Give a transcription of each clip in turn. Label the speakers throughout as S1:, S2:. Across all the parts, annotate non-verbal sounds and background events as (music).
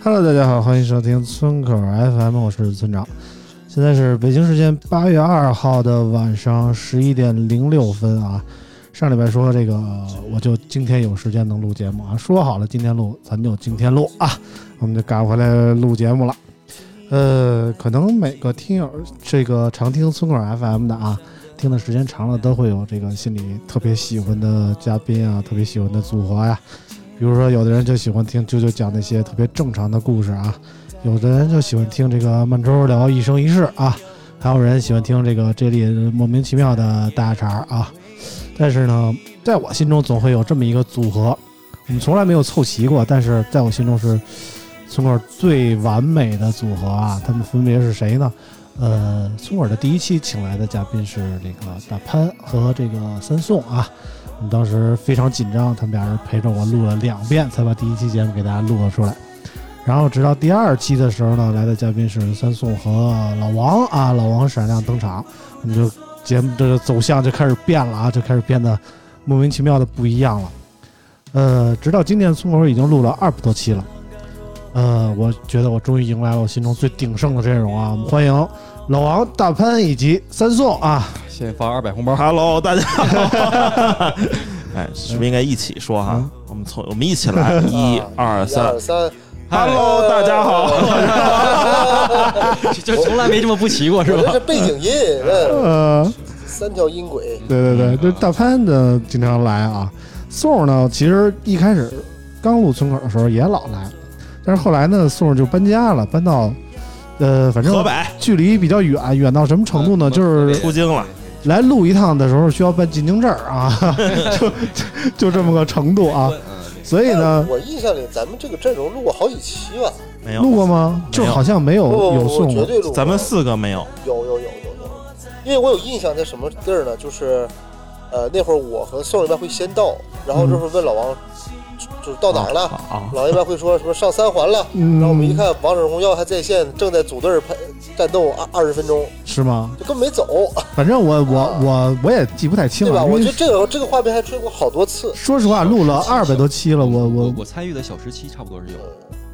S1: Hello，大家好，欢迎收听村口 FM，我是村长。现在是北京时间八月二号的晚上十一点零六分啊。上礼拜说这个，我就今天有时间能录节目啊，说好了今天录，咱就今天录啊，我们就赶回来录节目了。呃，可能每个听友这个常听村口 FM 的啊，听的时间长了都会有这个心里特别喜欢的嘉宾啊，特别喜欢的组合呀、比如说，有的人就喜欢听啾啾讲那些特别正常的故事啊，有的人就喜欢听这个慢周聊一生一世啊，还有人喜欢听这个这里莫名其妙的大茬儿啊。但是呢，在我心中总会有这么一个组合，我们从来没有凑齐过，但是在我心中是村口最完美的组合啊。他们分别是谁呢？呃，村口的第一期请来的嘉宾是这个大潘和这个三宋啊。我们当时非常紧张，他们俩人陪着我录了两遍，才把第一期节目给大家录了出来。然后直到第二期的时候呢，来的嘉宾是三宋和老王啊，老王闪亮登场，我们就节目这个走向就开始变了啊，就开始变得莫名其妙的不一样了。呃，直到今天，村口已经录了二百多期了。呃，我觉得我终于迎来了我心中最鼎盛的阵容啊！我们欢迎老王、大潘以及三宋啊！
S2: 谢谢发二百红包。
S3: Hello，大家好。哎，是不是应该一起说哈？
S1: 嗯
S3: 我们从我们一起来，一二三
S4: 二三，
S3: ，Hello，大家 (laughs) 好。
S2: 就从来没这么不齐过，是
S4: 我这
S2: 吧？
S4: 是背景音，嗯，
S1: 呃，
S4: 三条音轨，
S1: 对对对，
S3: 嗯
S1: 这大潘的经常来啊，宋儿呢，其实一开始刚录村口的时候也老来，但是后来呢，宋儿就搬家了，搬到呃，反
S3: 河
S1: 正
S3: 北
S1: 距离比较远，远到什么程度呢？
S2: 嗯
S1: 就是
S3: 出京了，
S1: 来录一趟的时候需要办进京证儿
S3: (laughs)
S1: 啊，就就就这么个程度啊。
S3: 嗯
S1: 所以呢，
S4: 我印象里咱们这个阵容录过好几期吧？
S3: 没
S1: 录
S3: 有？
S1: 过吗？就好像没有
S4: 不不
S1: 哦有
S4: 不，
S1: 宋
S4: 绝
S1: 了，
S4: 对录过。
S3: 咱们四个没有。
S4: 有有有有有，因为我有印象在什么地儿呢？就是，呃，那会儿我和宋一般会先到，然后就是问老王，就就是到哪儿了？
S3: 啊，
S4: 老一般会说什么上三环了。
S1: 嗯，
S4: 然后我们一看，王者荣耀还在线，正在组队儿拍战斗二二十分钟，
S1: 是吗？
S4: 就根本没走，
S1: 反正我我我我也记不太清啊
S4: 对吧？
S1: 了，因
S4: 我觉得
S1: 为
S4: 这个这个画面还出现过好多次。
S1: 说实话，录了二百多期了，我
S2: 我
S1: 我
S2: 我参与的小时期差不多是有，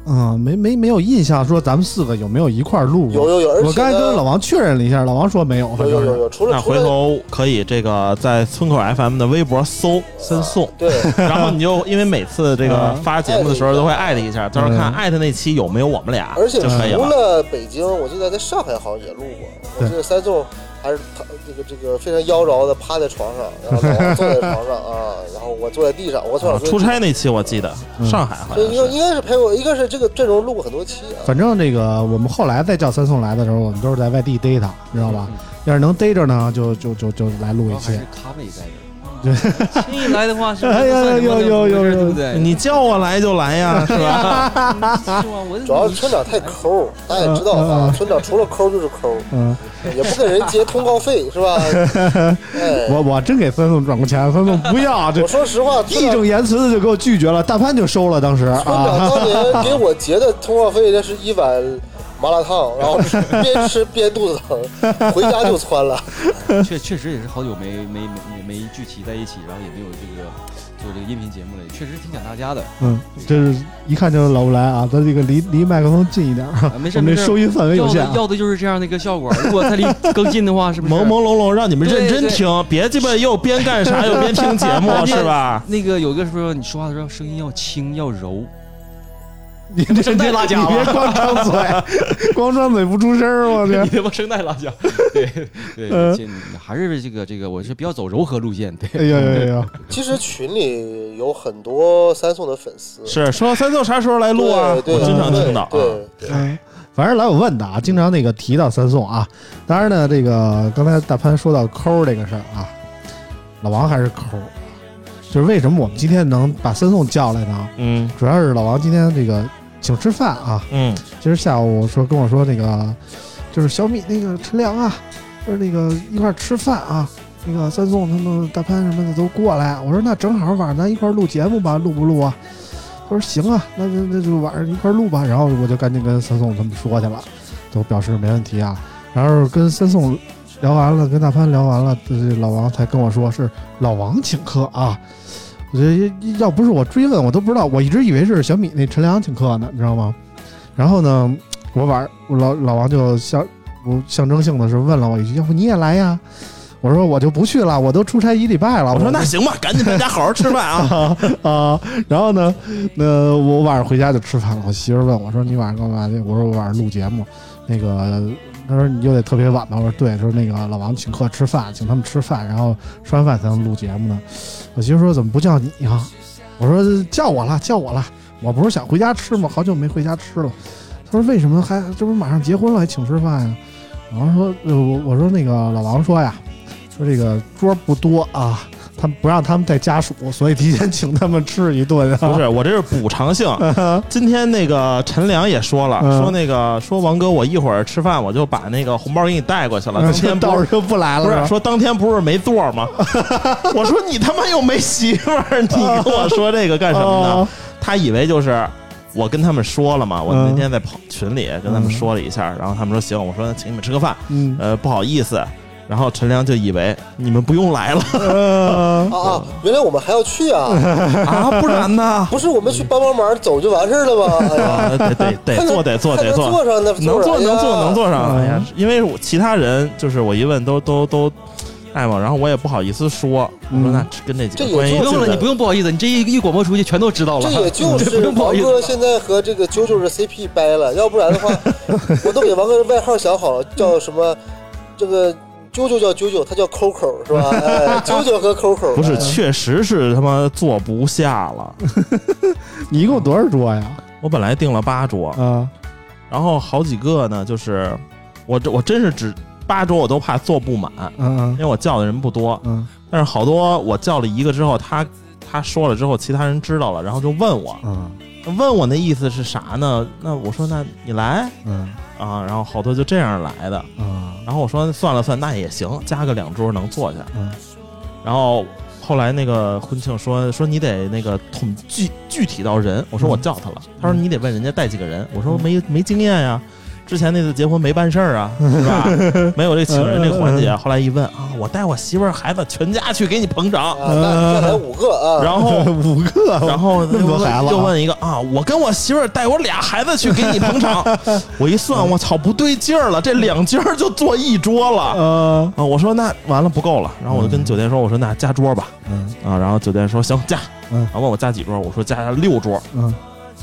S1: 嗯，没没没有印象说咱们四个有没有一块儿录
S4: 有
S1: 过。
S4: 有有，而
S1: 嗯
S4: 且
S1: 我刚才
S4: 呢
S1: 跟老王确认了一下，老王说没有，反
S4: 有
S1: 正
S4: 有有
S1: 是
S4: 有，除了
S3: 那
S4: 除
S3: 回
S4: 了
S3: 头可以这个在村口 FM 的微博搜三宋， (laughs)
S4: 对，
S3: 然后你就因为每次这个
S1: 嗯
S3: 发节目的时候都会艾特一下，到时候看艾特那期有没有我们俩
S4: 而且
S3: 就可以
S4: 除
S3: 了。
S4: 了北京，我记得在上海好像也录过。我
S1: 对
S4: 记得三宋还是他这个这个非常妖娆的趴在床上，然后老王坐在床上啊，然后我坐在地上，我坐
S3: 啊
S4: 上
S3: 出。差那期我记得，
S1: 嗯
S3: 上海好
S4: 所
S3: 像
S4: 以应该
S3: 是。
S4: 应该是陪我，应该是这个阵容录过很多期啊。
S1: 反正这个我们后来再叫三宋来的时候，我们都是在外地逮他，你知道吧？要是能逮着呢，就就就就来录一
S2: 还
S1: 期
S2: 是。咖位在
S1: (laughs)
S2: (laughs) 这儿。亲一来的话是
S1: 哎呀
S2: 不算什么
S1: 有有有
S2: 不是对
S1: 有
S2: 不对？嗯
S3: 你叫我来就
S5: (laughs)
S3: 来呀，是吧？
S2: (laughs) 是吧？
S4: (laughs)
S2: 我
S4: 主要是村长太抠，大家也知道
S1: 嗯嗯
S4: 啊
S1: 嗯，
S4: 村长除了抠就是抠，
S1: 嗯，
S4: 也不给人结通告费是
S3: (laughs)
S4: 吧？哎，
S1: 我我真给三宋转过钱，三宋不要，这
S4: 我说实话，村
S1: 义
S4: 长
S1: 正言辞的就给我拒绝了，大潘就收了，当时
S4: 村长
S1: 啊，
S4: 当年给我结的通告费，那是一碗麻辣烫，然后吃
S3: 哦
S5: (laughs)
S4: 边吃边肚子疼，回家就窜了。
S2: 确确实也是好久没没没没聚齐在一起，然后也没有这个做这个音频节目了，也确实挺想大家的。
S1: (laughs) 嗯，这是一看就老不来啊，咱这个离离麦克风近一点啊，
S2: 啊没事
S1: 我们
S2: 没
S1: 这
S2: 事，
S1: 收音范围有
S2: 要
S1: 限
S2: 的
S1: 啊。
S2: 要的就是这样的一个效果。如果它离更近的话，是不是
S3: 朦朦胧胧，让你们认真
S2: 对对
S3: 听，别鸡巴又边干啥又
S5: (laughs)
S3: 边听节目，是吧？
S2: 那个有一个说你说话的时候声音要轻要柔，
S1: 你这
S2: 声带拉
S1: 你
S2: 家了
S1: 别光张
S2: (laughs)
S1: 嘴，光张嘴不出声儿，我
S2: 你
S1: 去。
S2: 他妈声带
S1: (laughs)
S2: 拉响，对
S1: 嗯
S2: 对，这还是这个这个，我是比较走柔和路线，对，
S1: (laughs) 哎呦呦呦！
S5: 其实群里有很多三宋的粉丝，
S3: 是说三舅啥时候来录啊？
S5: 对
S3: 我
S5: 对
S3: 经常听到啊。
S5: 对对，
S1: 哎，反正来我问的啊，经常那个提到三宋啊。当然呢，这个刚才大潘说到抠儿这个事儿啊，老王还是抠儿。就是为什么我们今天能把三宋叫来呢？
S3: 嗯
S1: 主要是老王今天这个请吃饭啊，
S3: 嗯
S1: 今儿下午说跟我说那个，就是小米那个陈良啊，就是那个一块儿吃饭啊，那个三宋他们大潘什么的都过来。我说那正好晚上咱一块儿录节目吧，录不录啊？他说行啊，那那那就晚上一块儿录吧。然后我就赶紧跟三宋他们说去了，都表示没问题啊。然后跟三宋聊完了，跟大潘聊完了，这老王才跟我说是老王请客啊。我觉得要不是我追问，我都不知道。我一直以为是小米那陈良请客呢，你知道吗？然后呢，我晚我老老王就象我象征性的是问了我一句，要不你也来呀？我说我就不去了，我都出差一礼拜了。
S3: 我说那行吧，赶紧在家好好吃
S1: (laughs)
S3: 饭啊。
S1: 啊啊，然后呢，那我晚上回家就吃饭了。我媳妇儿问我说：“你晚上干嘛去？”我说：“我晚上录节目。”那个她说：“你又得特别晚吧？”我说：“对。”说那个老王请客吃饭，请他们吃饭，然后吃完饭才能录节目呢。我媳妇说：“怎么不叫你呀、我说：“叫我了，叫我了。我不是想回家吃吗？好久没回家吃了。”她说：“为什么还这不是马上结婚了还请吃饭呀、老王说：“呃我我说那个老王说呀，说这个桌不多啊。”他们不让他们带家属，所以提前请他们吃一顿啊。
S3: 不是，我这是补偿性。
S1: (laughs)
S3: 今天那个陈良也说了，
S1: 嗯
S3: 说那个说王哥，我一会儿吃饭我就把那个红包给你带过去了。
S1: 嗯，
S3: 当天
S1: 到
S3: 不
S1: 时候
S3: 是
S1: 就不来了
S3: 不
S1: 是吧
S3: 是说当天不是没座 (laughs) 吗？我说你他妈又没媳妇儿，你跟我说这个干什么呢？
S1: 啊
S3: 他以为就是我跟他们说了嘛，我
S1: 嗯
S3: 那天在朋群里跟他们说了一下，然后他们说行，我说请你们吃个饭，
S1: 嗯，
S3: 呃，不好意思。然后陈良就以为你们不用来了
S1: 呃
S5: 啊啊，原来我们还要去
S3: (laughs)
S5: 啊！
S3: 啊，不然呢？
S5: 不是我们去帮帮忙，走就完事儿了吗？哎呀，
S3: 啊，得得得坐得坐
S5: 还
S3: 得
S5: 能
S3: 坐，
S5: 坐上那
S3: 能坐能坐能。坐上，
S1: 嗯
S3: 哎呀，因为我其他人就是我一问都都都爱嘛，然后我也不好意思说，我说
S1: 嗯
S3: 那跟这几
S5: 这
S3: 个
S5: 也
S3: 关系
S5: 就
S2: 不用了，
S5: 是
S2: 你不用不好意思，你这一一广播出去，全都知道了。
S5: 这
S2: (laughs)
S5: 也就
S2: 不
S5: 是
S2: 用不好
S5: 王
S2: 意
S5: 哥
S2: 思。
S5: 现在和这个啾啾的 CP 掰了，要不然的
S3: (laughs)
S5: 话，我都给王哥的外号想好了，叫什么？这个啾啾叫啾啾，他叫 Coco 是吧？哎，啾啾和 Coco
S3: (laughs) 不是，
S5: 哎
S3: 确实是他妈坐不下了。 (laughs)
S1: 你一共多少桌呀？
S3: 我本来订了八桌，
S1: 啊，
S3: 然后好几个呢，就是我这我真是只八桌我都怕坐不满，因
S1: 嗯
S3: 为我叫的人不多，
S1: 嗯
S3: 但是好多我叫了一个之后，他他说了之后，其他人知道了，然后就问我，
S1: 嗯
S3: 问我那意思是啥呢？那我说那你来
S1: 嗯
S3: 啊，然后好多就这样来的。
S1: 嗯
S3: 然后我说算了算，那也行，加个两桌能坐下。
S1: 嗯，
S3: 然后后来那个婚庆说说你得那个统具具体到人，我说
S1: 嗯
S3: 我叫他了，他说
S1: 嗯
S3: 你得问人家带几个人，我说
S1: 嗯
S3: 没没经验呀。之前那次结婚没办事
S1: (laughs)
S3: 儿啊，是吧？没有这请人这个环节。后来一问啊，我带我媳妇儿、孩子全家去给你捧场。
S5: 啊，那再来五个啊，
S3: 然后
S1: (laughs) 五个，
S3: 然后
S1: 嗯 (laughs) 那么多孩子啊
S3: 又问一个啊，我跟我媳妇儿带我俩孩子去给你捧场，
S1: (laughs)
S3: 我一算，我操，不对劲儿了，这两家儿就坐一桌了
S1: 呃
S3: 啊！我说那完了不够了，然后我就跟酒店说，我说那加桌吧
S1: 嗯
S3: 啊，然后酒店说行加，
S1: 嗯
S3: 然后问我加几桌，我说加六桌，
S1: 嗯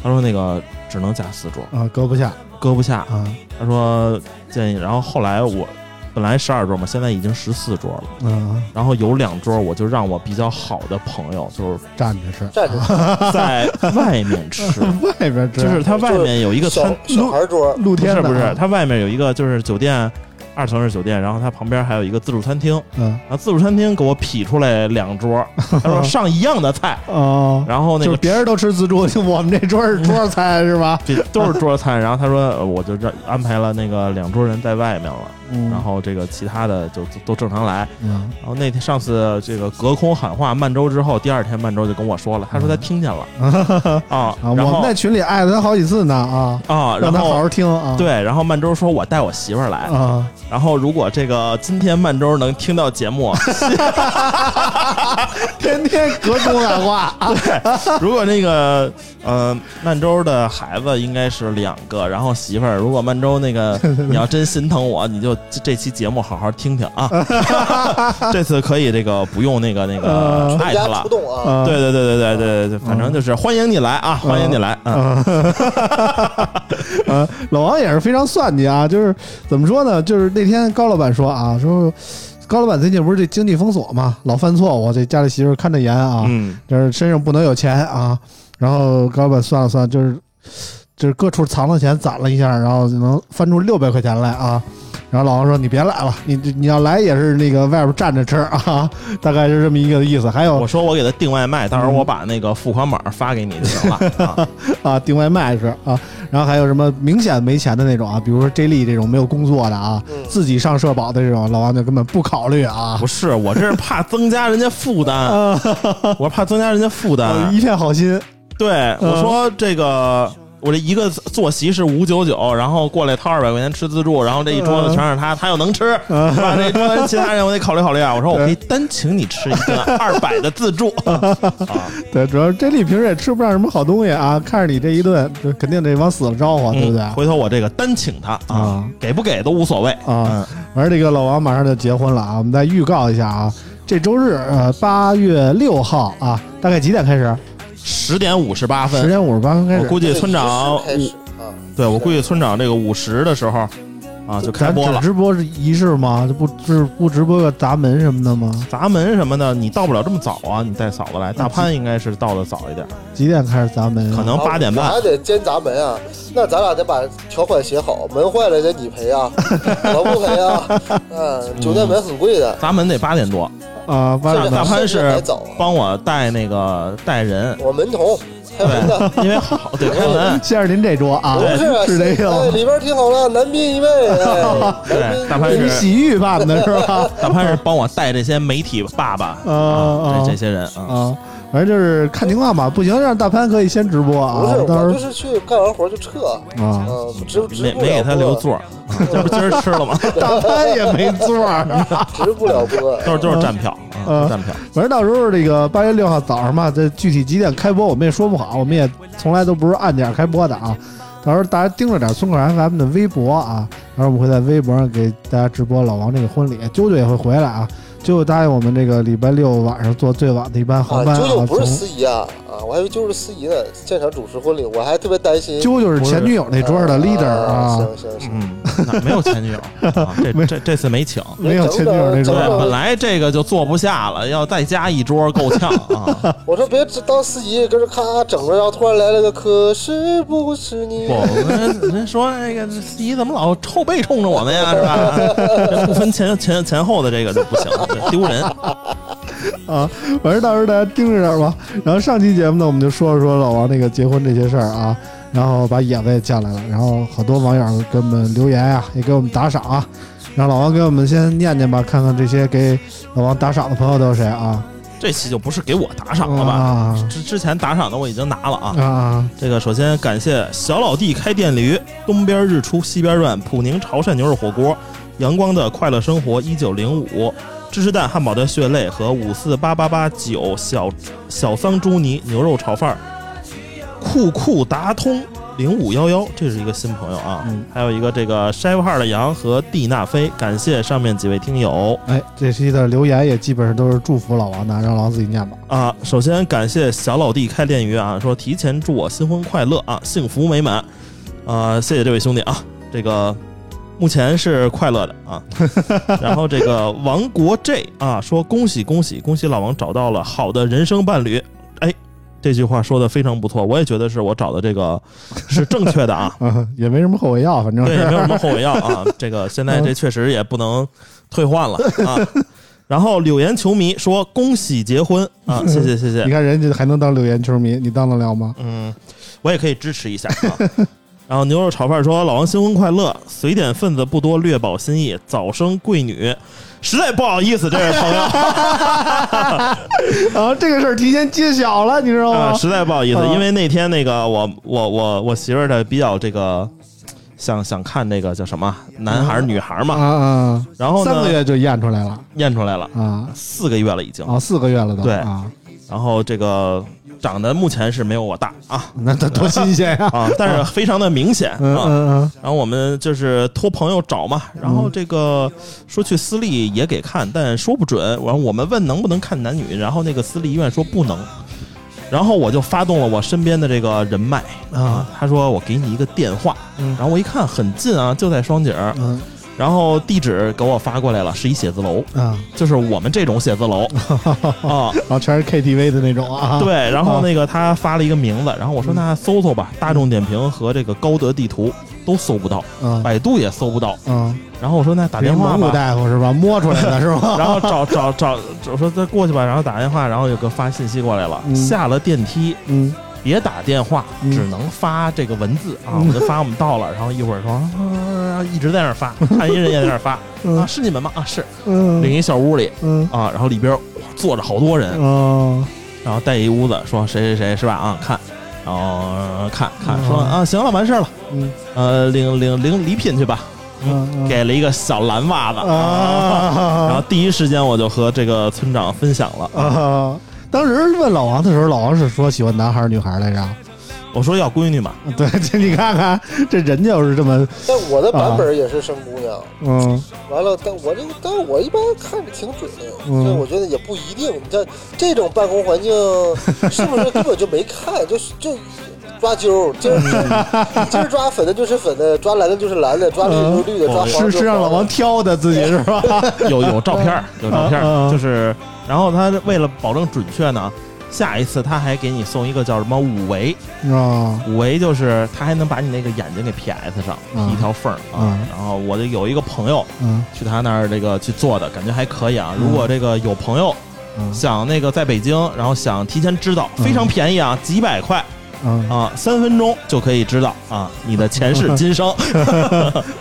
S3: 他说那个只能加四桌，
S1: 啊，搁不下
S3: 搁不下，
S1: 啊
S3: 他说建议，然后后来我本来十二桌嘛，现在已经十四桌了，
S1: 嗯，
S3: 然后有两桌我就让我比较好的朋友就是
S1: 站着吃，啊
S5: 站着
S1: (laughs)
S3: 在外面吃。
S1: 外边吃
S3: 就是它外面有一个
S5: 小
S3: 餐，
S5: 小孩桌，
S1: 露
S3: 不
S1: 天
S3: 是
S1: 的，啊
S3: 不是，？它外面有一个就是酒店，二层是酒店，然后它旁边还有一个自助餐厅，
S1: 嗯
S3: 然后自助餐厅给我劈出来
S1: (laughs)
S3: 两桌，他说上一样的菜，
S1: 哦，
S3: 然后那
S1: 就是
S3: 个
S1: 别人都吃自助，就我们这桌是桌菜是吧？
S3: 这都是桌餐，然后他说呃我就这安排了那个两桌人在外面了，
S1: 嗯
S3: 然后这个其他的就都都正常来。
S1: 嗯
S3: 然后那天上次这个隔空喊话曼州之后，第二天曼州就跟我说了，他说他听见了啊，
S1: 嗯 (laughs) 啊，我
S3: 然后
S1: 们在群里艾特他好几次呢啊，
S3: 啊，
S1: 让
S3: 然
S1: 他好
S3: 后
S1: 好听啊。
S3: 对，然后曼州说我带我媳妇儿来，
S1: 啊，
S3: 然后，如果这个今天曼州能听到节目，
S1: 天天隔空喊话， (laughs)
S3: 如果那个呃曼州的孩子应该是两个，然后媳妇儿，如果曼州那个你要真心疼我，你就这这期节目好好听听啊。这次可以这个不用那个那个
S1: 啊
S3: 艾
S5: 全
S3: 特
S5: 家
S3: 哎了
S5: 出。动啊！
S1: 啊
S3: 对对对对对对对，反正就是欢迎你来啊，欢迎你来
S1: (laughs)
S3: 啊。
S1: 啊，呃，老王也是非常算计啊，就是怎么说呢？就是那天高老板说啊，说高老板最近不是这经济封锁嘛，老犯错误，这家里媳妇儿看着严啊，
S3: 嗯，
S1: 就是身上不能有钱啊。然后高老板算了算，就是就是各处藏了钱，攒了一下，然后就能翻出六百块钱来啊。然后老王说：“你别来了，你你要来也是那个外边站着吃啊， (laughs) 大概是这么一个意思。还有
S3: 我说我给他订外卖，到时候我把那个付款码发给你就行了啊。
S1: 啊，订外卖是啊，然后还有什么明显没钱的那种啊，比如说 J 莉这种没有工作的啊，
S5: 嗯
S1: 自己上社保的这种，老王就根本不考虑啊
S3: 不，是，我这是怕增加人家负担，
S1: 啊， (laughs)
S3: 我是怕增加人家负担。
S1: 哦一片好心，
S3: 对，
S1: 嗯
S3: 我说这个，我这一个坐席是五九九，然后过来掏二百块钱吃自助，然后这一桌子全是
S1: 嗯
S3: 他，他又能吃，是吧？这一桌子其他人我得考虑考虑啊。我说我可以单请你吃一顿
S1: (laughs)
S3: 二百的自助
S1: 嗯
S3: 啊，
S1: 对，主要是 J 莉平时也吃不上什么好东西啊，看着你这一顿，就肯定得往死了招呼啊，对不对？
S3: 嗯回头我这个单请他啊
S1: 啊，
S3: 给不给都无所谓。
S1: 啊，完这个老王马上就结婚了啊，我们再预告一下啊，这周日呃八月六号啊，大概几点开始？
S3: 十点五十八
S1: 十
S3: 分，
S1: 点五十八分开
S3: 我
S1: 始。
S3: 估计
S5: 这
S3: 村
S5: 仪
S3: 长
S5: 式开始啊，
S3: 对我估计村长这个五十的时候啊就开
S1: 咱
S3: 播
S1: 只
S3: 了。
S1: 直播是仪式吗？这不是不直播个砸门什么的吗？
S3: 砸门什么的，你到不了这么早啊！你带嫂子来，大潘应该是到的早一点，
S1: 几点开始砸门啊？
S3: 可能
S5: 啊
S3: 八点
S5: 我
S3: 半
S5: 还。得兼砸门啊。那咱俩得把条款写好，门坏了得你赔啊，我不赔
S3: (laughs)
S5: 啊。嗯，酒店门很贵的，
S3: 砸门得八点多，
S1: 啊，八
S5: 甚
S1: 点
S5: 至
S1: 半
S3: 大潘
S5: 甚至还
S3: 是
S5: 早啊。
S3: 帮我带那个带人，
S5: 我门童开门的，
S3: 对，因为好对开门，
S1: 先是您这桌啊，
S5: 不是啊
S1: 是这啊
S5: 哎，
S1: 个
S5: 里边挺好了，男宾一
S1: (laughs)
S5: 位。哎
S3: 对，大潘
S1: 这是
S3: 是
S1: 洗浴办的是吧？
S3: 大潘是帮我带这些媒体爸爸
S1: 啊
S3: 啊，
S1: 啊
S3: 这这些人啊，
S1: 啊，反正就是看情况吧，不行让大潘可以先直播
S5: 不是，
S1: 啊，到
S5: 我就
S1: 时
S5: 是去干完活就撤，
S1: 候啊，
S4: (laughs)
S5: 嗯，值值
S3: 没
S5: 不
S3: 没给
S5: 了
S3: 他留
S5: 播，
S3: 座儿，这不今儿吃了吗？
S1: (laughs) 大潘也没座儿。啊
S5: 值不了
S1: (laughs)
S5: 播。
S3: (laughs) 都是都是站票啊，
S1: 嗯
S3: 站票。
S1: 反正到时候这个八月六号早上嘛，这具体几点开播我们也说不好，我们也从来都不是按点开播的啊。到时候大家盯着点村口 FM 的微博啊，然后我们会在微博上给大家直播老王这个婚礼，啾啾也会回来啊。啾啾答应我们这个礼拜六晚上坐最晚的一班
S5: 啊
S1: 航，班啊，
S5: 啾
S1: 从
S5: 啾不是司仪啊，啊，我还以为啾啾是司仪呢，现场主持婚礼，我还特别担心。
S1: 啾啾是前女友那桌的 leader
S5: 啊，
S1: 啊，
S5: 行行行，
S3: 嗯，那没有前女友，啊这这这次没请。
S1: 没有前女友那
S5: 对
S1: 桌
S3: 对，
S1: 儿
S3: 本来这个就坐不下了，要再加一桌够呛啊！
S5: 我说别只当司仪，跟着咔整着，然后突然来了个可是不是你
S3: 不，，人人说那个司仪怎么老臭背冲着我们呀，是吧？ (laughs) 这不分前前前后的这个就不行，这丢人。
S1: 啊，反正到时候大家盯着点儿吧。然后上期节目呢，我们就说了说老王那个结婚这些事儿啊，然后把野子也叫来了，然后好多网友给我们留言啊，也给我们打赏啊。让老王给我们先念念吧，看看这些给老王打赏的朋友都是谁啊？
S3: 这期就不是给我打赏了吧？
S1: 啊
S3: 之之前打赏的我已经拿了啊。
S1: 啊
S3: 这个首先感谢小老弟开店驴，东边日出西边转，普宁潮汕牛肉火锅，阳光的快乐生活一九零五，芝士蛋汉堡的血泪和五四八八八九小小桑猪泥牛肉炒饭儿，酷酷达通零五幺幺，这是一个新朋友啊，
S1: 嗯
S3: 还有一个这个 chef 号的羊和蒂娜菲，感谢上面几位听友。
S1: 哎，这期的留言也基本上都是祝福老王的，让老王自己念吧。，
S3: 啊，首先感谢小老弟开店鱼啊，说提前祝我新婚快乐啊，幸福美满啊，谢谢这位兄弟啊，这个目前是快乐的啊。然后这个王国 J 啊，说恭喜恭喜恭喜老王找到了好的人生伴侣，哎，这句话说的非常不错，我也觉得是我找的这个是正确的啊
S1: (laughs) 啊， (laughs) 也没什么后悔药，反正
S3: 对，也没有
S1: 是
S3: 什么后悔药啊，这个现在这确实也不能退换了啊。然后柳岩球迷说恭喜结婚啊，谢谢谢谢
S1: 你，看人家还能当柳岩球迷，你当得了吗？
S3: 嗯，我也可以支持一下啊。 (laughs) 然后牛肉炒饭说：“老王新婚快乐，随点份子不多，略保心意，早生贵女。”实在不好意思，这位朋友
S1: (laughs) 啊，这个事儿提前揭晓了，你知道
S3: 啊，
S1: 吗？
S3: 实在不好意思，
S1: 啊
S3: 因为那天那个我我我我媳妇儿她比较这个想想看那个叫什么男孩儿女孩儿
S1: 啊
S3: 嘛，
S1: 啊，
S3: 然后
S1: 三个
S3: 呢
S1: 月哦就验出来了
S3: 验出来了
S1: 啊。
S3: 四个月了已经，
S1: 啊，四个月了都。
S3: 对
S1: 啊，
S3: 然后这个长得目前是没有我大啊
S1: 那他多新鲜
S3: (laughs)
S1: 呀！
S3: 啊，但是非常的明显
S1: 哦嗯
S3: 啊。
S1: 嗯
S3: 然后我们就是托朋友找嘛，然后这个说去私立也给看，但说不准。然后我们问能不能看男女，然后那个私立医院说不能。然后我就发动了我身边的这个人脉
S1: 嗯啊，
S3: 他说我给你一个电话，
S1: 嗯
S3: 然后我一看很近啊，就在双井儿，
S1: 嗯
S3: 然后地址给我发过来了，是一写字楼，
S1: 啊，
S3: 就是我们这种写字
S1: (laughs)
S3: 楼啊。
S1: 然后全是 KTV 的那种啊，
S3: 对，然
S1: 啊
S3: 后那个他发了一个名字，然后我说
S1: 嗯
S3: 那搜搜吧，大众点评和这个高德地图都搜不到，
S1: 嗯，
S3: 百度也搜不到。
S1: 嗯，
S3: 然后我说那打电话
S1: 蒙古
S3: 吧，
S1: 大夫是吧？摸出来的是吧？
S3: (laughs) 然后找找找，我说再过去吧，然后打电话，然后有个发信息过来了，
S1: 嗯
S3: 下了电梯
S1: 嗯
S3: 别打电话，
S1: 嗯
S3: 只能发这个文字啊，
S1: 嗯
S3: 我就发我们到了，然后一会儿说啊，一直在那儿发，
S1: (laughs)
S3: 看一人也在那儿发啊，
S1: 嗯
S3: 是你们吗？啊是，领
S1: 嗯
S3: 一小屋里。
S1: 嗯
S3: 啊，然后里边哇坐着好多人，
S1: 哦，
S3: 然后带一屋子，说谁谁谁是吧？啊，看，然后呃看看，说
S1: 嗯
S3: 啊，行了，完事儿了，
S1: 嗯
S3: 呃，领领领礼品去吧，
S1: 嗯
S3: 给了一个小蓝袜子，
S1: 啊，
S3: 然后第一时间我就和这个村长分享了，
S1: 啊，当时问老王的时候，老王是说喜欢男孩儿女孩儿来着？
S3: 我说要闺女嘛，
S1: 对， (laughs) 这你看看，这人就是这么，
S5: 但我的版
S1: 啊
S5: 本也是生姑娘，
S1: 嗯
S5: 完了，但我这个，但我一般看着挺准的，
S1: 嗯
S5: 所以我觉得也不一定。你这这种办公环
S1: (laughs)
S5: 境，是不是根本就没看，就是就抓阄，今儿
S1: 嗯
S5: (laughs) 今儿抓粉的就是粉的，抓蓝的就是蓝的，抓绿的就是绿的，抓
S3: 嗯
S5: 黄的就是是
S1: 是让老王
S5: 黄的。
S1: 挑的自己是吧？
S3: 有有照片儿，有照片
S1: 啊啊啊
S3: 儿，就是，然后他为了保证准确呢。下一次他还给你送一个叫什么五维，
S1: 啊，
S3: 五维就是他还能把你那个眼睛给 PS 上，
S1: 嗯
S3: 一条缝儿啊
S1: 嗯。
S3: 然后我就有一个朋友，
S1: 嗯
S3: 去他那儿这个去做的，感觉还可以啊。
S1: 嗯
S3: 如果这个有朋友
S1: 嗯
S3: 想那个在北京，然后想提前知道，
S1: 嗯
S3: 非常便宜啊，几百块
S1: 嗯
S3: 啊，三分钟就可以知道啊，你的前世今生。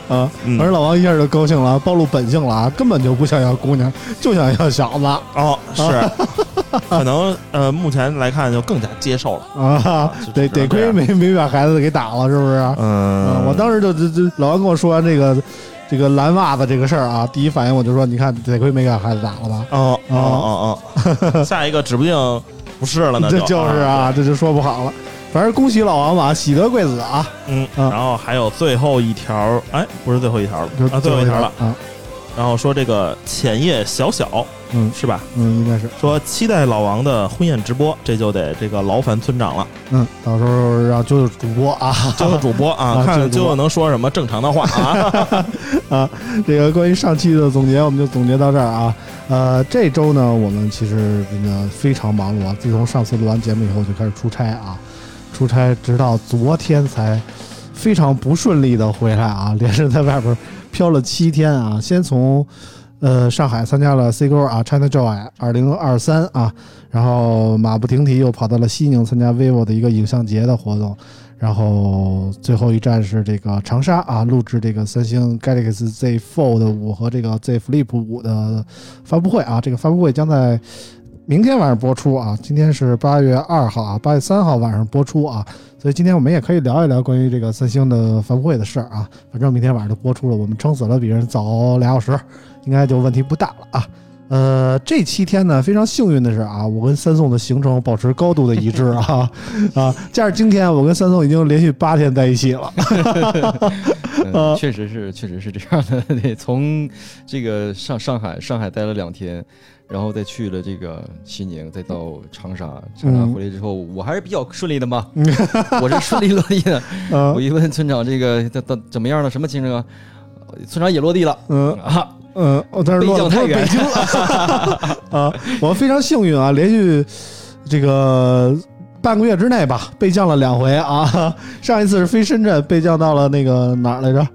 S1: 啊，
S3: 嗯
S1: 而老王一下就高兴了，暴露本性了啊，根本就不想要姑娘，就想要小子啊
S3: 哦，是， (laughs) 可能呃，目前来看就更加接受了。
S1: 啊，得得亏没没把孩子给打了，是不是？
S3: 嗯
S1: 嗯，我当时就就就老王跟我说完这个这个蓝袜子这个事儿啊，第一反应我就说，你看得亏没给孩子打了吧？
S3: 哦哦哦哦，下一个指不定不是了呢，
S1: 这 (laughs) 就是啊，这就说不好了。反正恭喜老王吧，喜得贵子啊，
S3: 嗯，
S1: 啊
S3: 然后还有最后一条，哎，不是最后一条了
S1: 就
S3: 啊，最后一条了。
S1: 啊，
S3: 然后说这个浅夜小小，
S1: 嗯
S3: 是吧？
S1: 嗯，应该是，
S3: 说期待老王的婚宴直播，这就得这个劳烦村长了，
S1: 嗯，到时候让舅舅主播啊，
S3: 这个主播啊，
S1: (laughs) 啊
S3: 看
S1: 这个
S3: 看
S1: 主
S3: 究
S1: 播
S3: 竟能说什么正常的话
S1: (laughs)
S3: 啊。
S1: 这个关于上期的总结，我们就总结到这儿啊。呃，这周呢，我们其实真的非常忙碌啊。自从上次录完节目以后，就开始出差啊，出差直到昨天才非常不顺利的回来啊，连着在外边飘了七天啊。先从呃上海参加了 C 勾啊 China Joy 二零二三啊，然后马不停蹄又跑到了西宁参加 vivo 的一个影像节的活动，然后最后一站是这个长沙啊，录制这个三星 Galaxy Z Fold 五和这个 Z Flip 五的发布会啊。这个发布会将在明天晚上播出啊，今天是八月二号啊，八月三号晚上播出啊。所以今天我们也可以聊一聊关于这个三星的发布会的事儿啊。反正明天晚上就播出了，我们撑死了比人早俩小时，应该就问题不大了啊。呃，这七天呢，非常幸运的是啊，我跟三宋的行程保持高度的一致啊。啊，加上今天我跟三宋已经连续八天在一起了。
S2: 嗯，确实是，确实是这样的。 (laughs) 对，从这个上上海，上海待了两天，然后再去了这个西宁，再到长沙，长沙
S1: 嗯
S2: 回来之后，我还是比较顺利的嘛，
S1: (laughs)
S2: 我是顺利落地的。
S1: 嗯
S2: 我一问村长这个怎怎怎么样了，什么情况啊？村长也落地了
S1: 嗯
S2: 啊，
S1: 嗯，我但是
S2: 北
S1: 落
S2: 京
S1: 了
S2: 太
S1: 北
S2: 远
S1: 京
S2: (laughs)
S1: 了啊！我非常幸运啊，连续这个半个月之内吧，被降了两回啊。上一次是飞深圳，被降到了那个哪儿来着？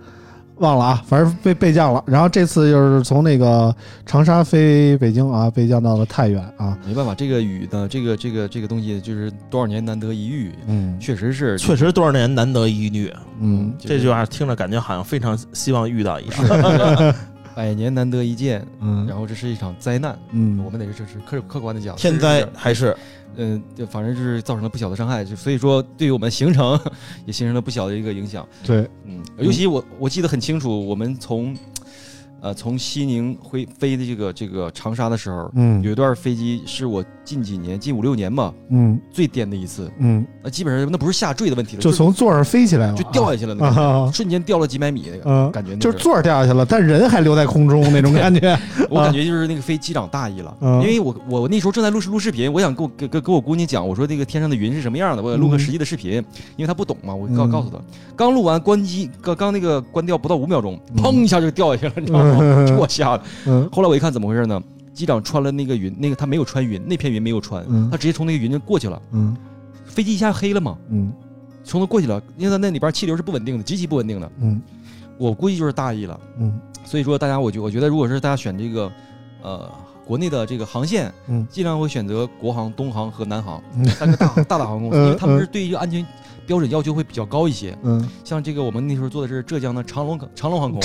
S1: 忘了啊，反正被被降了。然后这次就是从那个长沙飞北京啊，被降到了太原啊。
S2: 没办法，这个雨呢，这个这个这个东西就是多少年难得一遇，
S1: 嗯
S2: 确实是，
S3: 确实多少年难得一 (laughs) 遇，
S1: 嗯，
S3: 这句话听着感觉好像非常希望遇到一样。
S2: 百年难得一见，
S1: 嗯
S2: 然后这是一场灾难，
S1: 嗯
S2: 我们得是这是客客观的讲，
S3: 天
S2: 是
S3: 灾
S2: 是
S3: 还是
S2: 嗯，就反正就是造成了不小的伤害，就所以说对于我们行程也形成了不小的一个影响。
S1: 对，
S2: 嗯，尤其我我记得很清楚，我们从呃从西宁回飞的这个这个长沙的时候，
S1: 嗯
S2: 有一段飞机是我近几年近五六年吧，
S1: 嗯
S2: 最颠的一次，
S1: 嗯，
S2: 那基本上那不是下坠的问题了，
S1: 就从座上飞起来了，
S2: 就掉下去了，那个
S1: 啊，
S2: 瞬间掉了几百米那个
S1: 嗯，
S2: 感觉那
S1: 就是
S2: 是
S1: 座儿掉下去了，但人还留在空中那种感觉。
S2: 我感觉就是那个飞机长大意了，
S1: 嗯
S2: 因为我我那时候正在录视录视频，我想给我给给给我姑娘讲，我说这个天上的云是什么样的，我想录个
S1: 嗯
S2: 实际的视频，因为她不懂嘛，我告
S1: 嗯
S2: 告诉她，刚录完关机，刚刚那个关掉不到五秒钟，
S1: 嗯
S2: 砰一下就掉下去了，你知道 (laughs)
S1: 嗯
S2: 吗？给我吓的。
S1: 嗯
S2: 后来我一看怎么回事呢？机长穿了那个云，那个他没有穿云，那片云没有穿
S1: 嗯，
S2: 他直接从那个云上过去了，
S1: 嗯
S2: 飞机一下黑了嘛，
S1: 嗯
S2: 从那过去了，因为它那里边气流是不稳定的，极其不稳定的，
S1: 嗯
S2: 我估计就是大意了。
S1: 嗯
S2: 所以说，大家我觉我觉得，如果是大家选这个，呃，国内的这个航线，
S1: 嗯
S2: 尽量会选择国航、东航和南航
S1: 嗯
S2: 三个大
S1: (laughs)
S2: 大的航空公司，
S1: 嗯
S2: 因为他们是对于安全标准要求会比较高一些。
S1: 嗯，
S2: 像这个我们那时候做的是浙江的长龙长龙
S1: (laughs)
S2: 航空，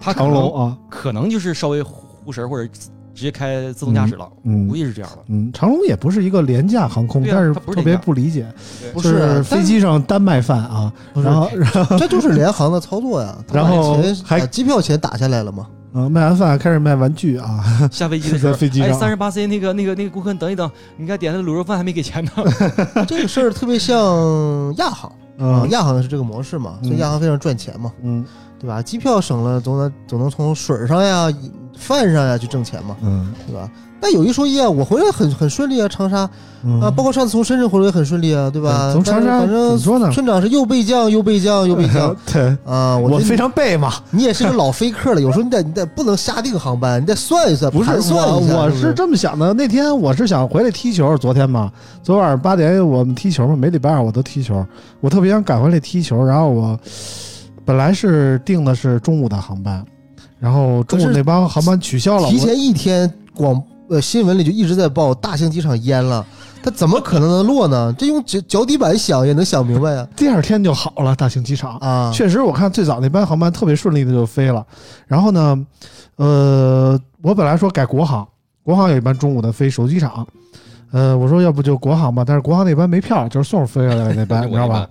S2: 它可
S1: 长
S2: 能
S1: 龙啊，
S2: 可能就是稍微护神或者直接开自动驾驶了，
S1: 嗯
S2: 估计是这样的。
S1: 嗯，长龙也不是一个廉价航空，
S2: 对啊
S1: 但是
S2: 它不
S1: 特
S2: 是
S1: 别
S2: 廉价
S1: 不理解，
S4: 不
S1: 就是
S4: 啊
S1: 飞机上单卖饭啊，
S4: 不是
S1: 然后然后
S4: 但这就是联航的操
S1: (laughs)
S4: 作呀。他把
S1: 然后
S4: 钱
S1: 还
S4: 把机票钱打下来了
S1: (laughs)
S4: 嘛？
S1: 呃卖完饭开始卖玩具啊，
S2: 下飞
S1: (laughs)
S2: 机的时候，
S1: 在飞机上啊
S2: 哎，三十八 C 那个那个那个顾客，你等一等，你该点的卤肉饭还没给钱呢。
S4: 这个事儿特别像亚航啊，
S1: 嗯
S4: 亚航是这个模式嘛，所以
S1: 嗯
S4: 亚航非常赚钱嘛，
S1: 嗯
S4: 对吧？机票省了，总能总能从水上呀、饭上呀去挣钱嘛，
S1: 嗯
S4: 对吧？但有一说一啊，我回来很很顺利啊，长沙
S1: 嗯
S4: 啊，包括上次从深圳回来也很顺利啊，对吧？
S1: 从长沙
S4: 但是
S1: 怎
S4: 反
S1: 么
S4: 正
S1: 说呢？
S4: 村长是又备降又备降又备
S1: (laughs)
S4: 降
S1: 对，
S4: 啊！
S1: 我
S4: 觉得
S1: 非
S4: 你
S1: 常背嘛，
S4: 你也是个老飞客了，有时候你得你得不能瞎定航班，你得算一算，
S1: 不是
S4: 呃盘算
S1: 我
S4: 一下。
S1: 我
S4: 是不
S1: 是这么想的。那天我是想回来踢球，昨天嘛，昨晚八点我们踢球嘛，每礼拜二我都踢球，我特别想赶回来踢球。然后我本来是订的是中午的航班，然后中午
S4: 可是
S1: 那帮航班取消了，
S4: 提
S1: 我
S4: 前一天广呃新闻里就一直在报大兴机场淹了，它怎么可能能落呢？这用脚脚底板想也能想明白呀、
S1: 第二天就好了。大兴机场
S4: 啊！啊，
S1: 确实，我看最早那班航班特别顺利的就飞了。然后呢，呃，我本来说改国航，国航有一班中午的飞首都机场，呃，我说要不就国航吧，但是国航那班没票，就是宋飞回来的那 (laughs)
S2: (laughs)
S1: 班，你知道吧？？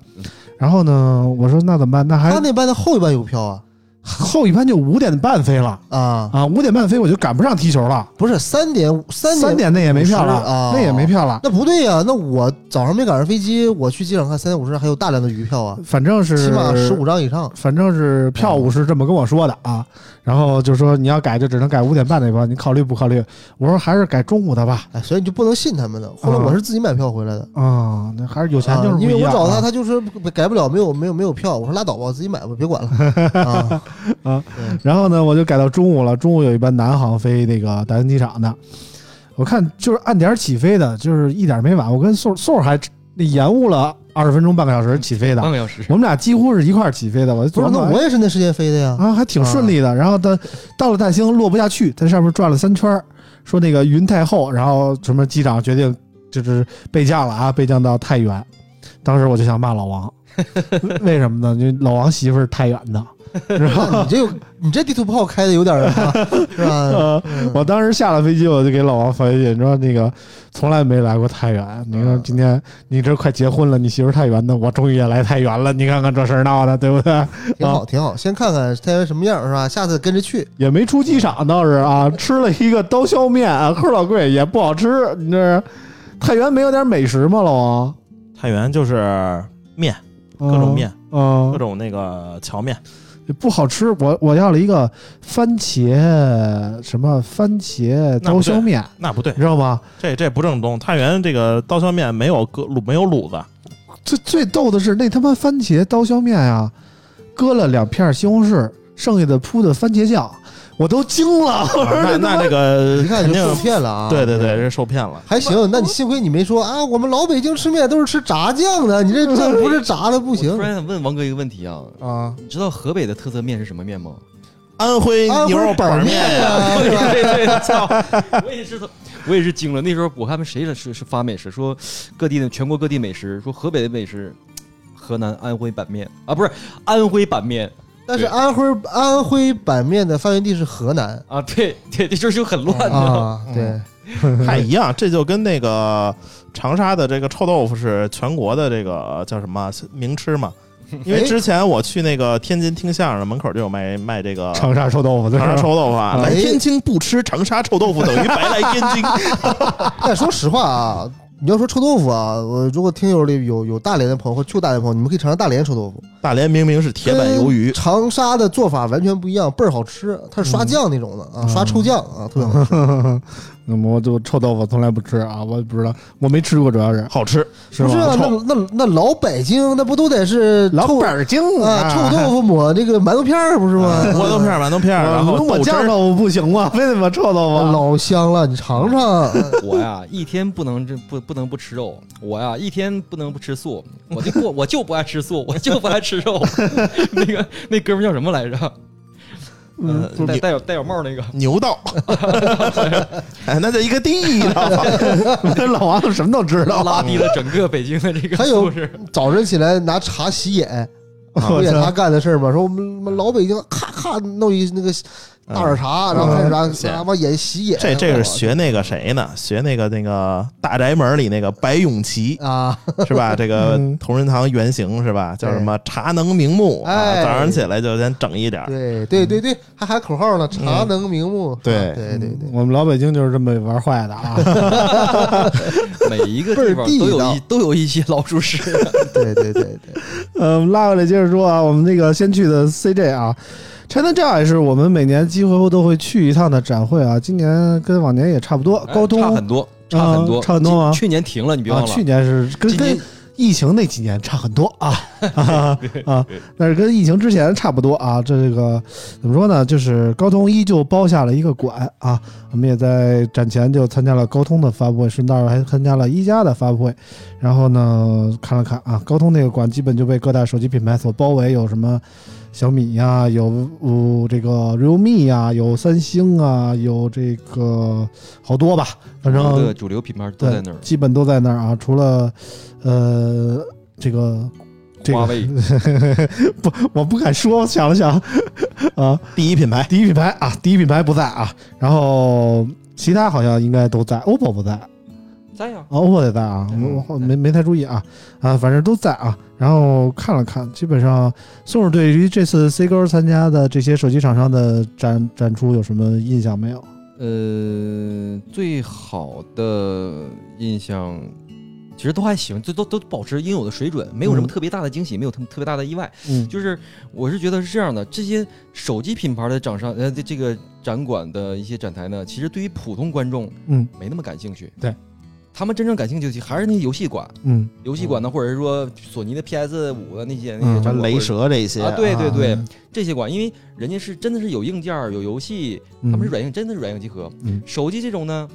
S1: 然后呢，我说那怎么办？那还
S4: 他那班的后一班有票啊
S1: 后一班就五点半飞了
S4: 啊，
S1: 啊，五点半飞我就赶不上踢球了，
S4: 不是三点三
S1: 三点那也没票了，
S4: 50啊
S1: 那也没票了，
S4: 那不对呀、那我早上没赶上飞机，我去机场看三点五十还有大量的余票啊，
S1: 反正是
S4: 起码十五张以上。
S1: 反正是票务是这么跟我说的啊，然后就说你要改就只能改五点半那班，你考虑不考虑？我说还是改中午的吧。
S4: 哎，所以你就不能信他们的。后来
S1: 啊
S4: 我是自己买票回来的，
S1: 啊、那还是有钱就是
S4: 啊
S1: 不
S4: 因为
S1: 一
S4: 我
S1: 样
S4: 找他，
S1: 啊
S4: 他就是改不了，没有没有没有票。我说拉倒吧，我自己买吧，别管
S1: (laughs)
S4: 了。啊
S1: 啊
S4: 对
S1: 然后呢，我就改到中午了。中午有一班南航飞那个大兴机场的，我看就是按点儿起飞的，就是一点儿没晚。我跟宋宋还那延误了二十分钟半个小时起飞的，
S2: 半个小时。
S1: 我们俩几乎是一块儿起飞的。我就
S4: 嗯不是，
S1: 琢
S4: 那
S1: 磨
S4: 我也是那时间飞的呀。
S1: 啊，还挺顺利的。然后到到了大兴落不下去，在上面转了三圈儿，说那个云太厚，然后什么机长决定就是备降了啊，备降到太原。当时我就想骂老
S4: (laughs)
S1: 王，为什么呢？因为老王媳妇儿太原的，是
S4: 那
S1: 吧
S4: 你？这有你这地图炮开的有点儿啊，
S1: (laughs)
S4: 是吧？
S1: 呃，
S4: 嗯
S1: 我当时下了飞机，我就给老王发微信，你说那个从来没来过太原，你
S3: 嗯
S1: 说今天你这快结婚了，你媳妇儿太原的，我终于也来太原了，你看看这事儿闹的，对不对？ (laughs)
S4: 挺好，挺好。先看看太原什么样儿是吧？下次跟着去。
S1: 也没出机场，倒是啊，吃了一个刀削面，啊，齁老贵，也不好吃。你这是太原没有点美食吗？老王，
S3: 太原就是面，
S1: 各
S3: 各种，面，
S1: 嗯，
S3: 各种那个荞面，
S1: 不好吃。我我要了一个番茄什么番茄刀削面，
S3: 那不对
S1: 你，知道吗？
S3: 这这不正宗。太原这个刀削面没有搁卤没有卤子，啊
S1: 最最逗的是那他妈番茄刀削面啊，搁了两片西红柿，剩下的铺的番茄酱，我都惊了。我说这
S3: 那那
S1: 他妈
S3: 这个
S4: 一看
S3: 肯
S4: 就
S3: 定
S4: 受骗了啊！
S3: 对对对，这受骗了。
S4: 还行，那你幸亏你没说啊，我们老北京吃面都是吃炸酱的，你这酱不是炸的不
S2: 我
S4: 行
S2: 突然想问王哥一个问题啊，
S4: 啊！
S2: 你知道河北的特色面是什么面吗？
S3: 安徽
S4: 安徽
S3: 牛肉板
S4: 板面
S3: 呀，
S4: 呀，是吧？
S2: 对对对，操！我也是，我也是惊了。那时候我看他们谁是是发美食，说各地的全国各地美食，说河北的美食，河南安徽板面啊，不是安徽板面
S4: 但是安徽安徽板面的发源地是河南
S2: 啊，对对，这事儿就很乱，你知道吗？
S4: (laughs) 啊，对，
S3: 太一样，这就跟那个长沙的这个臭豆腐是全国的这个叫什么名吃嘛？因为之前我去那个天津听相声，门口就有卖卖这个
S1: 长沙臭豆腐，对吧
S3: 长沙臭豆腐啊，
S1: 哎
S3: 来天津不吃长沙臭豆腐等于白来天津。
S4: 但说实话啊，你要说臭豆腐啊，我如果听友里有有大连的朋友或去过大连的朋友，你们可以尝尝大连臭豆腐，
S3: 大连明明是铁板鱿鱼
S4: 跟，长沙的做法完全不一样，倍儿好吃，它是刷酱那种的啊，刷臭酱啊，特别好吃。
S1: 那么我就臭豆腐从来不吃啊，我也不知道，我没吃过，主要是 (laughs)
S3: 好吃。
S1: 是
S4: 不是
S1: 吗？，
S4: 啊那
S1: 臭
S4: 那那老北京那不都得是
S1: 老
S4: 臭
S1: 北京
S4: 啊，臭豆腐抹这个馒头片儿不
S3: (laughs)
S4: 是吗？
S3: 窝豆片儿、馒头片儿，然后
S1: 我我
S3: 豆汁
S1: 酱
S3: 儿。
S1: 豆腐不行吗？非得把臭豆
S4: 啊
S1: 腐
S4: 老香了，你尝尝。
S1: (laughs)
S2: 我呀，一天不能这不不能不吃肉，我呀一天不能不吃素，我就不我就不爱吃素，我就不爱吃 (laughs) 肉。那个那哥们儿叫什么来着？呃，戴戴小戴小帽那个，
S3: (laughs)
S1: (laughs)
S3: 牛道，哎，那叫一个地道。
S1: (laughs) 老王什么都知道
S2: (laughs) 拉低了整个北京的这个
S4: 还有
S2: 素质。
S4: 早晨起来拿茶洗
S3: (laughs)
S4: 眼，
S3: 啊
S4: 不也他干的事儿吗？说我们我们老北京咔咔弄一那个大耳茶，然后开始
S3: 洗
S4: 拿拿把眼洗眼。
S3: 嗯这这个是学那个谁呢？学那个那个《大宅门》里那个白永琪
S4: 啊，
S1: (laughs)
S3: 是吧？这个
S1: 嗯
S3: 同仁堂原型是吧？叫什么茶能明目啊？
S4: 哎
S3: 早上起来就先整一点儿。
S4: 对对对对，还喊口号呢，茶能明目。
S3: 嗯对
S4: 是吧对对对，
S1: 我们老北京就是这么玩坏的啊！
S2: 每一个地方都
S4: 倍儿地
S2: 有
S4: 道
S2: 一都有一些老鼠屎。
S4: 对对对对，
S1: 呃，我们拉回来接着说啊，我们那个先去的 CJ 啊，China Jar 也是我们每年几乎都会去一趟的展会啊，今年跟往年也差不多，高通
S2: 哎差很多，差很多，
S1: 啊差很多吗
S2: 去去年停了，你别忘
S1: 啊，
S2: 了。
S1: 去年是跟
S2: 今年
S1: 跟疫情那几年差很多啊啊啊，但是跟疫情之前差不多啊。这个怎么说呢？就是高通依旧包下了一个馆啊。我们也在展前就参加了高通的发布会，顺道还参加了一加的发布会。然后呢，看了看啊，高通那个馆基本就被各大手机品牌所包围，有什么？小米呀、有、呃、这个 realme 呀、有三星啊，有这个好多吧，反
S2: 然后
S1: 正
S2: 的主流品牌都
S1: 对，
S2: 在那儿，
S1: 基本都在那儿啊，除了呃这个 (laughs) 这
S2: 华
S1: 个
S2: 为
S1: 不，我不敢说，想了想啊，
S3: 第一品牌
S1: 第一品牌啊，第一品牌不在啊，然后其他好像应该都在，OPPO 不在啊
S2: 在呀。嗯
S1: ，OPPO 也在啊，我我没没太注意啊啊，反正都在啊，然后看了看，基本上宋儿对于这次 C 勾参加的这些手机厂商的展展出有什么印象没有？
S2: 呃，最好的印象其实都还行，就都都保持应有的水准，没有什么
S1: 嗯
S2: 特别大的惊喜，没有特特别大的意外。
S1: 嗯，
S2: 就是我是觉得是这样的，这些手机品牌的掌上呃这这个展馆的一些展台呢，其实对于普通观众
S1: 嗯
S2: 没那么感兴趣。
S1: 对。
S2: 他们真正感兴趣的还是那些游戏馆，
S1: 嗯，
S2: 游戏馆呢，或者是说索尼的 PS 五啊的那些
S1: 嗯
S2: 那些
S3: 什
S2: 展
S3: 么
S2: 馆
S3: 雷
S2: 或者
S3: 蛇这些
S2: 啊，对对对
S1: 啊，
S2: 这些馆，因为人家是真的是有硬件儿有游戏，
S1: 嗯
S2: 他们是软硬，真的是软硬结合
S1: 嗯。
S2: 手机这种呢，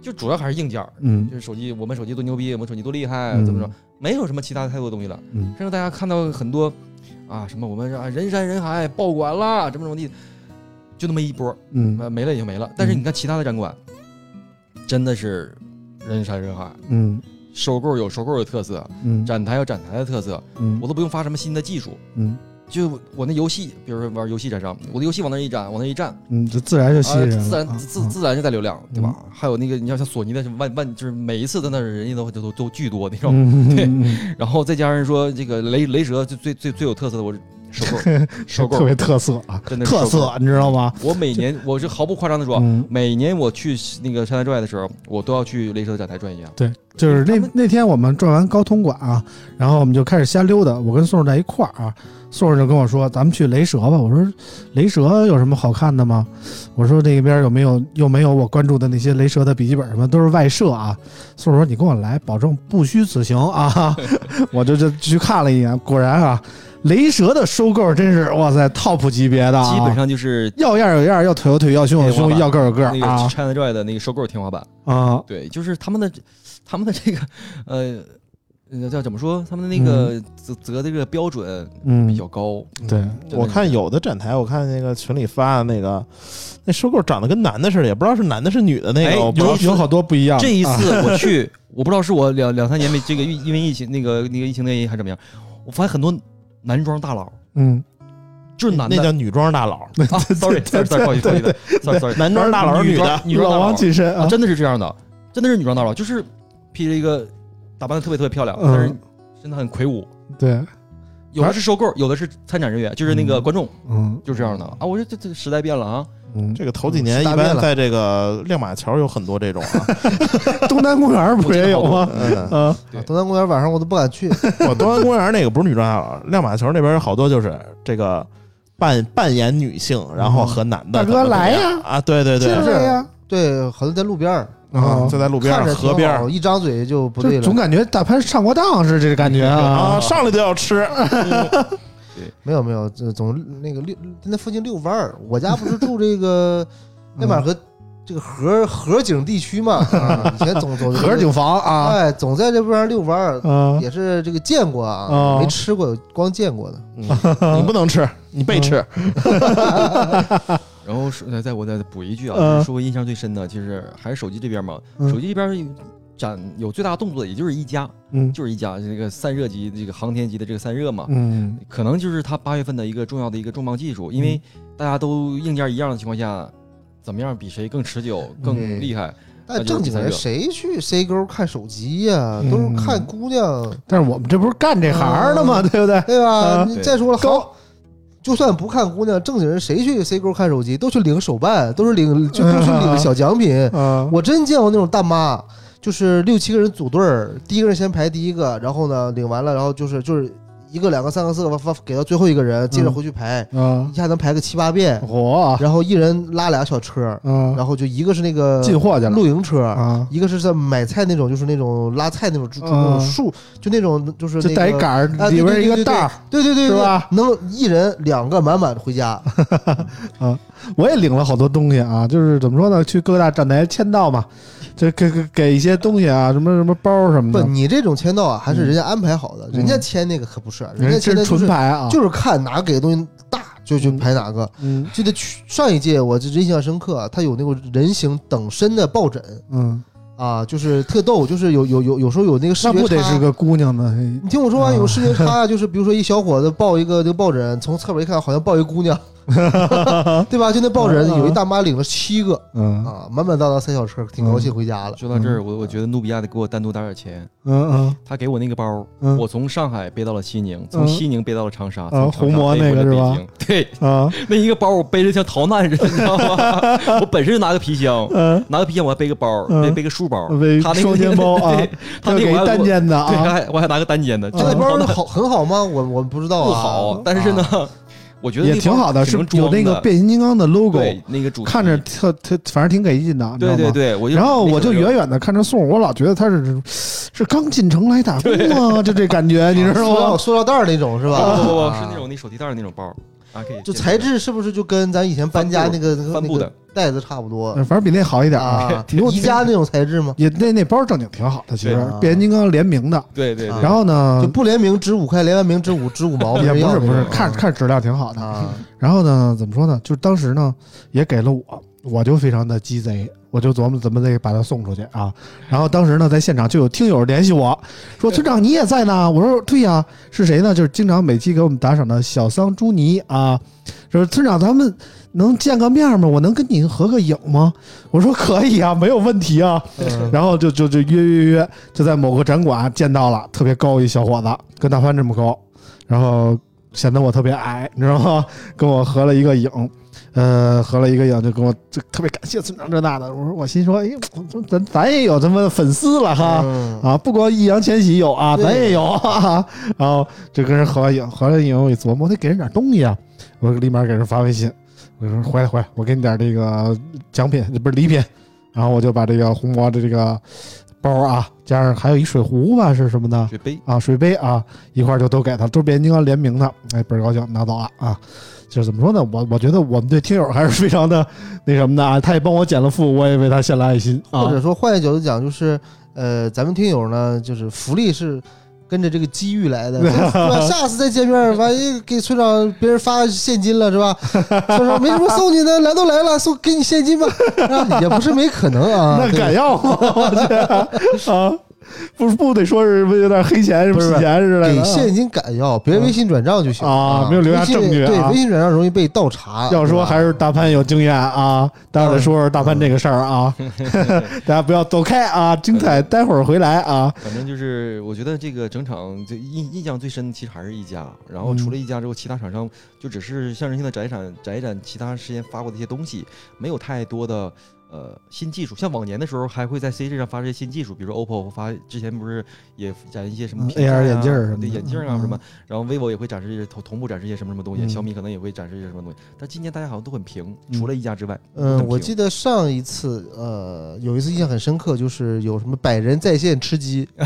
S2: 就主要还是硬件儿，
S1: 嗯
S2: 就是手机，我们手机多牛逼，我们手机多厉害，
S1: 嗯
S2: 怎么着，没有什么其他太多东西了。
S1: 嗯
S2: 甚至大家看到很多啊，什么我们啊人山人海爆馆啦，怎么怎么地，就那么一波，
S1: 嗯
S2: 没没了也就没了。但是你看其他的展馆，真的是人山人海，
S1: 嗯
S2: 收购有收购的特色，
S1: 嗯
S2: 展台有展台的特色，
S1: 嗯
S2: 我都不用发什么新的技术。
S1: 嗯
S2: 就我那游戏，比如说玩游戏展商，我的游戏往那一展，往那一站，
S1: 嗯，就自然就
S2: 啊，
S1: 吸引人了，
S2: 自
S1: 啊
S2: 然自
S1: 啊嗯
S2: 自然就带流量，对吧？还有那个，你要像索尼的什么万万，就是每一次在那儿人家都都都巨多那种。
S1: 嗯
S2: 对
S1: 嗯嗯
S2: 然后再加上说这个雷雷蛇最最最最有特色的，我是
S1: (laughs)
S2: 收购收购
S1: 特别特色啊，
S2: 真的是
S1: 特
S2: 收购
S1: 色，你知道吗？
S2: 我每年我是毫不夸张的说，
S1: 嗯，
S2: 每年我去那个山台拽的时候，我都要去雷蛇的展台转一下。
S1: 对，就是那那天我们转完高通馆啊，然后我们就开始瞎溜达，我跟宋儿在一块儿啊，宋儿就跟我说：“咱们去雷蛇吧。”我说：“雷蛇有什么好看的吗？”我说：“那边有没有又没有我关注的那些雷蛇的笔记本什么，都是外设啊。”宋儿说：“你跟我来，保证不虚此行啊！”
S2: (laughs)
S1: 我就就去看了一眼，果然啊，雷蛇的收购真是哇塞 top 级别的、啊，
S2: 基本上就是
S1: 要样有样，要腿有腿，要胸有
S2: 天花
S1: 胸，
S2: 板
S1: 要个有个
S2: 那个
S1: 啊
S2: China Joy 的那个收购天花板。
S1: 啊！
S2: 对，就是他们的他们的这个呃呃叫怎么说？他们的那
S3: 嗯
S2: 个择择的这个标准比
S1: 嗯，
S2: 较高。
S1: 对，
S2: 真的
S3: 我看有的展台，我看那个群里发的那个，那收购长得跟男的似的，也不知道是男的是女的那
S2: 哎
S3: 个，我不知道
S1: 有有好多不一样。
S2: 这一
S1: 啊
S2: 次我
S3: (laughs)
S2: 去，我不知道是我两两三年没这个疫因为疫情那个那个疫情的原因还是怎么样，我发现很多男装大佬
S1: 嗯，
S2: 就是男
S3: 那
S2: 的
S3: 叫女装
S1: (laughs)
S3: 大佬， (laughs)
S2: 啊，sorry sorry sorry，不好意思不好意思，sorry sorry，
S3: 男装大佬是女的，
S2: 女装大
S1: 老
S2: 佬
S1: 王谨慎
S2: 啊，
S1: 啊，
S2: 真的是这样的，真的是女装大佬，就是披着一个打扮的特别特别漂亮，
S1: 嗯
S2: 但是真的很魁梧，
S1: 啊对，
S2: 有的是收购，有的是参展人员，就是那个观众，
S1: 嗯
S2: 就是这样的啊。我说这这时代变了啊，
S1: 嗯，
S3: 这个头几年一
S4: 大变
S3: 般
S4: 了
S3: 在这个亮马桥有很多这种啊，
S1: 东南公园不也有
S2: (laughs)
S1: 吗？
S3: 嗯，
S1: 啊，
S2: 对
S4: 东南公园晚上我都不敢去，
S3: 我东安公园那个不是女装爱好，亮马桥那边有好多就是这个扮扮演女性，然后和男
S4: 嗯
S3: 的
S1: 大
S3: 怎么
S1: 哥
S3: 怎么
S1: 来
S3: 样
S1: 呀
S3: 啊，对对对，
S1: 进来呀，
S4: 对，好像在路边儿，
S3: 嗯
S1: 啊，
S3: 就在路边
S4: 看
S3: 儿、
S4: 着挺
S3: 河
S4: 好啊
S3: 边儿
S4: 一张嘴就不对
S1: 就总
S4: 了。
S1: 感觉大潘上过当是这感觉
S3: 啊，
S1: 啊。
S3: 上来就要
S4: (laughs)
S3: 吃，
S4: 没有没有，这总那个遛那附近遛弯儿。我家不是住
S1: (laughs)
S4: 这个那马河这个河河景地
S1: (laughs)
S4: 区嘛，啊以前总总
S1: 河景房啊，
S4: 哎，总在这边儿遛弯儿，
S2: 啊
S1: 嗯，
S4: 也是这个见过啊
S1: 哦，
S4: 没吃过，光见过的。
S3: 你不能吃，你被吃。
S2: 然后说，再再我再补一句啊，
S1: 嗯
S2: 就是说我印象最深的，其实还是手机这边嘛，
S1: 嗯
S2: 手机这边展有最大动作的，也就是一加，
S1: 嗯
S2: 就是一加这个散热级，这个航天级的这个散热嘛，
S1: 嗯嗯
S2: 可能就是它八月份的一个重要的一个重磅技术，因为大家都硬件一样的情况下，怎么样比谁更持久、更
S4: 嗯
S2: 厉害？
S4: 但正经人谁去 C 沟看手机呀、
S1: 嗯
S4: 都是看姑娘，
S1: 但是我们这不是干这行的
S4: 嗯
S1: 吗？对不对？
S4: 对吧？
S1: 啊
S4: 你
S2: 对
S4: 再说了，
S1: 高
S4: 好，就算不看姑娘，正经人谁去 C 沟看手机？都去领手办，都是领，就都是领小奖品。
S1: 嗯，
S4: 我真见过那种大妈，就是六七个人组队儿，第一个人先排第一个，然后呢领完了，然后就是就是一个、两个、三个、四个，发发给到最后一个人，接着回去排，
S1: 啊
S4: 一，下能排个七八遍，
S1: 火，
S4: 然后一人拉俩小车，
S1: 嗯，
S4: 然后就一个是那个
S1: 进货去了
S4: 露营车，
S1: 啊，
S4: 一个是在买菜那种，就是那种拉菜那种，就就那
S1: 嗯
S4: 种树，就那种就是
S1: 就
S4: 那
S1: 带一
S4: 个，
S1: 杆儿，
S4: 啊对
S1: 里边一
S4: 对对
S1: 个
S4: 对
S1: 袋儿。
S4: 对对对，
S1: 是
S4: 对
S1: 吧？
S4: 能一人两个满满回家，
S1: 我也领了好多东西啊，就是怎么说呢，去各大展台签到嘛，就给给给一些东西啊，什么什么包什么
S4: 不，
S1: 的，
S4: 你这种签到啊，还是人家安排好的，人家签那个可不是，人
S1: 嗯
S4: 家
S1: 人
S4: 签
S1: 这
S4: 的
S1: 是
S4: 就
S1: 纯
S4: 是
S1: 牌啊，
S4: 就是看哪个给的东西大就去
S1: 嗯
S4: 排哪个。
S1: 嗯
S4: 记得去上一届我这印象深刻啊，他有那个人形等身的抱枕
S1: 嗯，
S4: 啊，就是特逗，就是有有有有时候有那个视
S1: 那
S4: 觉
S1: 不得
S4: 差
S1: 是个姑娘呢？
S4: 你听我说完，
S1: 啊
S4: 有视觉差呀，就是比如说一小伙子抱一个这个抱枕，从侧面一看好像抱一姑
S1: (laughs)
S4: 娘，对吧？就那抱枕，
S1: 啊
S4: 有一大妈领了七个
S1: 嗯
S4: 啊，满满当当塞小车，挺高兴回家了。
S2: 说到这儿，我我觉得努比亚得给我单独打点钱。
S1: 嗯
S2: 他给我那个包，
S1: 嗯
S2: 我从上海背到了西宁，从
S1: 嗯
S2: 西宁背到了长沙，
S1: 啊
S2: 从长沙
S1: 红魔
S2: 背回
S1: 那个
S2: 了
S1: 是吧
S2: 北京？对，
S1: 嗯啊
S2: (laughs) 那一个包我背着像逃难似的，你知道
S1: (laughs)
S2: 吗？我本身就拿个皮箱，
S1: 嗯，
S2: 拿个皮箱我还背个包，
S1: 嗯
S2: 背背个书包，
S1: 背
S2: 他那个
S1: 双肩包啊
S2: 对 (laughs) 他
S1: 要
S2: 那
S1: 给
S2: 个我还
S1: 一单肩的
S2: 对，他
S1: 啊，嗯
S2: 还我还拿个单肩的，
S4: 这
S2: 个
S4: 个包
S2: 包
S4: 那好很好吗？我我不知道啊
S2: 不好，但是呢， (laughs) 我觉得
S1: 也
S2: 那包
S1: 挺好的，是
S2: 挺能
S1: 有
S2: 装
S1: 那个
S2: 的
S1: 变形金刚的 logo，
S2: 对那个主题
S1: 看着特特，反正挺给劲的，你知道
S2: 对
S1: 吗
S2: 对。对，我就
S1: 然后我就
S2: 那个 (laughs)
S1: 远远的看着宋，我老觉得他是是刚进城来打工啊，就这感
S2: (laughs)
S1: 觉，你知道
S4: 塑料
S1: 吗？
S4: 塑料袋儿那种是吧？
S2: 不不不，
S4: 啊
S2: 是那种那手提袋儿那种包儿啊，可以
S4: 就
S2: 接着
S4: 材质是不是就跟咱以前搬家
S2: 帆
S4: 那
S2: 布
S4: 个那个
S2: 帆
S4: 那
S2: 布
S4: 个
S2: 的
S4: 袋子差不多
S1: 反正比那好嗯一点啊。
S4: 啊？
S1: 如果
S4: 宜家那种材质吗？
S1: 也那那包正经挺好的，其实
S4: 对啊
S1: 变形金刚联名的。
S2: 对对
S4: 啊
S2: 对，
S1: 然后
S4: 就
S1: 呢，
S4: 不联名值五块，联完名值五值五毛，
S1: 嗯也嗯
S4: 没人
S1: 不
S4: 要
S1: 是不
S4: 那
S1: 是，
S4: 种
S1: 看看着质量挺好的。
S4: 啊，
S1: 然后呢，怎么说呢？就是当时呢，也给了我，我就非常的鸡贼，我就琢磨怎么得把它送出去 (laughs) 啊。然后当时呢，在现场就有听友联系我 (laughs) 说：“村长你也在呢？”我说：“对呀、是谁呢？就是经常每期给我们打赏的小桑朱尼啊。”说村长，咱们能见个面吗？我能跟你合个影吗？我说可以啊，没有问题啊。
S4: 嗯
S1: 然后就就就约约约，就在某个展馆见到了，特别高一小伙子，跟大潘这么高，然后显得我特别矮，你知道吗？跟我合了一个影，呃， (laughs) 合了一个影就跟我就特别感谢村长这那的。我说我心说，哎，咱咱也有这么粉丝了哈。
S4: 嗯
S1: 啊，不光易烊千玺有啊，
S4: 对
S1: 咱也有啊。然后就跟人合完影，合完影我一琢磨，我得给人点东西啊。我立马给人发微信，我说回来回来，我给你点这个奖品，不是礼品。然后我就把这个红魔的这个包啊，加上还有一水壶吧，是什么呢？
S2: 水杯
S1: 啊，水杯啊，一块儿就都给他，都是变形金刚联名的，哎，倍儿高兴，拿走了啊。就是怎么说呢，我我觉得我们对听友还是非常的那什么的啊，他也帮我减了负，我也为他献了爱心啊
S4: 或。者说换一个角度讲，就是呃，咱们听友呢，就是福利是跟着这个机遇
S1: (laughs)
S4: 来的，是吧下次再见面，万一给村长别人发现金了是吧？村长没什么送你的，来都来了，送给 (laughs) 你现金吧，啊也不是没可能啊。
S1: (laughs) 那
S4: 对
S1: 敢要吗？我去啊！不是不得说是不是有点黑钱什么
S4: 不是
S1: 洗钱之类
S4: 给
S1: 的啊？
S4: 现金改要，
S3: 嗯
S4: 别微信转账就行
S1: 啊没有留下
S4: 微信
S1: 证据啊
S4: 对，微信转账容易被倒查。
S1: 要说
S4: 对吧
S1: 还是大潘有经验啊，待会儿再说说大潘这个事儿啊，
S4: 嗯
S1: (laughs) 大家不要走开啊，精彩待会儿回来啊。
S2: 反正就是，我觉得这个整场就印印象最深的其实还是一家，然后
S1: 嗯
S2: 除了一家之后，其他厂商就只是象征性的展一展展一展其他时间发过的一些东西，没有太多的呃新技术。像往年的时候还会在 CG 上发这些新技术，比如说 OPPO 发之前不是也展一些什么
S1: 嗯
S2: 屏障
S1: AR
S2: 啊
S1: 眼镜儿什么的
S2: 对眼镜儿啊
S1: 嗯
S2: 什么，然后 vivo 也会展示一些同同步展示一些什么什么东西，
S1: 嗯
S2: 小米可能也会展示一些什么东西，但今年大家好像都很平，
S1: 嗯
S2: 除了一家之外，都
S4: 嗯，
S2: 很
S4: 我
S2: 平
S4: 记得上一次，呃，有一次印象很深刻，就是有什么百人在线
S3: (laughs)
S4: 吃鸡， (laughs)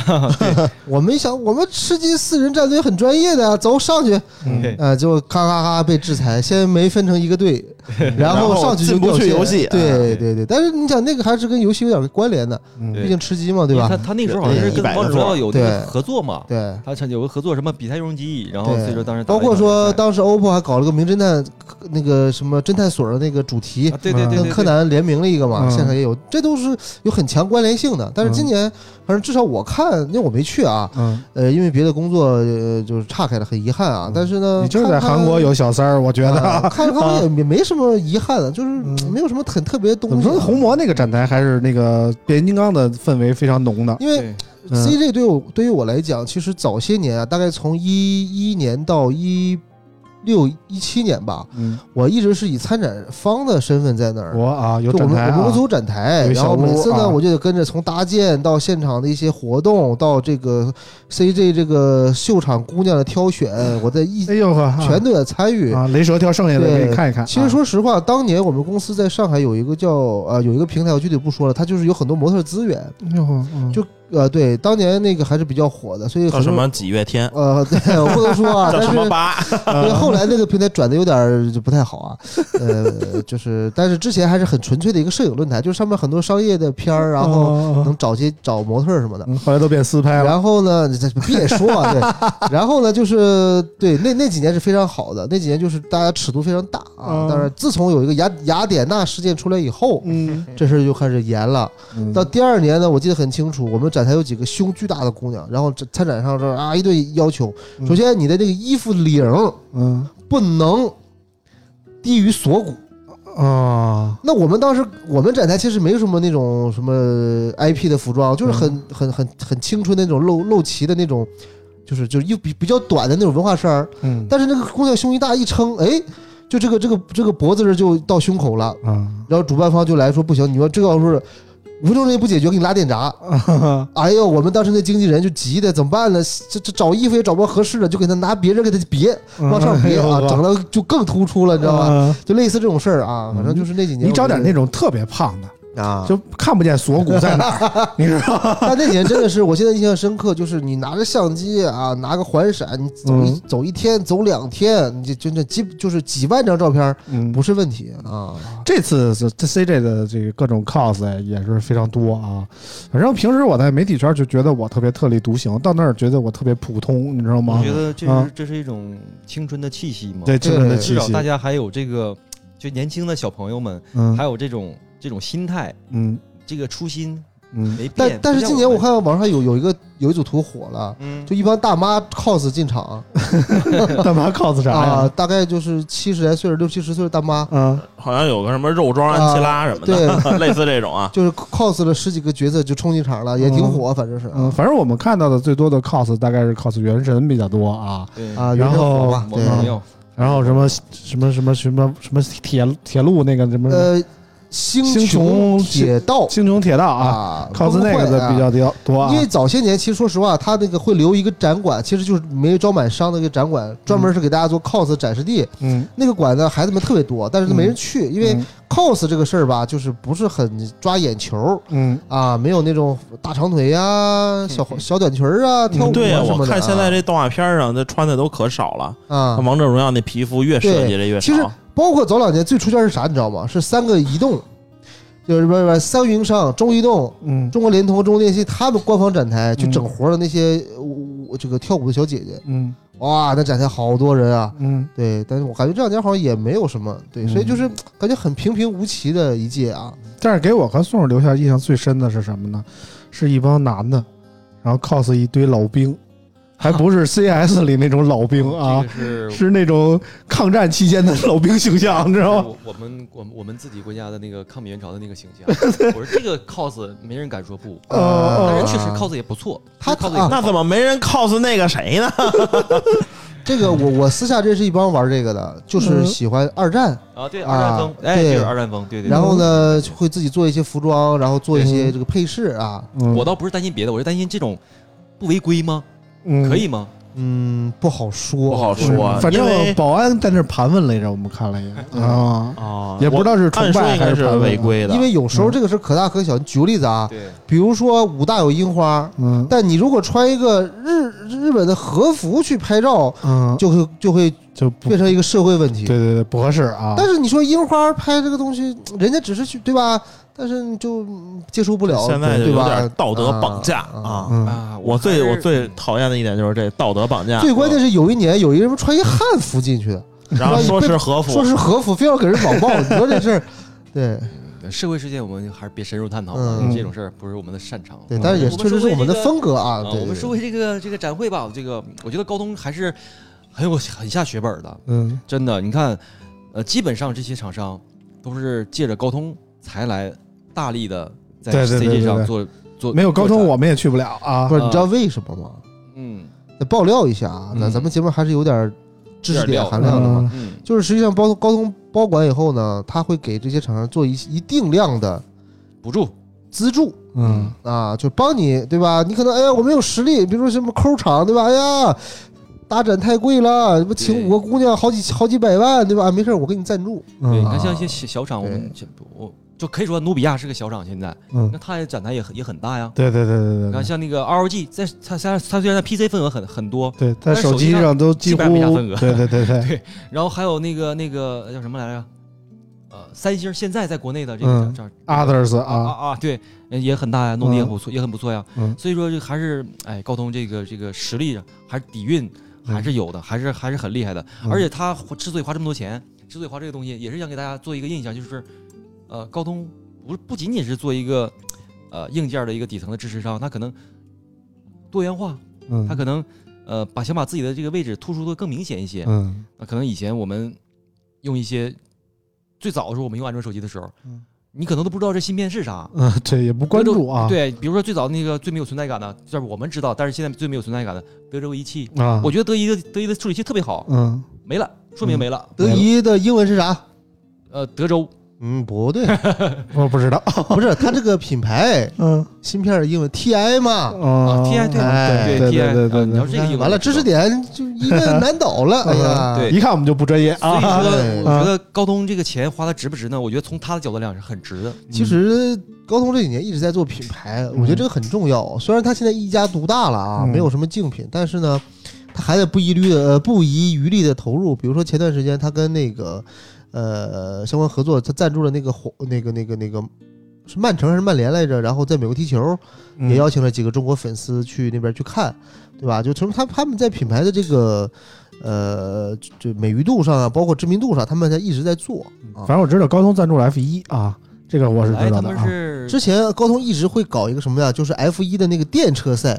S4: 我们一想我们吃鸡四人战队很专业的啊，走上
S3: (laughs)
S4: 去，
S2: 对
S1: 嗯
S4: 呃，结果咔咔咔被制裁，先没分成一
S3: (laughs)
S4: 个队，然
S3: 然后
S4: 上去就
S3: 进不
S4: 掉
S3: 去
S4: 线
S3: 游戏哎
S4: 对
S2: 啊
S4: 对对，但是你想那个还是跟游戏有点关联的，
S1: 嗯
S2: 对
S4: 毕竟吃鸡嘛，对
S2: 因为
S4: 吧
S2: 他？他那个时候好像
S4: 对
S2: 是跟
S3: 100
S2: 王者
S3: 个
S2: 荣
S3: 座
S2: 耀有那个
S4: 对
S2: 合作嘛，
S4: 对。
S2: 他像有个合作什么比赛用机，然后
S4: 对
S2: 所以说当时打
S4: 包
S2: 了一
S4: 括
S2: 场
S4: 说，
S2: 比赛
S4: 当时 OPPO 还搞了个名侦探，那个什么侦探所的那个主题
S2: 啊，对对对对
S4: 跟
S2: 对
S4: 嗯柯南联名了一个嘛，
S1: 嗯
S4: 现场也有，这都是有很强关联性的。但是今年，反正至少我看，因为我没去啊，
S1: 嗯，
S4: 呃，因为别的工作呃就是岔开了，很遗憾啊。但是呢，
S1: 你就是在
S4: 看看
S1: 韩国有小三儿，我觉得
S4: 啊
S1: 啊
S4: 看了看也也没什么遗憾的，就是
S1: 嗯
S4: 没有什么很特别的
S1: 怎
S4: 东
S1: 么
S4: 西啊。
S1: 说呢，红魔那个展台还是那个变形金刚的氛围非常浓的。
S4: 因为
S2: 对
S4: CJ 对我对于我来讲，其实早些年啊，大概从一一年到一六一七年吧，
S1: 嗯，
S4: 我一直是以参展方的身份在那儿。
S1: 我啊有
S4: 就我
S1: 展
S4: 们
S1: 台啊
S4: 我们公司有展台，
S1: 有一
S4: 然后
S1: 小屋
S4: 每次
S1: 啊
S4: 呢，我就得跟着从搭建到现场的一些活动，到这个 CJ 这个秀场姑娘的挑选，我在一
S1: 哎呦呵，啊
S4: 全都得参与。
S1: 啊，雷蛇跳剩下的
S4: 对
S1: 给你看一看啊。
S4: 其实说实话，当年我们公司在上海有一个叫呃有一个平台，我具体不说了，它就是有很多模特资源，
S1: 哎呦呵，嗯
S4: 就呃对，当年那个还是比较火的，所以
S3: 叫
S4: 很
S3: 什
S4: 多
S3: 么几月天，
S4: 呃对，我不能说
S1: (laughs)
S4: 啊，
S3: 叫
S4: 但
S3: 什
S4: 是
S3: 么八，
S4: (laughs) 对呃后来那个平台转的有点儿就不太好啊，呃，就是但是之前还是很纯粹的一个摄影论坛，就是上面很多商业的片儿，然后
S1: 哦
S4: 能找些找模特儿什么的。
S1: 嗯后来都变私拍了。
S4: 然后呢，这这别说啊，
S1: (laughs)
S4: 对，然后呢，就是对那那几年是非常好的，那几年就是大家尺度非常大啊
S1: 嗯。
S4: 但是自从有一个雅雅典娜事件出来以后，
S1: 嗯，
S4: 这事儿就开始严了。到第二年呢，我记得很清楚，我们展台有几个胸巨大的姑娘，然后这参展上说啊一堆要求，
S1: 嗯
S4: 首先你的这个衣服领儿
S1: 嗯
S4: 不能低于锁骨。
S1: 啊，
S4: 那我们当时我们展台其实没有什么那种什么 IP 的服装，就是很、很很很青春的那种露露脐的那种，就是就是又比比较短的那种文化衫儿。
S1: 嗯
S4: 但是那个姑娘胸一大一撑，哎，就这个这个这个脖子这儿就到胸口了。
S1: 啊，
S4: 然后主办方就来说不行，你说这个要是五分钟内不解决，给你拉电闸。哎呦，我们当时那经纪人就急的，怎么办呢？这这找衣服也找不着合适的，就给他拿别人给他别
S1: 嗯
S4: 往上
S1: 哎
S4: 别啊，整的就更突出了，你知道吧？
S1: 吧？
S4: 就类似这种事儿啊，反正就是那几年
S1: 嗯你找点那
S4: 种
S1: 种特别胖的， (laughs)
S4: 啊，
S1: 就看不见锁骨在哪
S4: (laughs)
S1: 儿，你知道吗？
S4: 但那几年真的是，我现在印象深刻，就是你拿着相机啊，拿个环闪，你走一
S1: 嗯
S4: 走一天，走两天，你就真的几就是几万张照片
S1: 嗯
S4: 不是问题啊。
S1: 这次是这 CJ 的这个各种 cos 哎也是非常多啊。反正平时我在媒体圈就觉得我特别特立独行，到那儿觉得我特别普通，你知道
S2: 我
S1: 吗
S2: 觉？得这
S1: 啊
S2: 是这是一种青春的气息嘛，
S1: 对，青春的气
S2: 至少
S1: 息，
S2: 大家还有这个，就年轻的小朋友们
S1: 嗯
S2: 还有这种这种心态，
S1: 嗯
S2: 这个初心 (laughs)
S1: 嗯，
S2: 没变。
S4: 但但
S2: 不
S4: 是
S2: 像
S4: 今年我
S2: 们，
S4: 看网上有有一个有一组图火了。
S2: 嗯，
S4: 就一帮大妈 cos 进场
S1: 干嘛 cos 啥
S4: 啊，
S1: 呀？
S4: 大概就是七十来岁、六七十岁的大妈，
S1: 啊，
S3: 好像有个什么肉装安琪拉什么的， (laughs) 类似这种
S4: (laughs)
S3: 啊。
S4: 就是 cos 了十几个角色就冲进场了，也挺火，反正是
S1: 嗯，
S4: 啊
S1: 反正我们看到的最多的 cos 大概是 cos 原神比较多啊，
S2: 对，
S4: 啊，
S1: 然后
S4: 吧，
S2: 我
S4: 对，
S2: 朋友
S1: 然后什么什么什么什么什么铁铁路那个什么
S4: 呃，星
S1: 星穹
S4: 穹铁道
S1: 星穹铁道啊
S4: 啊
S1: ，cos 那个的比。
S4: 崩坏
S1: 较
S4: 啊
S1: 多多啊
S4: 因。为早些年，其实说实话，他那个会留一个展馆，其实就是没招满商的一个展馆，专门是给大家做 cos 展示地。
S1: 嗯，
S4: 那个馆呢，孩子们特别多，但是都没人去，因为
S1: 嗯
S4: cos 这个事儿吧，就是不是很抓眼球
S1: 嗯
S4: 啊，没有那种大长腿呀、小小短裙儿啊、
S1: 嗯
S4: 跳舞啊
S3: 对呀，
S4: 什
S3: 我
S4: 么的啊。
S3: 看现在这动画片上，这穿的都可少了。
S4: 啊
S1: 嗯
S3: 那，王者荣耀那皮肤越设计的越
S4: 其实啊
S3: 少，
S4: 包括早两年最出圈是啥，你知道吗？是三个移动，就是不是不是三云商、中移动、
S1: 嗯
S4: 中国联通、中国电信他们官方展台去整活的那些呃舞、这个跳舞的小姐姐，
S1: 嗯
S4: 哇，那展台好多人啊。
S1: 嗯
S4: 对，但是我感觉这两年好像也没有什么，对，
S1: 嗯
S4: 所以就是感觉很平平无奇的一届啊。
S1: 但是给我和宋儿留下印象最深的是什么呢？是一帮男的，然后 cos 一堆老兵，还不是 CS 里那种老兵啊
S2: 这，
S4: (laughs)
S2: 个是
S1: 是那种抗战期间的老兵形象，你知
S4: 啊
S1: 道吗？
S2: 我我们我们我们自己国家的那个抗美援朝的那个形象，我说这个 cos 没人敢说
S4: (laughs)
S2: 不，
S4: 呃
S1: 哦哦
S2: 但
S1: 哦
S2: 是确实 cos 也不错，
S4: 他
S2: 确实 cos
S4: 啊
S2: 也不
S3: 那
S2: 错
S3: 怎么没人 cos 那个谁呢？
S4: 这个我我私下认识一帮玩这个的，就是喜欢二战，
S2: 啊？对，
S4: 啊
S2: 二战风，哎，
S4: 对
S2: 就是二战风，对对。
S4: 然后呢会自己做一些服装，然后做一些这个配饰啊，
S2: 对
S1: 嗯
S2: 我倒不是担心别的，我是担心这种不违规吗？
S1: 嗯
S2: 可以吗？
S4: 嗯，不好说，啊
S3: 不好
S1: 嗯
S3: 说
S1: 反
S3: 因为
S1: 正保安在那儿盘问来着，我们看了一眼啊，
S3: 啊
S1: 也不知道是崇
S3: 按说
S1: 拜
S3: 应
S1: 还
S3: 该是
S1: 盘问啊
S3: 违。规的，
S4: 因为有时候这个事儿可大可小。你举个例子啊，
S2: 对，
S4: 比如说武大有樱花，
S1: 嗯
S4: 但你如果穿一个日日本的和服去拍照，
S1: 嗯，
S4: 就会就会
S1: 就不
S4: 变成一个社会问题。
S1: 对对对，不合适啊。
S4: 但是你说樱花拍这个东西，人家只是去对吧？但是你就嗯接受不了，
S3: 现在就
S4: 对
S3: 有
S4: 吧
S3: 点？道德绑架
S4: 啊
S3: 啊。
S1: 嗯，
S2: 啊，
S3: 我
S2: 还
S3: 最
S2: 是
S3: 我最讨厌的一点就是这道德绑架，
S4: 最关键是有一年有一人穿一汉服进去的，
S3: 然后说是和
S1: 嗯
S3: 服
S4: 说，是和服，非要给人网暴，你说
S1: (laughs)
S4: 这事儿，对
S2: 嗯社会事件，我们还是别深入探讨了，
S4: 嗯
S2: 这种事儿不是我们的擅长。
S4: 对，但是也确实是我们的风格啊。
S2: 啊，
S4: 对
S2: 我们说回这个这个展会吧，这个我觉得高通还是很有很下血本的，
S1: 嗯
S2: 真的。你看，呃，基本上这些厂商都是借着高通才来大力的在
S1: 对对对
S2: CG 上
S1: 对对
S2: 做做。
S1: 没有高
S2: 做
S1: 中
S2: 展
S1: 我们也去不了啊
S4: 不。是，你知道为什么吗？
S2: 嗯
S4: 得爆料一下啊，那
S2: 嗯
S4: 咱们节目还是有点知识点含
S2: 有点
S4: 量的嘛。
S1: 嗯
S2: 嗯
S4: 就是实际上包高通包管以后呢，他会给这些厂商做一一定量的
S2: 补助，
S4: 资助，
S1: 嗯
S4: 啊，就帮你对吧？你可能哎呀，我没有实力，比如说什么抠厂对吧？哎呀，大展太贵了，什么请
S2: 对
S4: 五个姑娘好几好几百万对吧？啊没事儿，我给你赞助。
S2: 对，你
S1: 嗯
S2: 看像一些小小厂，我们这我就可以说努比亚是个小厂，现在
S1: 嗯
S2: 那，它也展台也很也很大呀。
S1: 啊对对对对
S2: 你
S1: 对
S2: 看，
S1: 对。
S2: 像那个 ROG，在它它它虽然在 PC 份额很很多，
S1: 对，在
S2: 但是
S1: 手
S2: 手
S1: 机
S2: 机上
S1: 上都几
S2: 基
S1: 乎
S2: 本上没啥份额
S1: 对对对
S2: (laughs)
S1: 对，
S2: 然后还有那个那个叫什么来着？呃，三星现在在国内的这个
S1: 嗯
S2: 叫、
S1: others
S2: 啊啊
S1: 啊，
S2: 啊，对，呃也很大呀，弄得也
S1: 嗯
S2: 不错，也很不错呀。
S1: 嗯
S2: 所以说，这还是哎，高通这个这个实力还是底蕴还是有的，还是还是很厉害的。
S1: 嗯
S2: 而且他之所以花这么多钱，之所以花这个东西，也是想给大家做一个印象，就是呃，高通不不仅仅是做一个呃硬件的一个底层的支持商，它可能多元化，
S1: 嗯
S2: 它可能呃把想把自己的这个位置突出的更明显一些。
S1: 嗯
S2: 那可能以前我们用一些最早的时候，我们用安卓手机的时候，
S1: 嗯
S2: 你可能都不知道这芯片是啥，
S1: 嗯，对，也不关注啊，
S2: 对，比如说最早那个最没有存在感的，就是我们知道，但是现在最没有存在感的德州仪器，
S1: 啊，
S2: 我觉得德仪的德仪的处理器特别好，
S1: 嗯
S2: 没了，说明没了。
S4: 德仪的英文是啥？
S2: 呃，德州
S4: 嗯，不对，
S1: 我不知
S2: (laughs)
S1: 道，
S4: 不是它这个品牌
S1: 嗯
S4: 芯片的英文 TI (laughs) 嘛。
S1: 啊
S2: 啊，TI 对
S4: 哎
S2: 对
S1: 对
S2: TI，
S1: 对对
S2: 啊
S1: 对
S2: 你要是这个英文
S4: 完了，知识。点就一问难倒 (laughs) 了。哎呀，
S2: 对
S1: 一看我们就不专业
S2: 所以
S1: 啊，
S2: 说，
S4: 哎
S2: 我觉得高通这个钱花的值不值呢？我觉得从他的角度来讲是很值的。
S4: 其实高通这几年一直在做品牌，我觉得这个很重要。虽然它现在一家独大了啊，
S1: 嗯
S4: 没有什么竞品，但是呢，它还在不遗余力的、呃不遗余力的投入。比如说前段时间，它跟那个呃相关合作，它赞助了那个火那个那个那个是曼城还是曼联来着？然后在美国踢球，
S1: 嗯
S4: 也邀请了几个中国粉丝去那边去看，对吧？就从他他们在品牌的这个呃这美誉度上啊，包括知名度上，他们在一直在做啊
S1: 反。正我知道高通赞助了 F 一啊，这个我是
S2: 哎，
S1: 知道
S2: 他
S1: 的
S2: 们
S1: 啊
S2: 是
S4: 之前高通一直会搞一个什么呀？就是 F 一的那个电车赛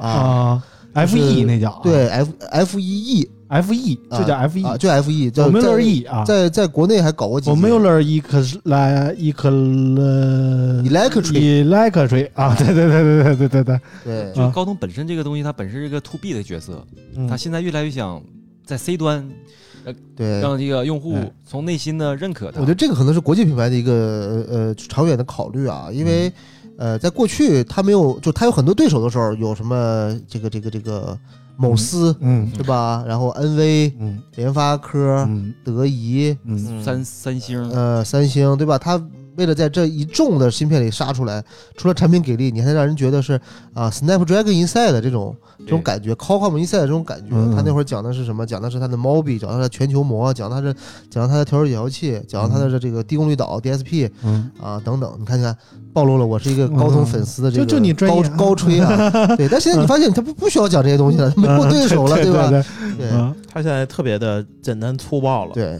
S4: 啊，
S1: 啊，F
S4: 就是
S1: E 那叫啊
S4: 对 F F 一 E
S1: F E
S4: 啊
S1: 就叫 F E，
S4: 啊，就 F 一，
S1: 我
S4: 叫
S1: 没
S4: 在
S1: 有 E 啊，
S4: 在在国内还搞过几届，
S1: 我没有 r E 可是来 E 可了
S4: Electric
S1: e l e c t r i 啊，对对对对对对对对，
S4: 对
S2: 就
S1: 啊
S2: 高通本身这个东西，它本身是一个 to B 的角色，
S1: 嗯
S2: 它现在越来越想在 C 端
S4: 对。
S2: 让这个用户
S1: 哎
S2: 从内心的认可它。
S4: 我觉得这个可能是国际品牌的一个呃呃长远的考虑
S1: 嗯
S4: 啊，因为呃，在过去它没有，就它有很多对手的时候，有什么这个这个这个某思
S1: 嗯
S4: 是吧？然后恩威、
S1: 嗯
S4: 联发科、
S1: 嗯
S4: 德仪，
S1: 嗯
S2: 三三星，
S4: 呃，三星对吧？它为了在这一众的芯片里杀出来，除了产品给力，你还让人觉得是啊、Snapdragon Inside 的这种这种感觉，Qualcomm Inside 的这种感觉。
S1: 嗯
S4: 他那会儿讲的是什么？讲的是它的 Mobi，讲的是它的全球膜，讲它的讲到它的调制解调器，讲到它的这个低功率导 DSP
S1: 嗯，
S4: 啊等等。你看看，暴露了我是一个高通粉丝的这
S1: 就
S4: 个
S1: 就你专
S4: 高
S1: 业啊
S4: 高
S1: (laughs)
S4: 吹啊。对，但现在你发现它不不需要讲这些东西了，它没有对手了，
S1: 对
S4: 吧？
S1: 对
S4: 对
S1: 嗯
S3: 他现在特别的简单粗暴了。
S4: 对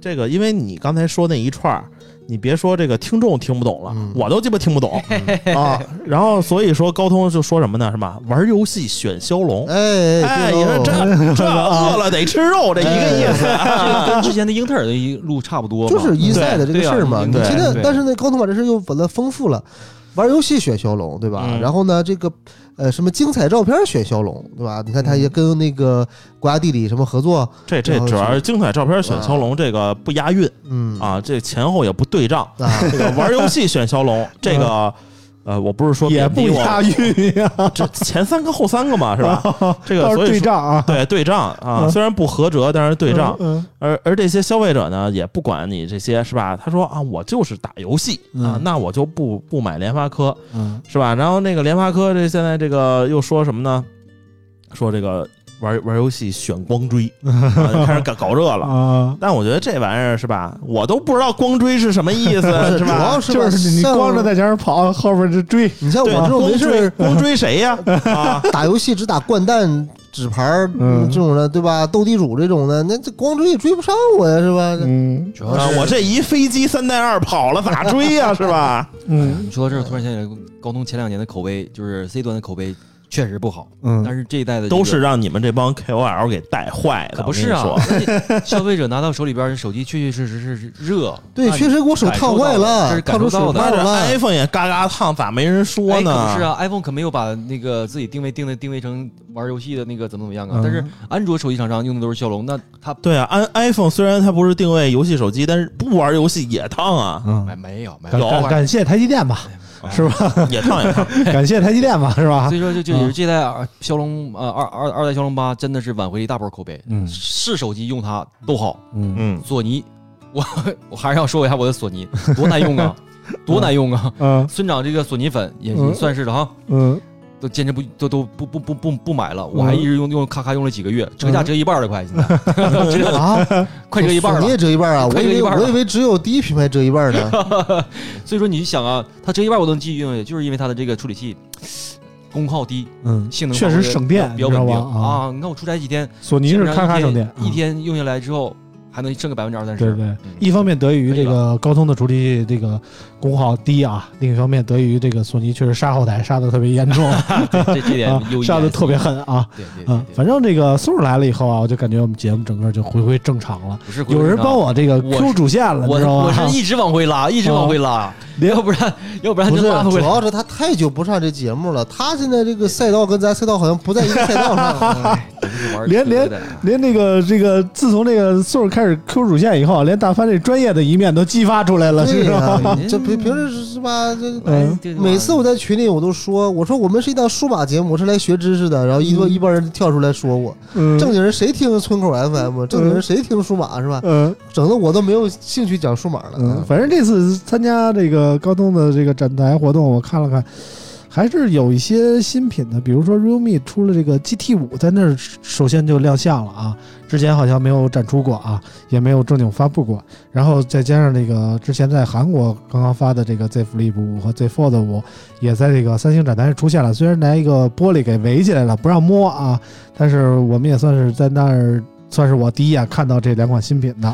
S3: 这个，因为你刚才说那一串儿，你别说这个听众听不懂了，
S4: 嗯
S3: 我都鸡巴听不
S4: (laughs)
S3: 懂
S1: (laughs)
S3: 啊。然后所以说高通就说什么呢？是吧？玩游戏选骁龙。
S4: 哎
S3: 哎，
S4: 对
S3: 你
S4: 喽
S3: 说这
S4: 哎
S3: 这饿了得吃肉，这一个意
S4: (laughs)
S3: 思。
S2: 这跟之前的英特尔的一路差不多嘛，
S4: 就是一赛的这个事儿嘛。
S2: 对
S4: 你
S2: 对啊
S4: 今天
S2: 对，
S4: 但是那高通把这事儿又把它丰富了，玩游戏选骁龙，对吧？
S3: 嗯
S4: 然后呢，这个呃什么精彩照片选骁龙，对吧？你看
S2: 嗯
S4: 他也跟那个国家地理什么合作，
S3: 这这
S4: 然后啊
S3: 主要是精彩照片选骁龙，这个不押韵
S4: 嗯
S3: 啊，这前后也不对仗。
S4: 啊，嗯
S3: 这个玩游戏选骁龙，这个呃，我不是说
S1: 也
S3: 贬低
S1: 不
S3: 我
S1: 押韵呀，
S3: 这前三个后三个嘛，是
S4: 嗯
S3: 吧？这
S1: 倒是
S3: 个所以
S1: 对
S3: 说
S1: 仗啊，
S3: 对对仗啊，
S1: 嗯
S3: 虽然不合辙，但是对仗。
S1: 嗯，
S3: 而而这些消费者呢，也不管你这些是吧？他说啊，我就是打游戏啊
S1: 嗯，
S3: 那我就不不买联发科
S1: 嗯
S3: 是吧？然后那个联发科这现在这个又说什么呢？说这个玩玩游戏选光
S4: (laughs)
S3: 追，啊就开始搞搞这
S1: 嗯
S3: 了。
S1: 啊，
S3: 但我觉得这玩意儿是吧，我都不知道光追是什么意
S4: 不 (laughs)
S3: 思，是
S4: 是主要
S3: 吧？
S4: 是吧
S1: 就是你
S4: 像
S1: 光着在前面跑，后边就追，
S4: 你像我
S3: 对，
S4: 这种没
S3: 光
S4: 事
S3: 追
S4: (laughs) 儿
S3: 光追谁呀？啊，
S4: 打游戏只打掼蛋、纸牌儿
S1: 嗯
S4: 这种的，对吧？斗地主这种的，那这光追也追不上我呀，是吧？
S1: 嗯
S2: 主
S3: 啊
S2: 要是
S3: 我这一飞机三带二跑了，咋追呀、
S2: (laughs)
S3: 是吧？
S1: 嗯
S2: 说到这儿，突然想起来，高通前两年的口碑就是 C 端的口碑确实不好，
S1: 嗯
S2: 但是这一代的这个
S3: 都是让你们这帮 KOL 给带坏的，
S2: 可不是啊
S3: 我跟你说，
S2: 那 (laughs) 消费者拿到手里边儿手机确确实实是热，
S4: 对，确实给我手烫坏
S2: 这
S4: 了，
S2: 是
S4: 烫
S2: 感
S4: 出
S2: 受
S4: 手
S2: 到的
S3: 那这
S4: 汗了。
S3: iPhone 也嘎嘎烫，咋没人说
S2: 哎
S3: 呢？
S2: 可不是啊，iPhone 可没有把那个自己定位定的定位成玩游戏的那个怎么怎么样啊，
S1: 嗯
S2: 但是安卓手机厂商用的都是骁龙，那它
S3: 对啊，安 iPhone 虽然它不是定位游戏手机，但是不玩游戏也烫啊， (laughs)
S1: 嗯
S2: 没，没有没
S1: 感
S2: 有啊
S1: 感感谢台积电吧，是吧？ (laughs)
S3: 也烫也烫。
S1: 感谢台积电吧，是吧
S2: 所？以说就就也是这代二骁龙呃二二二代骁龙八真的是挽回了一大波口碑，
S1: 嗯
S2: 是手机用它都好，
S1: 嗯
S3: 嗯，
S2: 索尼，我我还是要说一下我的索尼多难用
S1: (laughs)
S2: 啊，多难用啊！
S1: 嗯
S2: 村长这个索尼粉也也
S1: 嗯
S2: 算是的哈，
S1: 嗯
S2: 都坚持不都都不不不不不买了，我还一直用用咔咔用了几个月，折价
S1: 嗯
S2: 折一半了快，现在折
S1: (laughs)
S4: 啊，
S2: 快折一半
S4: 你也
S2: 了。
S4: 折一半啊！我
S2: 快
S4: 以
S2: 折一
S4: 为
S2: 半了
S4: 我以为只有第一品牌折一半呢。
S2: 所以说你想啊，它折一半我都能继续用，就是因为它的这个处理器功耗低，
S1: 嗯，
S2: 性能
S1: 确实
S2: 发挥
S1: 省电，
S2: 比较
S1: 你知
S2: 稳
S1: 道
S2: 定
S1: 吧？啊，
S2: 啊。你看我出差几天，
S1: 索尼是咔咔省电，啊
S2: 一天用下来之后还能剩个百分之二三
S1: 对
S2: 十。
S1: 对
S2: 嗯，
S1: 一方面得益于这个高通的处理器这个功耗低啊，另一方面得益于这个索尼确实杀后台杀的特别严重
S2: (laughs)
S1: 啊，
S2: 这这点优异
S1: 杀的特别狠啊。
S2: 对对对
S1: 嗯，
S2: 对，
S1: 反正这个素儿来了以后啊，我就感觉我们节目整个就回归正常了。
S2: 不是啊
S1: 有人帮。我这个
S2: 我
S1: Q 主线了，你
S2: 我
S1: 知道啊
S2: 我
S1: 吗？
S2: 是一直往回拉，一直往回拉，
S1: 连
S2: (laughs) 要不然要不然
S4: 不
S2: 啊就是拉，
S4: 主
S2: 回来。
S4: 要是他太久不上这节目了，他现在这个赛道跟咱赛道好像不在一个赛道上。
S2: 哎真是玩儿
S1: 连
S2: 特别
S1: 连
S2: 的
S1: (laughs) 连这个这个，自从这个素儿开始 Q 主线以后，连大帆这专业的一面都激发出来了，
S4: 对
S1: 是
S4: 呀、
S1: 吧？ (laughs)
S4: 这平平时是吧？这哎
S1: 嗯
S2: 对
S4: 每次我在群里我都说，我说我们是一档数码节目，我是来学知识的。然后一多一帮人跳出来说我，
S1: 嗯
S4: 正经人谁听村口 FM？正经人谁听数码是吧？
S1: 嗯
S4: 整的我都没有兴趣讲数码了。
S1: 嗯，反正这次参加这个高通的这个展台活动，我看了看，还是有一些新品的，比如说 realme 出了这个 GT 五，在那儿首先就亮相了啊，之前好像没有展出过啊，也没有正经发布过。然后再加上这个之前在韩国刚刚发的这个 Z Flip 五和 Z Fold 五，也在这个三星展台上出现了，虽然拿一个玻璃给围起来了，不让摸啊，但是我们也算是在那儿，算是我第一眼看到这两款新品的。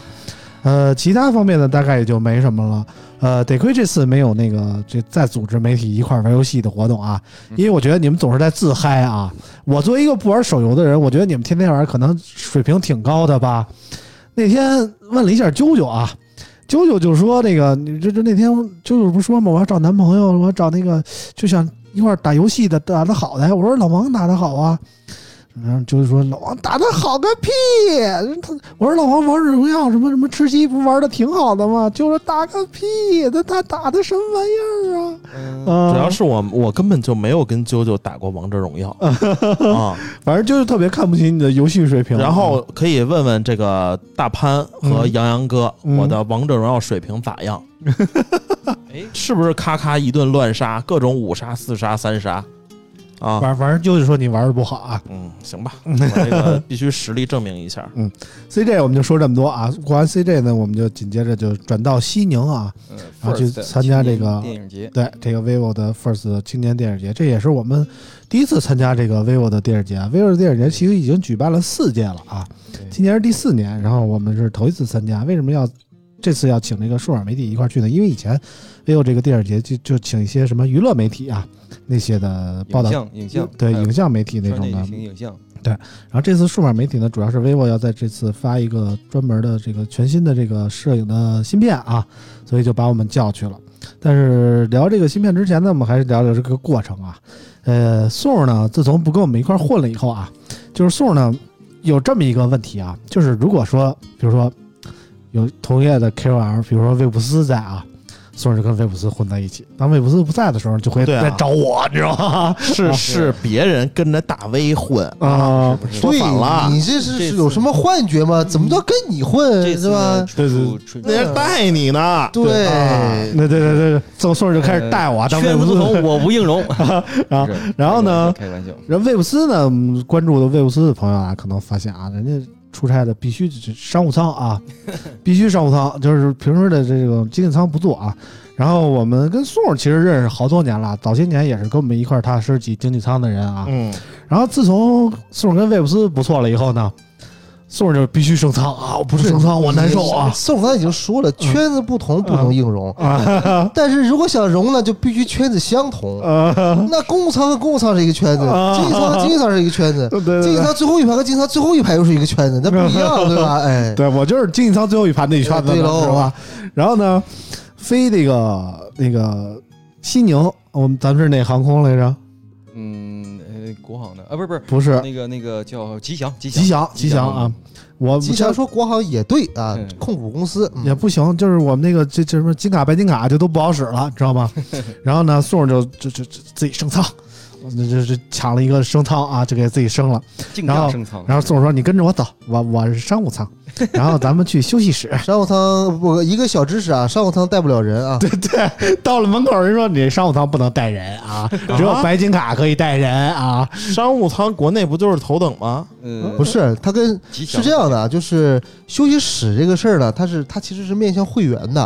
S1: 呃，其他方面呢，大概也就没什么了。呃，得亏这次没有那个这再组织媒体一块儿玩游戏的活动啊，因为我觉得你们总是在自嗨啊。我作为一个不玩手游的人，我觉得你们天天玩可能水平挺高的吧。那天问了一下啾啾啊，啾啾就说那个，你这这那天啾啾不是说吗？我要找男朋友，我要找那个就想一块儿打游戏的打得好的。我说老王打得好啊，然后啾啾说老王打得好个屁，他我说老王王者荣耀什么什么吃鸡不玩的挺好的吗？就是打个屁，他他打的什么玩意儿啊？
S2: 嗯
S1: 啊
S3: 主要是我我根本就没有跟啾啾打过王者荣
S4: (laughs)
S3: 耀啊，
S1: 反正就是特别看不起你的游戏水平。
S3: 然后可以问问这个大潘和
S1: 嗯
S3: 杨洋哥，
S1: 嗯
S3: 我的王者荣耀水平咋
S1: (laughs)
S3: 样？
S2: 哎，
S3: 是不是咔咔一顿乱杀，各种五杀、四杀、三杀啊？
S1: 反反正就是说你玩的不好啊。
S3: 嗯，
S1: (laughs)
S3: 行吧，我这个必须实力证明一下。
S1: CJ 我们就说这么多啊，过完 CJ 呢，我们就紧接着就转到西宁啊，
S2: 嗯
S1: 然后去
S2: First
S1: 参加这个
S2: 电影节，
S1: 对这个 vivo 的 First 青年电影节，这也是我们第一次参加这个 vivo 的电影节啊。vivo 的电影节其实已经举办了四届了啊，今年是第四年，然后我们是头一次参加。为什么要这次要请这个数码媒体一块儿去的，因为以前也有这个电影节就就请一些什么娱乐媒体啊那些的报
S2: 影
S1: 道，
S2: 像影像
S1: 对
S2: 还有
S1: 影像媒体那
S2: 商
S1: 种
S2: 业
S1: 的。
S2: 影形影像，
S1: 然后这次数码媒体呢，主要是 vivo 要在这次发一个专门的这个全新的这个摄影的芯片啊，所以就把我们叫去了。但是聊这个芯片之前呢，我们还是聊聊这个过程啊。呃，宋儿呢，自从不跟我们一块儿混了以后啊，就是宋儿呢有这么一个问题啊，就是如果说，比如说有同业的 KOL，比如说魏布斯在啊，宋儿就跟魏布斯混在一起；当魏布斯不在的时候，就会
S3: 对啊
S1: 来找我，你知道吗？
S3: 是是别人跟着大 V 混
S1: 啊
S3: 是不是
S4: 对
S3: 说反了，
S4: 你这是
S2: 这
S4: 是
S2: 次
S4: 有什么幻觉吗？怎么叫跟你混
S2: 这
S4: 是
S2: 次
S4: 吧
S2: 呢？出出出
S3: 那
S1: 啊
S3: 人带你呢，
S4: 对
S3: 啊
S1: 那对对对，对宋宋儿就开始带我啊，当魏
S2: 圈
S1: 布
S2: 子不
S1: 斯
S2: 同，我无应容。是
S1: 啊然后呢
S2: 开个玩笑，
S1: (laughs) 人魏布斯呢，嗯关注的魏布斯的朋友啊，可能发现啊，人家出差的必须就是商务舱啊，必须商务舱，就是平时的这种经济舱不坐啊。然后我们跟宋儿其实认识好多年了，早些年也是跟我们一块儿他是挤经济舱的人啊。
S3: 嗯，
S1: 然后自从宋儿跟魏布斯不错了以后呢，宋儿就必须升舱啊，我不升舱我难受
S4: (laughs)
S1: 啊 (laughs)
S4: 宋刚已经说了，圈子不同不能硬融，
S1: 啊
S4: 但是如果想融呢，就必须圈子相同。
S1: 啊！
S4: 那公务舱和公务舱是一个圈子，
S1: 啊
S4: 经济舱和经济舱是一个圈子，
S1: (laughs) 对对
S4: 经济
S1: 对
S4: 舱最后一排和经济舱最后一排又是一个
S1: (laughs)
S4: 圈子，那不一样，对吧？哎，
S1: 对我就是经济舱最后一排那一圈子的，
S4: 对喽
S1: 是吧？然后呢，飞那个那个西宁，我们咱们是哪航空来着？
S2: 嗯，呃，国航的啊，不是不是，
S1: 不是
S2: 那个那个叫吉祥吉
S1: 吉
S2: 祥
S1: 祥，吉祥啊！我
S4: 吉祥说国航也对啊
S2: 嗯，
S4: 控股公司嗯
S1: 也不行，就是我们那个这这什么金卡白金卡就都不好使了，知道 (laughs) 吗？然后呢，宋儿就就就就自己升舱，那就就抢了一个升舱啊，就给自己升了。
S2: 竞
S1: 然
S2: 价
S1: 后
S2: 升舱。
S1: 然后宋儿说：“你跟着我走，我我是商务舱，然后咱们去休息室。”
S4: 商务舱不一个小知识啊，商务舱带不了人啊，
S1: (laughs) 到了门口，人说 (laughs) 你商务舱不能带人 (laughs) 啊，只有白金卡可以带人啊。
S3: 商务舱国内不就是头等吗？
S2: 呃，
S4: (laughs) 不是他跟
S2: 吉
S4: 是
S2: 祥
S4: 这样的，啊，就是休息室这个事儿呢，它是它其实是面向会员的，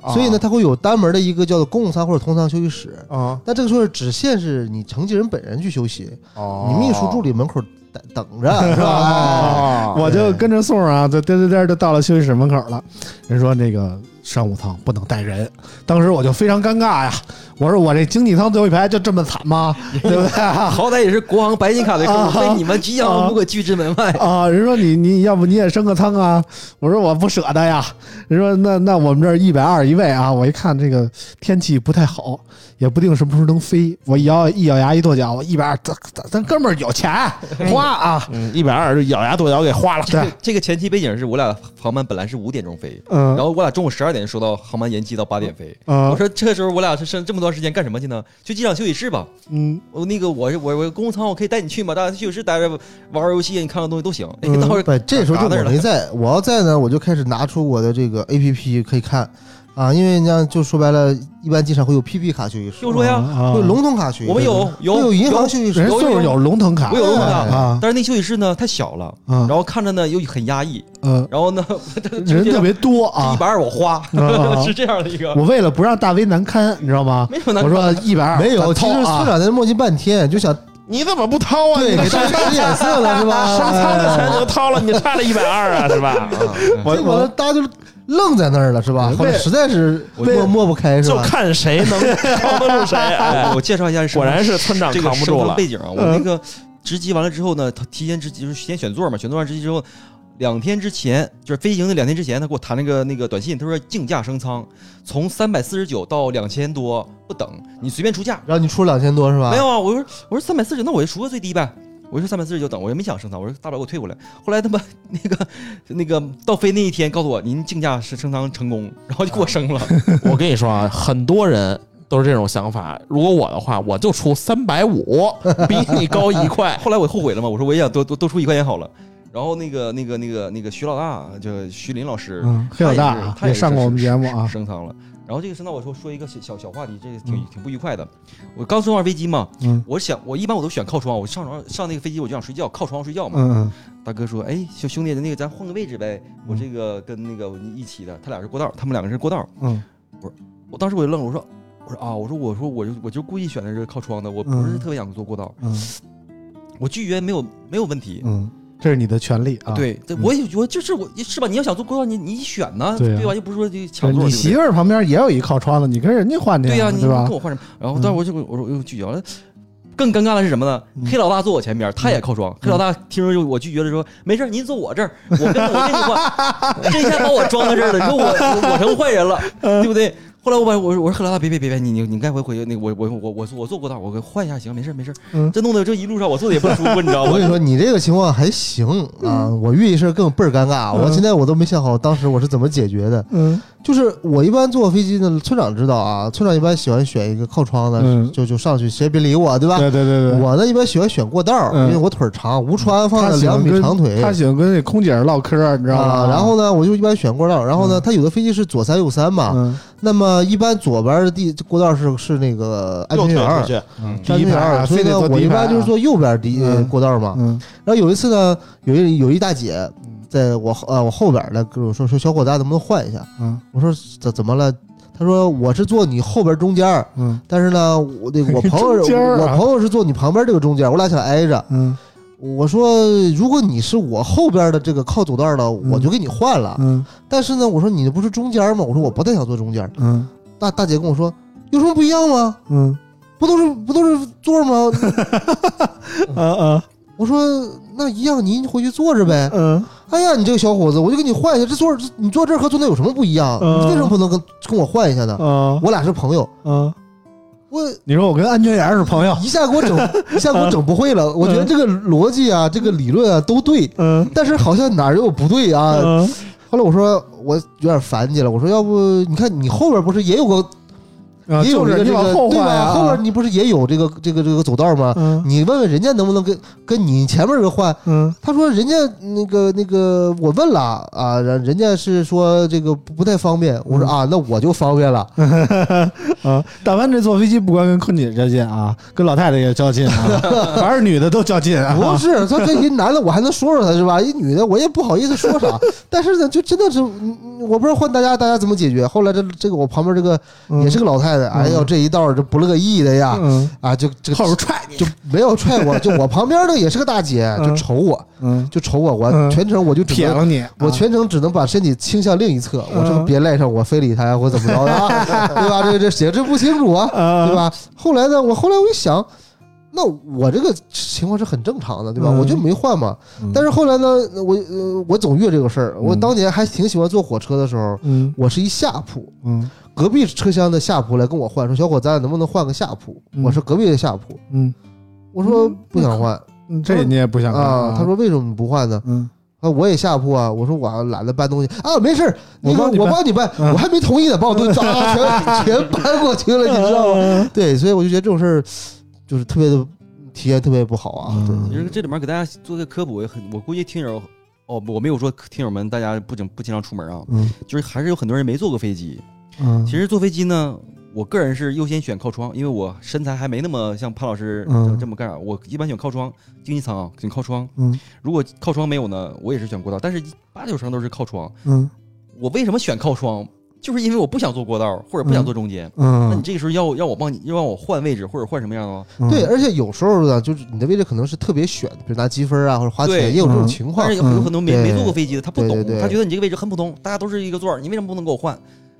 S3: 啊
S4: 所以呢，它会有单门的一个叫做公务舱或者通舱休息室。
S3: 啊，
S4: 但这个时候只限是你承继人本人去休息，
S3: 你
S1: 啊
S4: 你秘书助理门口等等着
S3: 哦
S4: 是吧？哎
S3: 啊，
S1: 我就跟着宋儿啊，就颠颠颠就到了休息室门口了。人说那个商务舱不能带人，当时我就非常尴尬呀。我说我这经济舱最后一排就这么惨
S3: (laughs)
S1: 吗？对不对啊？
S2: 好歹也是国航白金卡的客户，
S1: 啊
S2: 被你们吉祥如果拒之门外。
S1: 啊，人说你你要不你也升个舱啊？我说我不舍得呀。人说那那我们这儿一百二一位啊，我一看这个天气不太好，也不定什么时候能飞。我一咬一咬牙一跺脚，我一百二，咱咱咱哥们儿有钱花啊。
S3: (laughs) 嗯一百二就咬牙跺脚给花了，
S1: 对，
S2: 这个前期背景是我俩航班本来是五点钟飞，
S1: 嗯，
S2: 然后我俩中午十二点收到航班延期到八点飞。
S1: 啊
S2: 我，说这时候我俩是剩这么段时间干什么去呢？去机场休息室吧。
S1: 嗯，
S2: 我那个我我我公务舱我可以带你去吗？大家去休息室待着玩玩游戏，你看看东西都行。哎，
S1: 嗯
S2: 到时候
S4: 不，这时候就我没在，我要在呢，我就开始拿出我的这个 A P P 可以看啊，因为你像就说白了，一般机场会有 P P 卡休息室，
S2: 就说呀，
S1: 啊
S4: 会有笼统卡休息室，
S2: 我们有有
S4: 会有银行
S2: 有
S4: 休息室
S1: 人，
S2: 有
S1: 宋儿有龙腾卡，
S2: 我有龙腾卡
S1: 啊
S2: 但是那休息室呢太小了，
S1: 啊
S2: 然后看着呢又很压抑，
S1: 呃，
S2: 然后呢 (laughs)
S1: 人特别多啊
S2: 一。百二我花
S1: 啊，
S2: (laughs) 是这样的一个。
S1: 我为了不让大 V 难堪，你知道吗？
S2: 没有难
S1: 我
S2: 堪
S1: 说一百二，
S4: 没有，其
S1: 咱掏
S4: 实村
S1: 啊
S4: 长在那磨叽半天，就想
S3: 你怎么不掏啊？
S4: 对
S3: 你
S4: 给大家使眼色了是
S3: 商
S4: 吧？
S3: 舱的 (laughs) 钱你都掏了，你差了一百二啊，是吧？
S1: 我
S4: 哎结果
S1: 我
S4: 大家就愣在那儿了是吧？后来实在是抹抹不开是
S3: 就
S4: 吧？
S3: 看谁能扛得住谁。哎
S2: 我我介绍一下，
S3: 果然是村长
S2: 这个
S3: 扛不
S2: 生
S3: 住
S2: 活
S3: 了
S2: 背景啊，我那个值机完了之后呢，他提前值机就是先选座嘛，选座完值机之后，两天之前就是飞行的两天之前，他给我弹了个那个短信，他说竞价升舱，从三百四十九到两千多不等，你随便出价。
S4: 然后你出两千多是吧？
S2: 没有啊，我说我说三百四十九，那我就出个最低呗。我就说三百四十九等，我也没想升舱，我说大不了给我退回来。后来他妈那个那个到飞那一天告诉我您竞价是升舱成功，然后就给我升了。
S3: 我跟你说啊，很多人都是这种想法。如果我的话，我就出三百五，比你高
S2: (laughs)
S3: 一块。
S2: 后来我后悔了嘛，我说我也想多多多出一块钱好了。然后那个那个那个那个徐老大，就徐林老师，
S1: 嗯，黑老大啊
S2: 他
S1: 也
S2: 也是
S1: 上过我们节目啊，
S2: 升舱了。然后这个升舱，我说说一个小小小话题，这个挺挺不愉快的。我刚升上飞机嘛，
S1: 嗯
S2: 我想我一般我都选靠窗，我上床上那个飞机我就想睡觉，靠窗睡觉嘛。
S1: 嗯
S2: 大哥说，哎，兄兄弟，那个咱换个位置呗，我这个跟那个一起的，他俩是过道，他们两个是过道。
S1: 嗯
S2: 我当时我就愣了，我说我说啊，我说我说我就我就故意选的是靠窗的，我不是
S1: 嗯
S2: 特别想坐过道，
S1: 嗯
S2: 我拒绝没有没有问题。
S1: 嗯这是你的权利啊。，
S2: 对，这我也我就是我是吧？你要想做规划，你你选呢，
S1: 对啊
S2: 吧？又不是说就抢座，
S1: 你
S2: 对不对
S1: 媳妇儿旁边也有一靠窗的，你跟人家换去，
S2: 对呀、你
S1: 对吧嗯
S2: 跟？我换什么？然后，但是我就我说我又拒绝了。更尴尬的是什么呢？
S1: 嗯
S2: 黑老大坐我前边，他也靠窗。黑老大听说就我拒绝了，说没事儿，您坐我这儿，我跟我跟你
S1: (laughs)
S2: 换。这一下把我装到这儿了，你说我我我成坏人了，
S1: 嗯
S2: 对不对？后来我把我说我说黑老大别别别别，你你你该回回去那个我我我我我坐过道，我给换一下行，没事儿没事儿。
S1: 嗯
S2: 这弄得这一路上我坐的也不舒服，你知道
S4: 啊我跟
S2: (laughs)
S4: 你
S2: 吗？
S4: 说，你这个情况还行啊，
S1: 嗯
S4: 我遇一事儿更倍儿尴尬。我现在我都没想好当时我是怎么解决的。
S1: 嗯
S4: 就是我一般坐飞机呢，村长知道啊，村长一般喜欢选一个靠窗的，
S1: 嗯
S4: 就就上去，谁也别理我，对吧？
S1: 对对对对，
S4: 我呢一般喜欢选过道儿，
S1: 嗯
S4: 因为我腿儿长，无处安放
S1: 他
S4: 的
S1: 喜
S4: 两
S1: 欢
S4: 米
S1: 跟
S4: 长腿。
S1: 他喜欢跟那空姐儿唠嗑儿，你知道
S4: 啊，
S1: 吗？
S4: 然后呢，我就一般选过道儿。然后呢，它有的飞机是左三右三嘛，
S1: 嗯，
S4: 那么一般左边的地过道是是那个安
S3: 右
S4: 全
S3: 腿
S4: 员儿
S3: 出，去，
S1: 嗯
S4: 是安
S1: 第一
S4: 全
S1: 排
S4: 员
S1: 啊
S4: 儿，所
S1: 非
S4: 以
S1: 得
S4: 呢，
S1: 坐
S4: 我
S1: 第
S4: 一
S1: 排啊
S4: 般就是坐右边第一
S1: 嗯
S4: 过道嘛。
S1: 嗯
S4: 然后有一次呢，有一有一大姐在我后呃我后边儿来跟我说说小伙子啊能不能换一下？
S1: 嗯
S4: 我说怎怎么了？她说我是坐你后边中间儿，
S1: 嗯
S4: 但是呢，我那个我朋友
S1: 中
S4: 是、
S1: 间儿
S4: 我
S1: 啊
S4: 朋友是坐你旁边这个中间儿，我俩想挨着。
S1: 嗯
S4: 我说，如果你是我后边的这个靠走道的，我就给你换了。
S1: 嗯
S4: 但是呢，我说你不是中间吗？我说我不太想坐中间。
S1: 嗯
S4: 大大姐跟我说，有什么不一样吗？
S1: 嗯
S4: 不都是不都是座吗？
S1: 嗯
S4: 我说那一样，您回去坐着呗。
S1: 嗯
S4: 哎呀，你这个小伙子，我就给你换一下，这座你坐这儿和坐那有什么不一样？
S1: 嗯
S4: 你为什么不能跟跟我换一下呢？
S1: 嗯
S4: 我俩是朋友，
S1: 嗯，
S4: 我
S1: 你说我跟安全员是朋友，
S4: 一下
S1: (laughs)
S4: 给我整一下给我整不会了。我觉得这个逻辑啊，这个理论啊都对，
S1: 嗯
S4: 但是好像哪儿又不对啊。
S1: 嗯
S4: 后来我说我有点烦你了，我说要不你看你后边不是也有个、
S1: 啊，
S4: 也有
S1: 就
S4: 一
S1: 是
S4: 个
S1: 你
S4: 这
S1: 往
S4: 个
S1: 后
S4: 对
S1: 换
S4: 吧？
S1: 啊
S4: 后边你不是也有这个这个这个走道吗？
S1: 嗯
S4: 你问问人家能不能跟跟你前面这个换？
S1: 嗯
S4: 他说人家那个那个我问了啊，人人家是说这个不不太方便。我说
S1: 嗯
S4: 啊，那我就
S1: (laughs)
S4: 方便了。
S1: 啊，打完这坐飞机不光跟坤姐较劲啊，跟老太太也较劲 (laughs) 啊，反正女的都较劲啊。
S4: 不是，他这一男的我还能说说他是吧？一女的我也不好意思说
S1: (laughs)
S4: 啥。但是呢，就真的是嗯我不知道换大家大家怎么解决。后来这这个我旁边这个
S1: 嗯
S4: 也是个老太太，哎呦这一道就不乐意的呀。
S1: 嗯，
S4: 啊，就这
S1: 后
S4: 个
S1: 边踹你，
S4: 就没有踹我，就我旁边的也是个大姐，
S1: 嗯
S4: 就瞅我，
S1: 嗯，
S4: 就瞅我，我
S1: 嗯
S4: 全程我就只
S1: 撇
S4: 能，
S1: 了你，啊
S4: 我全程只能把身体倾向另一侧，我说
S1: 嗯
S4: 别赖上我非礼他呀，或怎么着的啊，
S1: (laughs)
S4: 对吧？这个这解释不清楚啊，
S1: 啊，
S4: 对？吧？后来呢，我后来我一想。那我这个情况是很正常的，对吧？
S1: 嗯
S4: 我就没换嘛。但是后来呢，我呃我总遇这个事儿。我
S1: 嗯
S4: 当年还挺喜欢坐火车的时候，
S1: 嗯
S4: 我是一下铺，
S1: 嗯
S4: 隔壁车厢的下铺来跟我换，说小伙子，啊咱能不能换个下铺？
S1: 嗯
S4: 我是隔壁的下铺，
S1: 嗯
S4: 我说不想换
S1: 嗯，这你也不想看
S4: 啊，他，说为什么你不换呢？
S1: 嗯
S4: 啊，我也下铺啊，我说我懒得搬东西啊，没事儿，
S1: 我
S4: 那个
S1: 帮你
S4: 我
S1: 搬
S4: 帮你搬，
S1: 嗯
S4: 我还没同意呢，把我东
S1: (laughs)
S4: 西啊全全搬过去了，你知道吗？
S1: 吗？
S4: 对，所以我就觉得这种事儿就是特别的体验特别不好啊。对
S1: 嗯
S2: 其实这里面给大家做个科普，我也很我估计听友哦，我没有说听友们大家不经不经常出门啊，
S1: 嗯
S2: 就是还是有很多人没坐过飞机。
S1: 嗯，
S2: 其实坐飞机呢，我个人是优先选靠窗，因为我身材还没那么像潘老师
S1: 嗯
S2: 这这么干。啊我一般选靠窗，经济舱啊，选靠窗。
S1: 嗯
S2: 如果靠窗没有呢，我也是选过道，但是八九成都是靠窗。
S1: 嗯
S2: 我为什么选靠窗？就是因为我不想坐过道，或者不想坐中间。那你
S1: 嗯，
S2: 这个时候要让我帮你，要让我换位置或者换什么样的吗？
S4: 对，，而且有时候呢，就是你的位置可能是特别选，比如拿积分啊或者花钱，
S2: 对
S4: 也有这种
S1: 嗯
S4: 情况
S2: 但是。有有很多没、
S4: 嗯
S2: 没坐过飞机的，他不懂，
S4: 对对对
S2: 他觉得你这个位置很普通，大家都是一个座儿，你为什么不能给我换？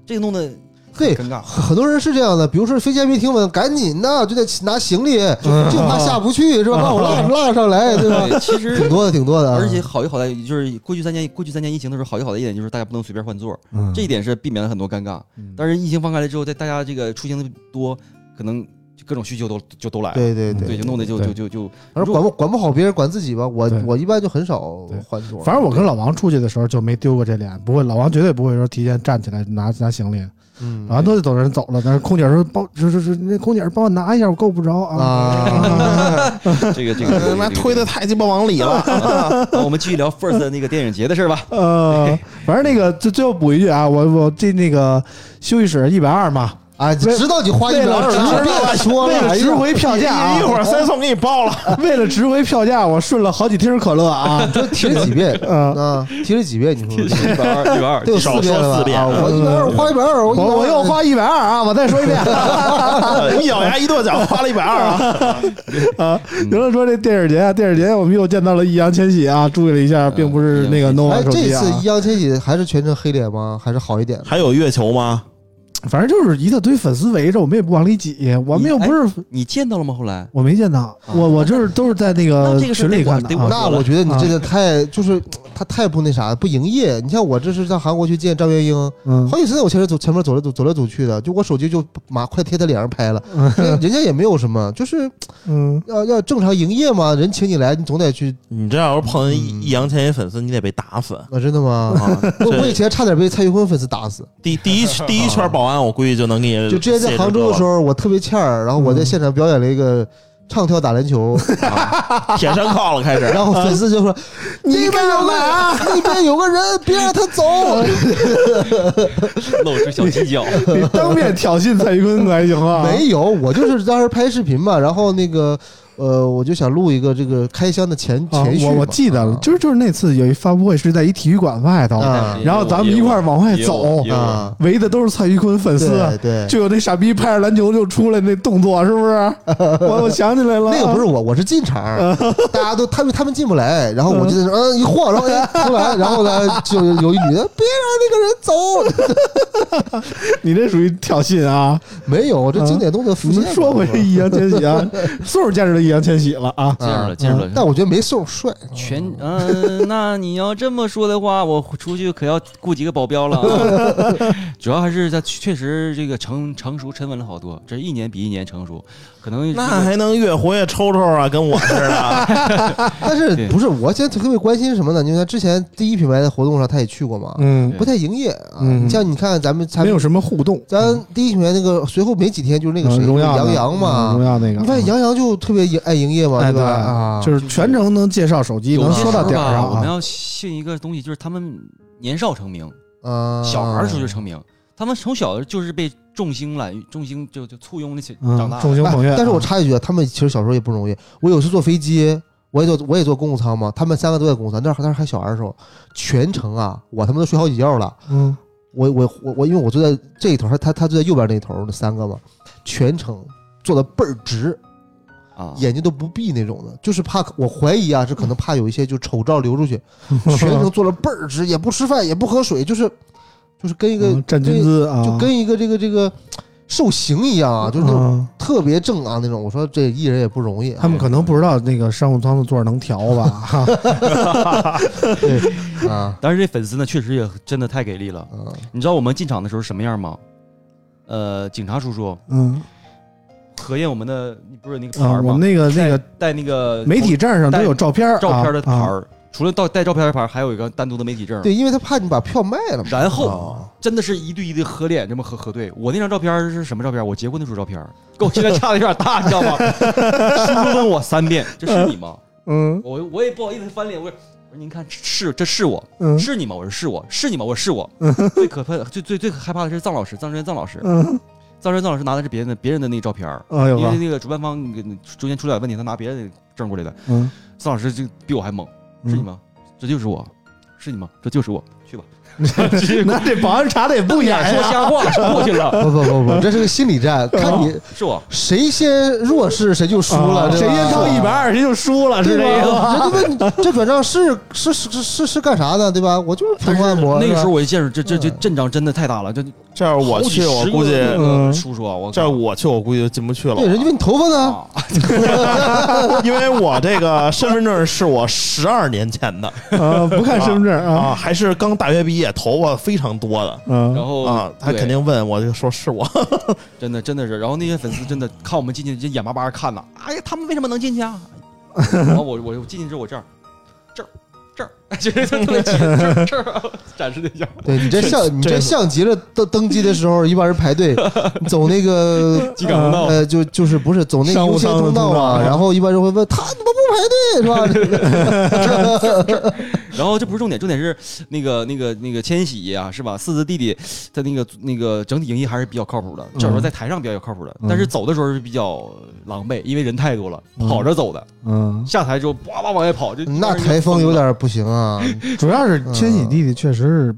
S2: 这个弄得很
S4: 对
S2: 尴尬。
S4: 很多人是这样的，比如说飞机还没停稳，赶紧的就得拿行李，
S1: 嗯
S4: 就怕下不去是吧？把我拉拉上来，对吧？
S2: 对， (laughs) 其实
S4: 挺多的，挺多的啊。
S2: 而且好就好在就是过去三年，过去三年疫情的时候，好就好在一点就是大家不能随便换座，
S1: 嗯
S2: 这一点是避免了很多尴尬。但是疫情放开了之后，在大家这个出行的多，可能就各种需求都就都来了，
S4: 对对
S2: 对，
S4: 对
S2: 就，弄得就
S1: 对
S2: 就就就
S4: 反正管不管不好别人，管自己吧。我
S1: 对
S4: 我一般就很少
S1: 对
S4: 换座。
S1: 反正我跟老王出去的时候就没丢过这脸，不会，老王绝对不会说提前站起来拿拿行李，
S4: 嗯
S1: 老王都得等人走了，但是空姐说 (laughs) 帮，就是是那空姐帮我拿一下，我够不着 (laughs) 啊。
S4: 啊，
S2: 这个这个
S3: 他妈推的太鸡巴往里了。
S2: 好我们继续聊 First 的那个电影节的事儿吧。
S1: 呃，反正那个最最后补一句啊，我我这那个休息室一百二嘛，
S4: 啊，知道你花一
S1: 为
S4: 百
S1: 了
S4: 二
S1: 值
S4: 十万，别说
S1: 为了
S4: 了，哎
S1: 值回票价啊
S3: 一会儿 (laughs) 三
S1: (laughs)
S3: 送给你报了。
S1: 为了值回票价，我顺了好几听可乐 (laughs) 啊。
S4: 这提了几遍
S1: 嗯，
S4: 啊？提了几遍？你说
S2: 一百二，一百二
S4: 得，有
S3: 少说
S4: 遍了
S3: 四
S4: 吧？
S3: 遍
S4: 啊，我一百二，我花一百二，我
S1: 我我
S4: 我
S1: 又花一百二啊！我再说一 (laughs) 遍。
S2: 啊
S3: 一咬牙一跺脚，花了一百二啊！
S1: 啊，有人说这电影节啊，电影节我们又见到了易烊千玺啊，注意了一下，并不是那个 nova
S4: 哎，
S1: 手
S4: 这
S1: 机啊
S4: 次，易烊千玺还是全程黑脸吗？还是好一点？
S3: 还有月球吗？
S1: 反正就是一大堆粉丝围着，我们也不往里挤，我们又不是，
S2: 你哎见到了吗？后来
S1: 我没见到，我我就是都是在那个
S2: 那这个是
S1: 群里
S2: 得我
S1: 看的
S2: 得
S1: 啊。
S4: 那我觉得你这个太就是他太不那啥，不营业。你像我这是上韩国去见张元英，
S1: 嗯
S4: 好几次在我前面走前面走来走走来走去的，就我手机就马快贴他脸
S1: (laughs)
S4: 上拍了，
S1: 嗯
S4: 人家也没有什么，就是
S1: 嗯，
S4: 要要正常营业嘛，人请你来，你总
S1: (laughs)
S4: 得去。
S3: 你这要是碰见
S4: 嗯
S3: 易易烊千玺粉丝，你得被打粉
S4: 啊，真的吗？
S3: 啊！
S4: 我我
S3: 这
S4: 以前差点被蔡徐坤粉丝打死，
S3: 第第一第一圈保安，我估计就能给你
S4: 就之前在杭州的时候，我特别欠儿，然后我在现场表演了一个唱跳打篮球，
S1: 嗯
S3: 候，铁山靠了开始。
S4: (laughs) 然后粉
S1: (laughs)
S4: 丝就说：“那边有个人，那边有个人，别让他走。
S2: 露出小犄角，
S1: 你当面挑衅蔡徐坤还行” (laughs) 啊？
S4: 没有，我就是当时拍视频嘛，然后那个呃，我就想录一个这个开箱的前
S1: (laughs) 啊
S4: 前，序嘛。
S1: 我我记得了，
S4: 啊
S1: 就是就是那次有一发布会是在一体育馆外头，
S2: 哎
S4: 啊
S1: 然后咱们一块儿往外走
S2: 也有
S4: 啊，
S1: 围的都是蔡徐坤粉丝，啊
S4: 对对，
S1: 就有那傻逼拍着篮球就出来那动作，是不是？ (laughs) 我我想起来了，
S4: 那个不是我，我是进场，
S1: 嗯
S4: 大家都他们他们进不来，然后我就在那儿嗯一晃，然后哎出来，然
S1: (laughs)
S4: 后呢就有一女的，别让那个人走，
S1: (laughs) 你这属于挑衅 (laughs) 啊！
S4: 没有，这经典动作浮
S1: 你
S4: 现
S1: 们嗯
S4: 过。
S1: 说回易烊千玺 (laughs) 啊，岁数见识到易烊千玺了啊！
S2: 嗯接着
S4: 啊
S2: 了，接着了。
S4: 但我觉得没宋
S2: (laughs)
S4: 帅，
S2: 全嗯、那你要这么说的话，我出去可要雇几个保镖了、啊。 (laughs) 主要还是他确实这个成成熟沉稳了好多，这一年比一年成熟，可能
S3: 那还能越活越抽抽啊，跟我似的。
S4: 但是
S2: 对
S4: (laughs) 不是我现在特别关心什么呢？你看之前第一品牌的活动上他也去过嘛，
S1: 嗯，
S4: 不太营业啊。
S1: 嗯
S4: 你像你看咱们咱
S1: 没有
S4: 们
S1: 什么互动。
S4: 咱第一品牌那个随后没几天就是那个
S1: 嗯
S4: 谁
S1: 荣耀的
S4: 杨洋
S1: 嗯荣
S4: 嘛，
S1: 耀那个，
S4: 你发现杨洋就特别营爱营业嘛，
S1: 哎
S4: 吧？
S1: 对
S4: 啊，
S1: 就是全程能介绍手机，
S2: 有
S1: 能
S2: 些
S1: 说到
S2: 时候
S1: 点
S2: 吧
S1: 儿上
S2: 我们
S1: 啊。
S2: 要信一个东西，就是他们年少成名，
S1: 嗯
S4: 啊
S2: 小孩儿时候就成名，他们从小就是被众星揽众星就就簇拥的起长
S1: 嗯，
S2: 大
S1: 众
S2: 的。
S1: 星
S4: 哎
S1: 捧月。
S4: 但是我插一句啊，他们其实小时候也不容易。我有时坐飞机，我也坐我也坐公务舱嘛，他们三个都在公务舱，那时候那时候还小孩的时候，全程啊，我他妈都睡好几觉了。 (laughs)
S1: 嗯，
S4: 我我我我，因为我坐在这一头，他他他坐在右边那一头，那三个嘛，全程坐的倍儿直，
S1: 哦
S2: 啊，
S4: 眼睛都不闭那种的，就是怕我怀疑啊，是可能怕有一些就丑照流
S1: (laughs)
S4: 出去，全
S1: 嗯
S4: 程坐的倍儿直，也不吃饭，也不喝水，就是就是跟一个、
S1: 嗯站军姿啊，
S4: 就跟一个这个这个受刑一样啊，就是那种
S1: 嗯
S4: 特别正啊那种。我说这艺人也不容易啊，
S1: 他们可能不知道那个商务舱的座儿能调
S4: (laughs)
S1: 吧？哈
S4: 对啊，
S2: 但是这粉丝呢，确实也真的太给力了。
S4: 嗯
S2: 你知道我们进场的时候什么样吗？呃，警察叔叔
S1: 嗯，
S2: 核验我们的，你不是有那个牌
S1: 啊，
S2: 儿
S1: 我
S2: 吗？
S1: 们那个那
S2: 戴
S1: 个
S2: 带那个
S1: 媒体站上都有照片儿啊，
S2: 照片的牌
S1: 啊，
S2: 儿，除了带带照片的牌儿，还有一个单独的媒体证。
S4: 对，因为他怕你把票卖了嘛。
S2: 然后
S3: 哦
S2: 真的是一对一的合脸，这么核核对。我那张照片是什么照片？我结婚的时候
S1: (laughs)
S2: 照片，跟我现在差的有点大，你知道吗？叔叔问我三遍：“这是
S1: (laughs)
S2: 你吗
S1: 嗯？”
S2: 我我也不好意思翻脸，我说：“我说您看是这是我，
S1: 嗯
S2: 是你吗？”我说：“是我，是你吗？”我说：“是我。” (laughs) 最可怕、最最最害怕的是藏老师，藏之前藏老师，
S1: 嗯，
S2: 藏之前藏老师拿的是别人的别人的那个照片儿，
S1: 哎呦
S2: 因为
S1: 呵，
S2: 那个主办方那个中间出了点问题，他拿别人的证过来的。
S1: 嗯，
S2: 藏老师就比我还猛。是你
S1: 嗯
S2: 吗？这就是我，是你吗？这就是我，去吧。
S1: (laughs) 那这保安查的也不
S2: (laughs)
S1: 严
S3: 哎
S2: 说
S1: 呀，
S2: 瞎话过去了，
S4: 不不
S1: (laughs)
S4: 不不，这是个心理战，看你
S2: 是我。
S4: 谁先弱势谁就输了，
S1: 啊
S4: 对
S1: 谁
S4: 吧
S1: 先掏一百，二谁就输了，是这
S4: 对
S1: 意思吗？
S4: 吧？这他妈这转账是是是是是是干啥的，对吧？我就是普通按摩。
S2: 那个时候
S4: 是吧
S2: 我就见识，这这这阵仗真的太大了，这
S3: (laughs) 这要嗯哦是我去，我估计
S1: 嗯
S2: 叔叔啊，我
S3: 这要是我去，我估计就进不去了。
S4: 对，人家问你头发
S1: 哦
S4: 呢，
S2: 啊，
S3: (laughs) 因为我这个身份证是我十二年前的
S1: 啊，不看身份证
S3: 啊，
S1: 啊，
S3: 还是刚大学毕业，头发非常多的。
S2: 然
S1: 嗯，
S2: 后
S3: 啊，他
S2: 对
S3: 肯定问我，就说是我，
S2: 真的真的是，然后那些粉丝真的看我们进去，这眼巴巴看
S3: (laughs)
S2: 呐，哎呀，他们为什么能进去啊？然后我我我进去之后，我这儿，这儿，这儿，就是特别紧，这儿这儿展示一下。
S4: 对你这像你这像极了登登机的时候一帮人
S1: (laughs)
S4: 排队，你走那个
S2: 机港通道
S4: 呃，就就是不是走那
S1: 商务
S4: 优先
S1: 舱的
S4: 通道
S1: 通道啊
S4: 啊，然后一般人会问他怎么不排队是吧？
S2: 然后这不是重点，重点是那个那个那个千玺呀、是吧？四字弟弟他那个那个整体营业还是比较靠谱的，至
S3: 嗯
S2: 少说在台上比较靠谱的。但是走的时候是比较狼狈，因为人太多了，
S1: 嗯
S2: 跑着走的。
S1: 嗯，
S2: 下台之后哇哇往外跑，就
S4: (laughs) 那台风有点不行
S2: (laughs)
S4: 啊，
S1: (laughs) 主要
S2: 嗯
S1: 是千玺弟弟确实是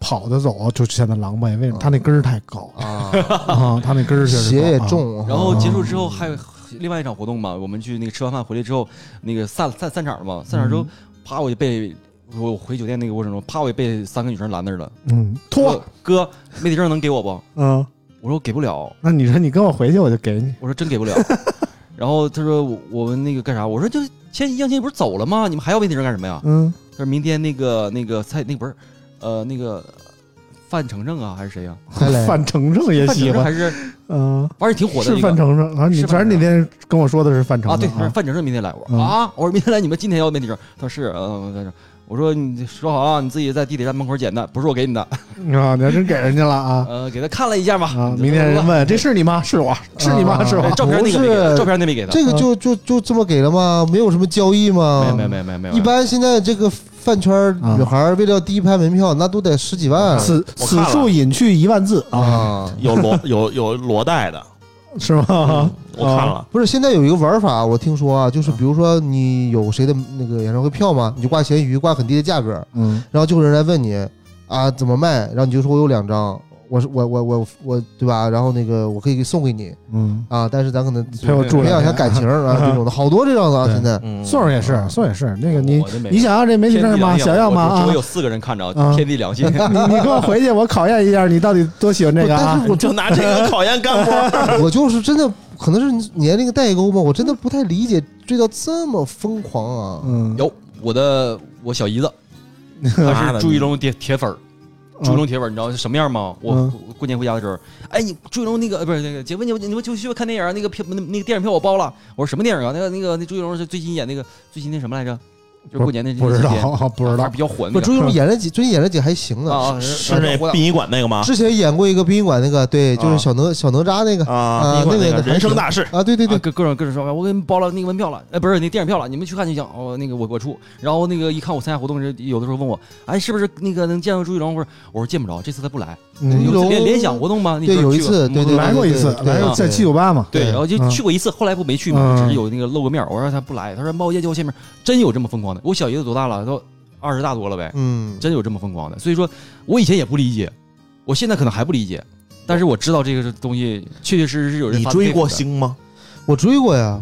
S1: 跑着走就显得狼狈，
S2: 嗯
S1: 为什么？他那根儿太高
S4: 啊，
S1: 啊，他那根儿确实
S4: 鞋
S1: 高
S4: 也
S1: 啊。
S4: 重啊，
S2: 然后结束之后还有另外一场活动嘛，我们去那个吃完饭回来之后，那个散散散场嘛，散场之
S4: 嗯
S2: 后，啪我就被我回酒店那个过程中，啪我也被三个女生拦那儿了，
S1: 嗯，
S2: 说
S1: 脱，
S2: 哥媒体证能给我不？
S1: 嗯，
S2: 我说给不了，
S1: 那你说你跟我回去，我就给你。
S2: 我说真
S4: (laughs)
S2: 给不了。然后他说我我们那个干啥？我说就是千玺杨千玺不是走了吗？你们还要媒体证干什么呀？
S1: 嗯，
S2: 他说明天那个那个蔡那个不是呃那个范丞丞啊还是谁呀、
S4: 再
S1: (laughs)
S4: 来
S1: 范丞丞也
S2: 范丞
S1: 喜
S2: 丞
S1: 欢，
S2: 还是
S1: 嗯，
S2: 反正挺火的
S1: 是
S2: 一个
S1: 范丞丞啊。你
S2: 是范
S1: 反正那
S2: 丞
S1: 天跟我说的是范丞
S2: 啊，对，
S1: 丞
S2: 他说范丞丞明天来，我
S1: 嗯
S2: 说、啊，我说明天来，你们今天要媒体证，他说是，嗯，在这，我说你说好啊，你自己在地铁站门口捡的，不是我给你的，
S1: 啊，你还真给人家了啊
S2: 呃，给他看了一下嘛，
S1: 啊！
S2: 你就
S1: 明天人
S2: 说吧
S1: 问这是你吗？是我，是你吗？
S4: 啊
S1: 是
S2: 哎
S1: 我。
S2: 照片那个没给
S4: 不
S2: 他，
S4: 是
S2: 照片那没给他，
S4: 这个就就就这么给了吗？没有什么交易吗？
S2: 没有没有没有没有没有，啊
S4: 一般现在这个饭圈儿女孩儿为了第一排门票，那都得十几万
S1: 此
S3: 我
S1: 此
S3: 看
S1: 处
S3: 了
S1: 隐去一万字啊，
S4: 啊！
S3: 有罗有有罗带的，
S1: 是
S2: 嗯
S1: 吗？
S3: 我看了，
S4: 不是，现在有一个玩法，我听说啊，就是比如说你有谁的那个演唱会票吗？你就挂闲鱼，挂很低的价格，
S1: 嗯
S4: 然后就有人来问你啊怎么卖，然后你就说我有两张，我是我我我我对吧？然后那个我可以送给你
S1: 嗯，
S4: 啊，但是咱可能
S1: 陪我住
S4: 培
S1: 两
S4: 养一下
S1: 天。
S4: 感
S1: (laughs)
S4: 情啊这种的，好多这样的啊，
S1: 对
S4: 现在
S3: 嗯，
S1: 宋儿也是，宋儿也是，那个你
S2: 我就没
S1: 你想要这媒体
S2: 天地
S1: 证吗？
S2: 良心
S1: 想要吗？
S2: 我
S1: 啊
S2: 周围，有四个人看着
S1: 啊
S2: 啊，天地良心， (laughs)
S1: 你你跟我回去，我考验一下你到底多喜欢这个啊
S4: 不但是！
S3: 就拿这个考验干活。
S4: (laughs) 我就是真的可能是年龄代沟吧，我真的不太理解追到这么疯狂啊。
S1: 嗯，
S2: 有我的我
S1: (laughs)
S2: 小姨子，她是朱一龙铁铁粉儿。朱一龙铁粉儿，你知道是什么样吗？我
S1: 嗯
S2: 我过年回家的时候，哎，你朱一龙那个呃不是那个姐夫，你你们就去看电影啊，那个票那那个电影票我包了。我说什么电影啊？那个那个那朱一龙是最近演那个最近那什么来着？就是过年那
S1: 不知
S2: 那几天
S1: 道，不知
S2: 啊
S1: 道
S2: 比。较火那个
S4: 不，
S1: 嗯
S4: 朱一龙演了几，最近演了几还行呢。
S2: 啊，啊
S3: 哦是那
S2: 火的
S3: 殡仪馆那个吗？
S4: 之前演过一个殡仪馆那个，对，
S1: 哦
S4: 就是小哪小哪吒那个
S3: 啊，殡仪馆
S4: 那个
S3: 个人生大事，
S4: 啊，对对
S2: 啊
S4: 对，
S2: 各各种各种说法，我给你们包了那个门票了，哎，不是那电影票了，你们去看就行。哦，那个我我出，然后那个一看我参加活动，有的时候问我，哎，是不是那个能见到朱一龙？或者我说见不着，这次他不来。
S4: 朱一
S1: 嗯，
S4: 龙
S2: 有联联想活动吗？那
S4: 对
S2: 时候
S4: 有一
S2: 去过
S4: 次
S2: 嗯
S4: 对对
S1: 来过一次
S4: 对，对对
S1: 来过在七九八嘛。
S2: 对，
S4: 对
S2: 然后就
S1: 嗯
S2: 去过一次，后来不没去嘛，
S1: 嗯
S2: 只是有那个露个面儿。我让他不来，他说冒烟叫我见面，真有这么疯狂的。我小姨子多大了？都二十大多了呗，
S4: 嗯，
S2: 真有这么疯狂的。所以说我以前也不理解，我现在可能还不理解，但是我知道这个东西确确实实是有人
S3: 你
S2: 发自
S3: 追
S2: 内心
S3: 过
S2: 的
S3: 星吗？
S4: 我追过呀，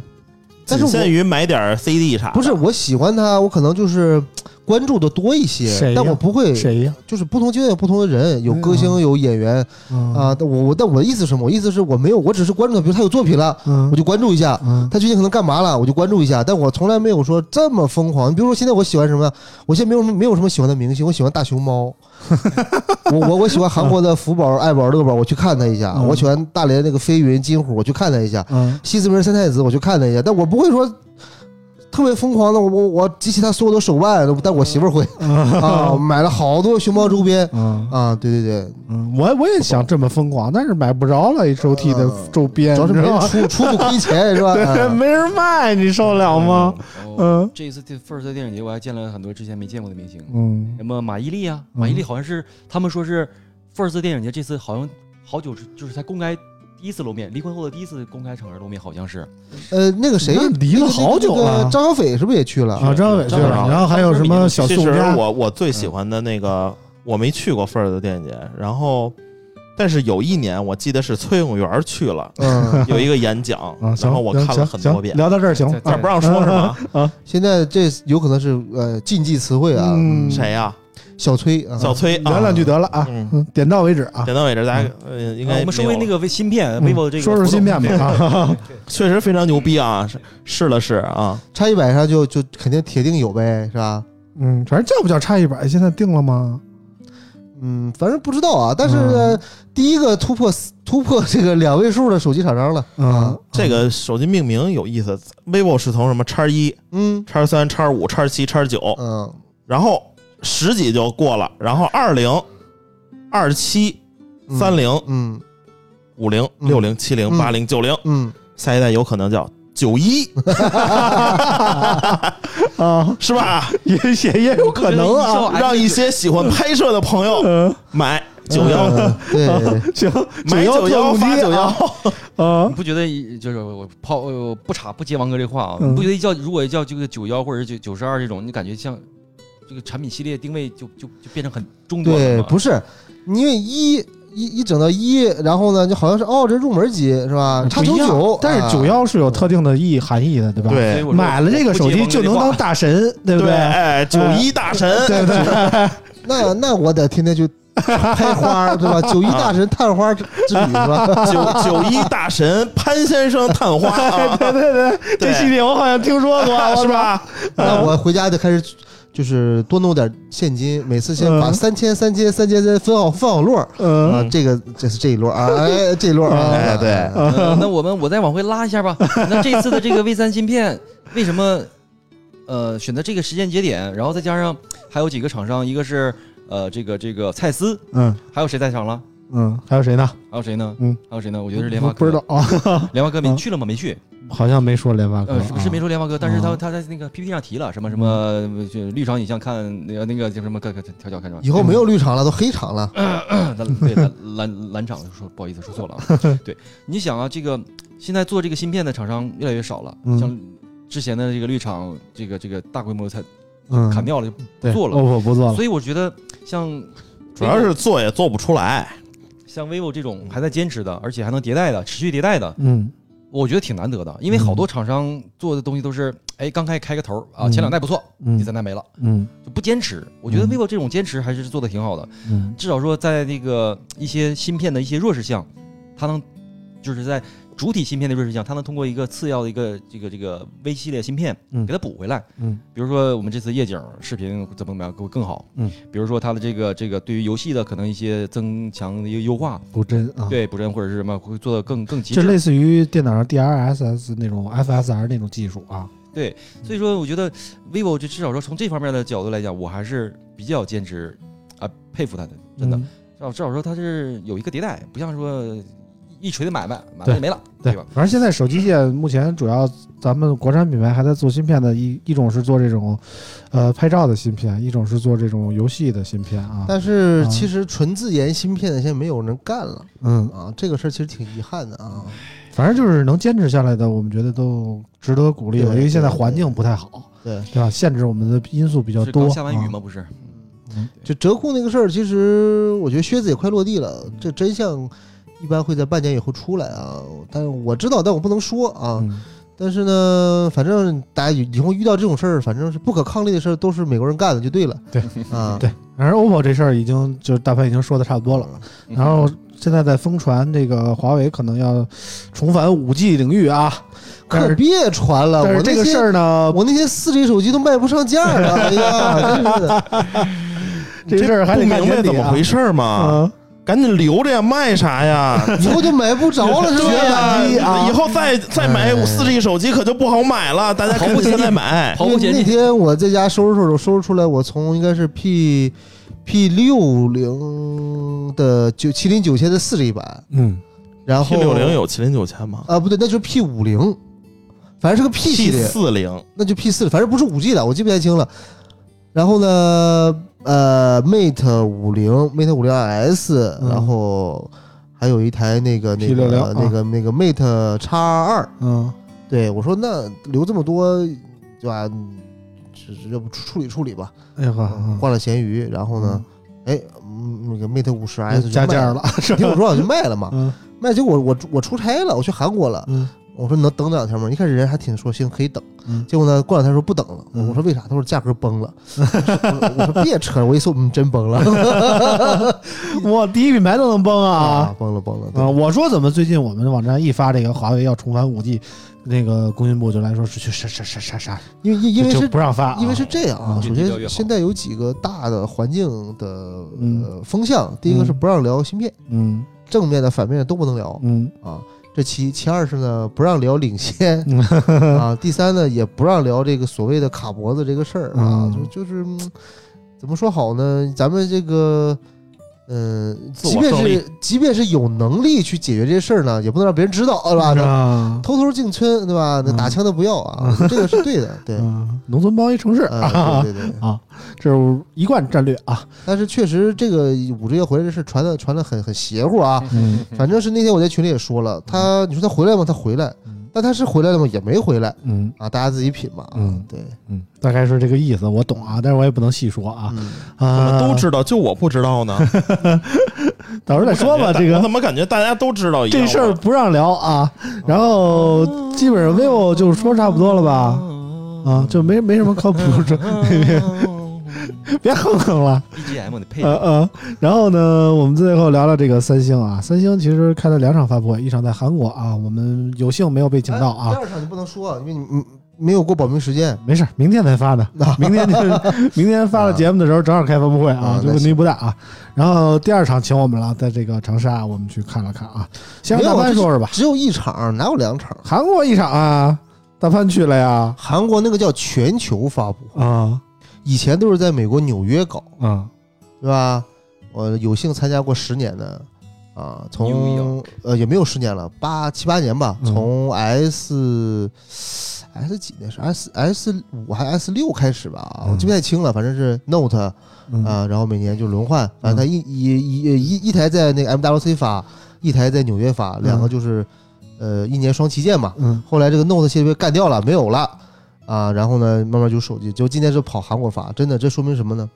S4: 但是
S3: 仅限
S4: 我
S3: 于买点 CD 啥的？
S4: 不是我喜欢他，我可能就是关注的多一些
S1: 谁，呀
S4: 但我不会，
S1: 谁呀？
S4: 就是不同阶段有不同的人，有歌星，
S1: 嗯
S4: 有演员
S1: 啊，
S4: 啊。但我我但我的意思是什么？我意思是我没有，我只是关注他，比如他有作品了，
S1: 嗯
S4: 我就关注一下。
S1: 嗯
S4: 他最近可能干嘛了，我就关注一下，但我从来没有说这么疯狂。你比如说，现在我喜欢什么？我现在没有什么没有什么喜欢的明星，我喜欢大熊猫。
S1: (laughs)
S4: 我我我喜欢韩国的福宝、爱宝、乐宝，我去看他一下；
S1: 嗯
S4: 我喜欢大连那个飞云、金虎，我去看他一下；
S1: 嗯
S4: 西斯门三太子，我去看他一下。但我不会说特别疯狂的，我我我集齐他所有的手办，但我媳妇儿会啊，我买了好多熊猫周边
S1: 嗯
S4: 啊，对对对，
S1: 嗯，我我也想这么疯狂，但是买不着了 H O T 的周边，
S4: 主要是
S1: 你
S4: 没
S1: 知道
S4: 人
S1: 吗？
S4: 出出不亏钱是
S1: (laughs)
S4: 吧？
S1: 对，
S4: 啊
S1: 没人卖，你受得了吗？？
S2: 嗯
S1: 嗯
S2: 这一次这 first 电影节，我还见了很多之前没见过的明星，
S1: 嗯
S2: 什么马伊琍啊，马伊琍好像是他们说是 first 电影节这次好像好久是就是才公开第一次露面，离婚后的第一次公开场合露面，好像是。
S4: 呃，那个谁
S1: 那，离了好久
S4: 那个那
S1: 了
S4: 个张小斐是不是也去了？
S1: 啊，张伟去
S3: 张
S1: 了，
S3: 伟
S1: 然后还有什么小
S3: 其
S1: 宋
S3: 实
S1: 家，嗯
S3: 我我最喜欢的那个，我没去过份儿的电影节，然后，但是有一年我记得是崔永元去了，
S4: 嗯，
S3: 有一个演讲
S1: (laughs) 啊，，行
S3: 然后我
S1: 行
S3: 看
S1: 行
S3: 了很多遍
S1: 行，聊到嗯这儿行
S2: 在
S1: 啊
S2: 在
S3: 这不让说是吗？
S4: 现在这有可能是呃禁忌词汇啊，
S1: 嗯
S3: (laughs) 谁呀？
S4: 小崔啊，
S3: 小崔
S1: 聊
S3: 啊
S1: 两，句得了啊，
S3: 嗯，
S1: 嗯点到为止啊。
S3: 点到为止，大家呃应
S2: 啊
S3: 该
S2: 我们
S3: 没
S2: 说
S3: 有
S2: 回那
S3: 了
S2: 个微芯片
S1: 嗯
S2: ，vivo 这个
S1: 说说
S2: 活动
S1: 芯片吧，啊，
S3: 确实非常牛逼啊，是试了试啊，
S4: 差一百上就就肯定铁定有呗，是吧？
S1: 嗯，反正叫不叫差一百，现在定了吗？
S4: 嗯，反正不知道啊，但是、
S1: 嗯
S4: 呃第一个突破突破这个两位数的手机厂商了，
S1: 嗯，
S3: 这个手机命名有意思，vivo 是从什么叉一、
S4: 嗯
S3: 叉三、叉五、叉七、叉九
S4: 嗯
S3: 然后十几就过了，然后二零、二七、
S4: 嗯
S3: 三零、
S4: 嗯
S3: 五零、
S4: 嗯
S3: 六零、七零、
S4: 嗯
S3: 八零、九零，
S4: 嗯，
S3: 下一代有可能叫九一，
S1: 啊，
S3: 是吧？
S1: 也也也有可能 (laughs) 啊。
S2: (laughs) 我觉得一
S3: 让一些喜欢拍摄的朋友
S1: 嗯，
S3: 买九幺，
S4: 嗯
S1: (laughs)
S4: 对，
S1: 行，
S3: 买
S1: 九
S3: 九
S1: 幺
S3: 幺发九幺，
S1: 啊
S2: 你，不觉得一就是我抛呃不插不接王哥这话啊？
S1: 嗯
S2: 你不觉得叫如果叫这个九幺或者是九九十二这种，你感觉像这个产品系列定位就就就变成很中国了
S4: 对，
S2: 吗？
S4: 不是，因为一一一整到一，然后呢，就好像是哦，这入门级是吧？叉九
S1: 嗯不一
S4: 九
S1: 样，但是九
S4: 啊
S1: 幺是有特定的意义含义的，对吧？，
S2: 所以
S3: 对
S2: 我说
S1: 买了这个手机就能当
S2: 我不接王哥这话
S1: 大神，对不
S3: 对，
S1: 对？
S3: 哎，九一大神，
S1: 对不对？
S4: 那那我得天天去拍花儿，
S1: (laughs)
S4: 对吧？九一大神探花之之旅是吧？
S3: 九九一大神潘先生探
S1: (laughs)
S3: 花，啊
S1: 对对对，这系列 (laughs) 我好像听说过，
S3: 是？
S1: (laughs)
S3: 吧？
S4: 那我回家就开始就是多弄点现金，每次先把
S1: 嗯
S4: 三千、三千、三千再分好分好摞儿
S1: 嗯，
S4: 啊，这个这是这一摞儿啊，哎，这一
S1: (laughs)
S4: 摞儿啊，
S3: 哎对
S1: 嗯
S2: 呃 (laughs) 那我们我再往回拉一下吧。那这次的这个 V 三芯片为什么呃选择这个时间节点？然后再加上还有几个厂商，一个是呃这个这个蔡司，
S1: 嗯
S2: 还有谁在场了？
S1: 嗯，还有谁呢？
S2: 还有谁呢？
S1: 嗯，
S2: 还有谁呢？我觉得是联发科。
S1: 不知道啊，
S2: 联发科没
S1: 嗯
S2: 去了吗？没去。
S1: 好像没说联发科
S2: 呃，，是是没
S1: 说
S2: 说联发科，但是他
S1: 啊嗯
S2: 他在那个 PPT 上提了什么什么呃就绿厂影像看那个那个叫什么看看调教看什么。
S4: 以后没有绿厂了，都黑厂了。
S2: 蓝对蓝蓝蓝厂说不好意思说错了
S1: (laughs)
S2: 啊。对，你想啊，这个现在做这个芯片的厂商越来越少了，
S1: 嗯
S2: 像之前的这个绿厂，这个这个大规模才
S1: 嗯，
S2: 砍掉了，
S1: 对
S2: 做了
S1: 哦不不做了，
S2: 所以我觉得像
S3: 主要是做也做不出来，
S2: 像 vivo 这种还在坚持的，而且还能迭代的、持续迭代的，
S1: 嗯
S2: 我觉得挺难得的。因为好多厂商做的东西都是，哎，刚开开个头啊，
S1: 嗯
S2: 前两代不错，
S1: 嗯
S2: 第三代没了，
S1: 嗯
S2: 就不坚持。我觉得
S1: 嗯
S2: vivo 这种坚持还是做的挺好的。
S1: 嗯
S2: 至少说在那个一些芯片的一些弱势项，它能就是在主体芯片的弱势项，它能通过一个次要的一个这个这个微系列芯片
S1: 嗯
S2: 给它补回来。
S1: 嗯
S2: 比如说我们这次夜景视频怎么怎么样会更好，
S1: 嗯，
S2: 比如说它的这个这个对于游戏的可能一些增强的一个优化，
S1: 古筝啊，，
S2: 对补帧或者是什么会做的更更极
S1: 就类
S2: 致。
S1: 似于电脑上 DRSS 那种 FSR 那种技术啊，
S2: 对，所以说我觉得 vivo 就至少说从这方面的角度来讲，我还是比较坚持啊佩服它的，真的。
S1: 嗯
S2: 至少至少说它是有一个迭代，不像说一锤子买卖，买
S1: 对
S2: 卖就没了，
S1: 对，
S2: 吧？
S1: 反正现在手机界目前主要咱们国产品牌还在做芯片的一一种是做这种，呃，拍照的芯片，一种是做这种游戏的芯片啊。
S4: 但是其实纯自研芯片的现在没有人干了
S1: 嗯，
S4: 啊，这个事儿其实挺遗憾的啊。
S1: 反正就是能坚持下来的，我们觉得都值得鼓励吧，
S4: 对
S1: 因为现在
S4: 对
S1: 环境不太好，
S4: 对，
S1: 对吧？限制我们的因素比较
S2: 是
S1: 多。
S2: 刚下完雨吗？
S1: 啊？(laughs)
S2: 不是，
S4: 就折扣那个事儿，其实我觉得靴子也快落地了，这真相一般会在半年以后出来啊。但是我知道，但我不能说啊。
S1: 嗯，
S4: 但是呢，反正大家以以后遇到这种事儿，反正是不可抗力的事儿，都是美国人干的就对了。
S1: 对
S4: 啊，
S1: (laughs) 对反正 OPPO 这事儿已经就是大潘已经说的差不多了，然后现在在疯传这个华为可能要重返 5G 领域啊，但
S4: 可
S1: 是
S4: 别传了，
S1: 但
S4: 我
S1: 是这
S4: 那
S1: 个事
S4: 些
S1: 儿呢，
S4: 我那些四 G 手机都卖不上价儿了，哎呀，真是的。
S1: 这个事儿还
S3: 不
S1: 得看
S3: 明白
S1: 年底啊
S3: 怎么回
S1: 事
S3: 事儿嘛，
S1: 啊。
S3: 赶紧留着呀，卖啥呀？
S1: (laughs)
S4: 以后就买不着了，是吧？
S1: 啊
S3: 对呀，以后再再买
S4: 哎
S3: 四 G 手机可就不好买了，大家
S2: 毫
S3: 赶
S2: 不接
S3: 紧现在
S2: 近
S6: 哎
S3: 买。
S2: 毫不
S4: 因为
S2: 前
S4: 那
S2: 进。
S4: 天我在家收拾收拾，收拾出来我从应该是 P P 六零的九麒麟九千的四 G 版，
S1: 嗯，
S4: 然后
S3: P 六零有麒麟九千吗
S4: 啊不对，那就是 P 五零，反正是个 P 系
S3: ？P
S4: 列，
S3: 四零
S4: 那就 P 四，反正不是五 G 的，我记不太清了。然后呢，呃，Mate 五零，Mate 五零 S，
S1: 嗯
S4: 然后还有一台那个那
S1: P60
S4: 个
S1: 啊
S4: 那个那个 Mate 叉二，
S1: 嗯
S4: 对我说那留这么多，对吧？嗯这这要不处处理处理吧，
S1: 哎呦呵，嗯
S4: 换了咸鱼，然后呢，哎，嗯那个 Mate 五十 S
S1: 加价了，是
S4: 就卖
S1: 吧
S4: 了，(laughs) 听我说我就卖了嘛，
S1: 嗯
S4: 卖结果我我出差了，我去韩国了，
S1: 嗯
S4: 我说能等两天吗？一开始人还挺说行，可以等，
S1: 嗯
S4: 结果呢，过两天说不等了，
S1: 嗯
S4: 我说为啥？他说价格崩 (laughs) 了，我说我说别扯了，我一搜，嗯，真崩了 (laughs)
S1: 哇，第一品牌都能崩啊！
S4: 崩了崩了，
S1: 啊，我说怎么最近我们网站一发这个华为要重返五 G，那个工信部就来说是去啥啥啥啥啥，
S4: 因为因因为
S1: 就是不让发啊，
S4: 因为是这样啊，
S1: 啊
S4: 首
S2: 越低调越好
S4: 先现在有几个大的环境的
S1: 嗯
S4: 呃风向，第一个是
S1: 嗯
S4: 不让聊芯片，
S1: 嗯
S4: 正面的、反面的都不能聊
S1: 嗯
S4: 啊。这其其二是呢，不让聊
S1: (laughs)
S4: 领先啊；第三呢，也不让聊这个所谓的卡脖子这个事儿啊，
S1: 嗯
S4: 就就是嗯怎么说好呢？咱们这个。嗯，
S3: 自我
S4: 即便
S3: 胜利
S4: 是即便是有能力去解决这些事儿呢，也不能让别人知道，对吧？
S1: 啊，
S4: 偷偷进村，对吧？那
S1: 嗯
S4: 打枪的不要啊，这个是对的，对，
S1: 嗯，农村包围城市
S4: 啊，
S1: 啊，
S4: 对对对。
S1: 这是一贯战略啊。
S4: 但是确实，这个武志月回来这事传的传的很很邪乎啊。
S1: 嗯
S4: 反正是那天我在群里也说了，他你说他回来吗？他回来，但他是回来了吗？也没回来
S1: 嗯
S4: 啊，大家自己品吧。啊
S1: 嗯
S4: 对，
S1: 嗯，大概是这个意思，我懂啊，但是我也不能细说啊
S4: 嗯
S3: 怎
S1: 啊，
S3: 么都知道，就我不知道 (laughs) 呢？
S1: 到时候再说吧。
S3: 我感觉
S1: 这
S3: 我
S1: 个
S3: 怎么感觉大家都知道一样
S1: 这
S3: 啊？
S1: 事儿不让聊啊，然后基本上 vivo 就说差不多了吧。啊，就没没什么可补 (laughs) 充，别哼哼了。
S2: BGM 得配
S1: 呃呃，然后呢，我们最后聊聊这个三星啊，三星其实开了两场发布会，一场在韩国啊，我们有幸没有被请到
S4: 哎
S1: 啊
S4: 第，二场你不能说，因为你嗯你没有过保命时间。
S1: 没事儿，明天才发
S4: (laughs)
S1: 的，明天就明天发了节目的时候正好开发布会啊
S4: 啊，
S1: 这问题不大啊。然后第二场请我们了，在这个长沙我们去看了看啊，先让大
S4: 没有
S1: 潘说说吧，
S4: 只有一场，哪有两场？
S1: 韩国一场啊，大潘去了呀，
S4: 韩国那个叫全球发布会，
S1: 啊
S4: 以前都是在美国纽约搞，
S1: 啊
S4: 对吧？我有幸参加过十年的，啊，
S2: New
S4: 从呃也没有十年了，八七八年吧，
S1: 嗯
S4: 从 S、S 几年是 S S 五还 S 六开始吧，啊我记不太清了，反正是 Note 啊、
S1: 嗯
S4: 然后每年就轮换，反正它一一一一一台在那个 MWC 发，一台在纽约发，两个就是、呃一年双旗舰嘛。
S1: 嗯
S4: 后来这个 Note 系列被干掉了，没有了。啊，然后呢，慢慢就手机，就今年就跑韩国发，真的，这说明什么呢？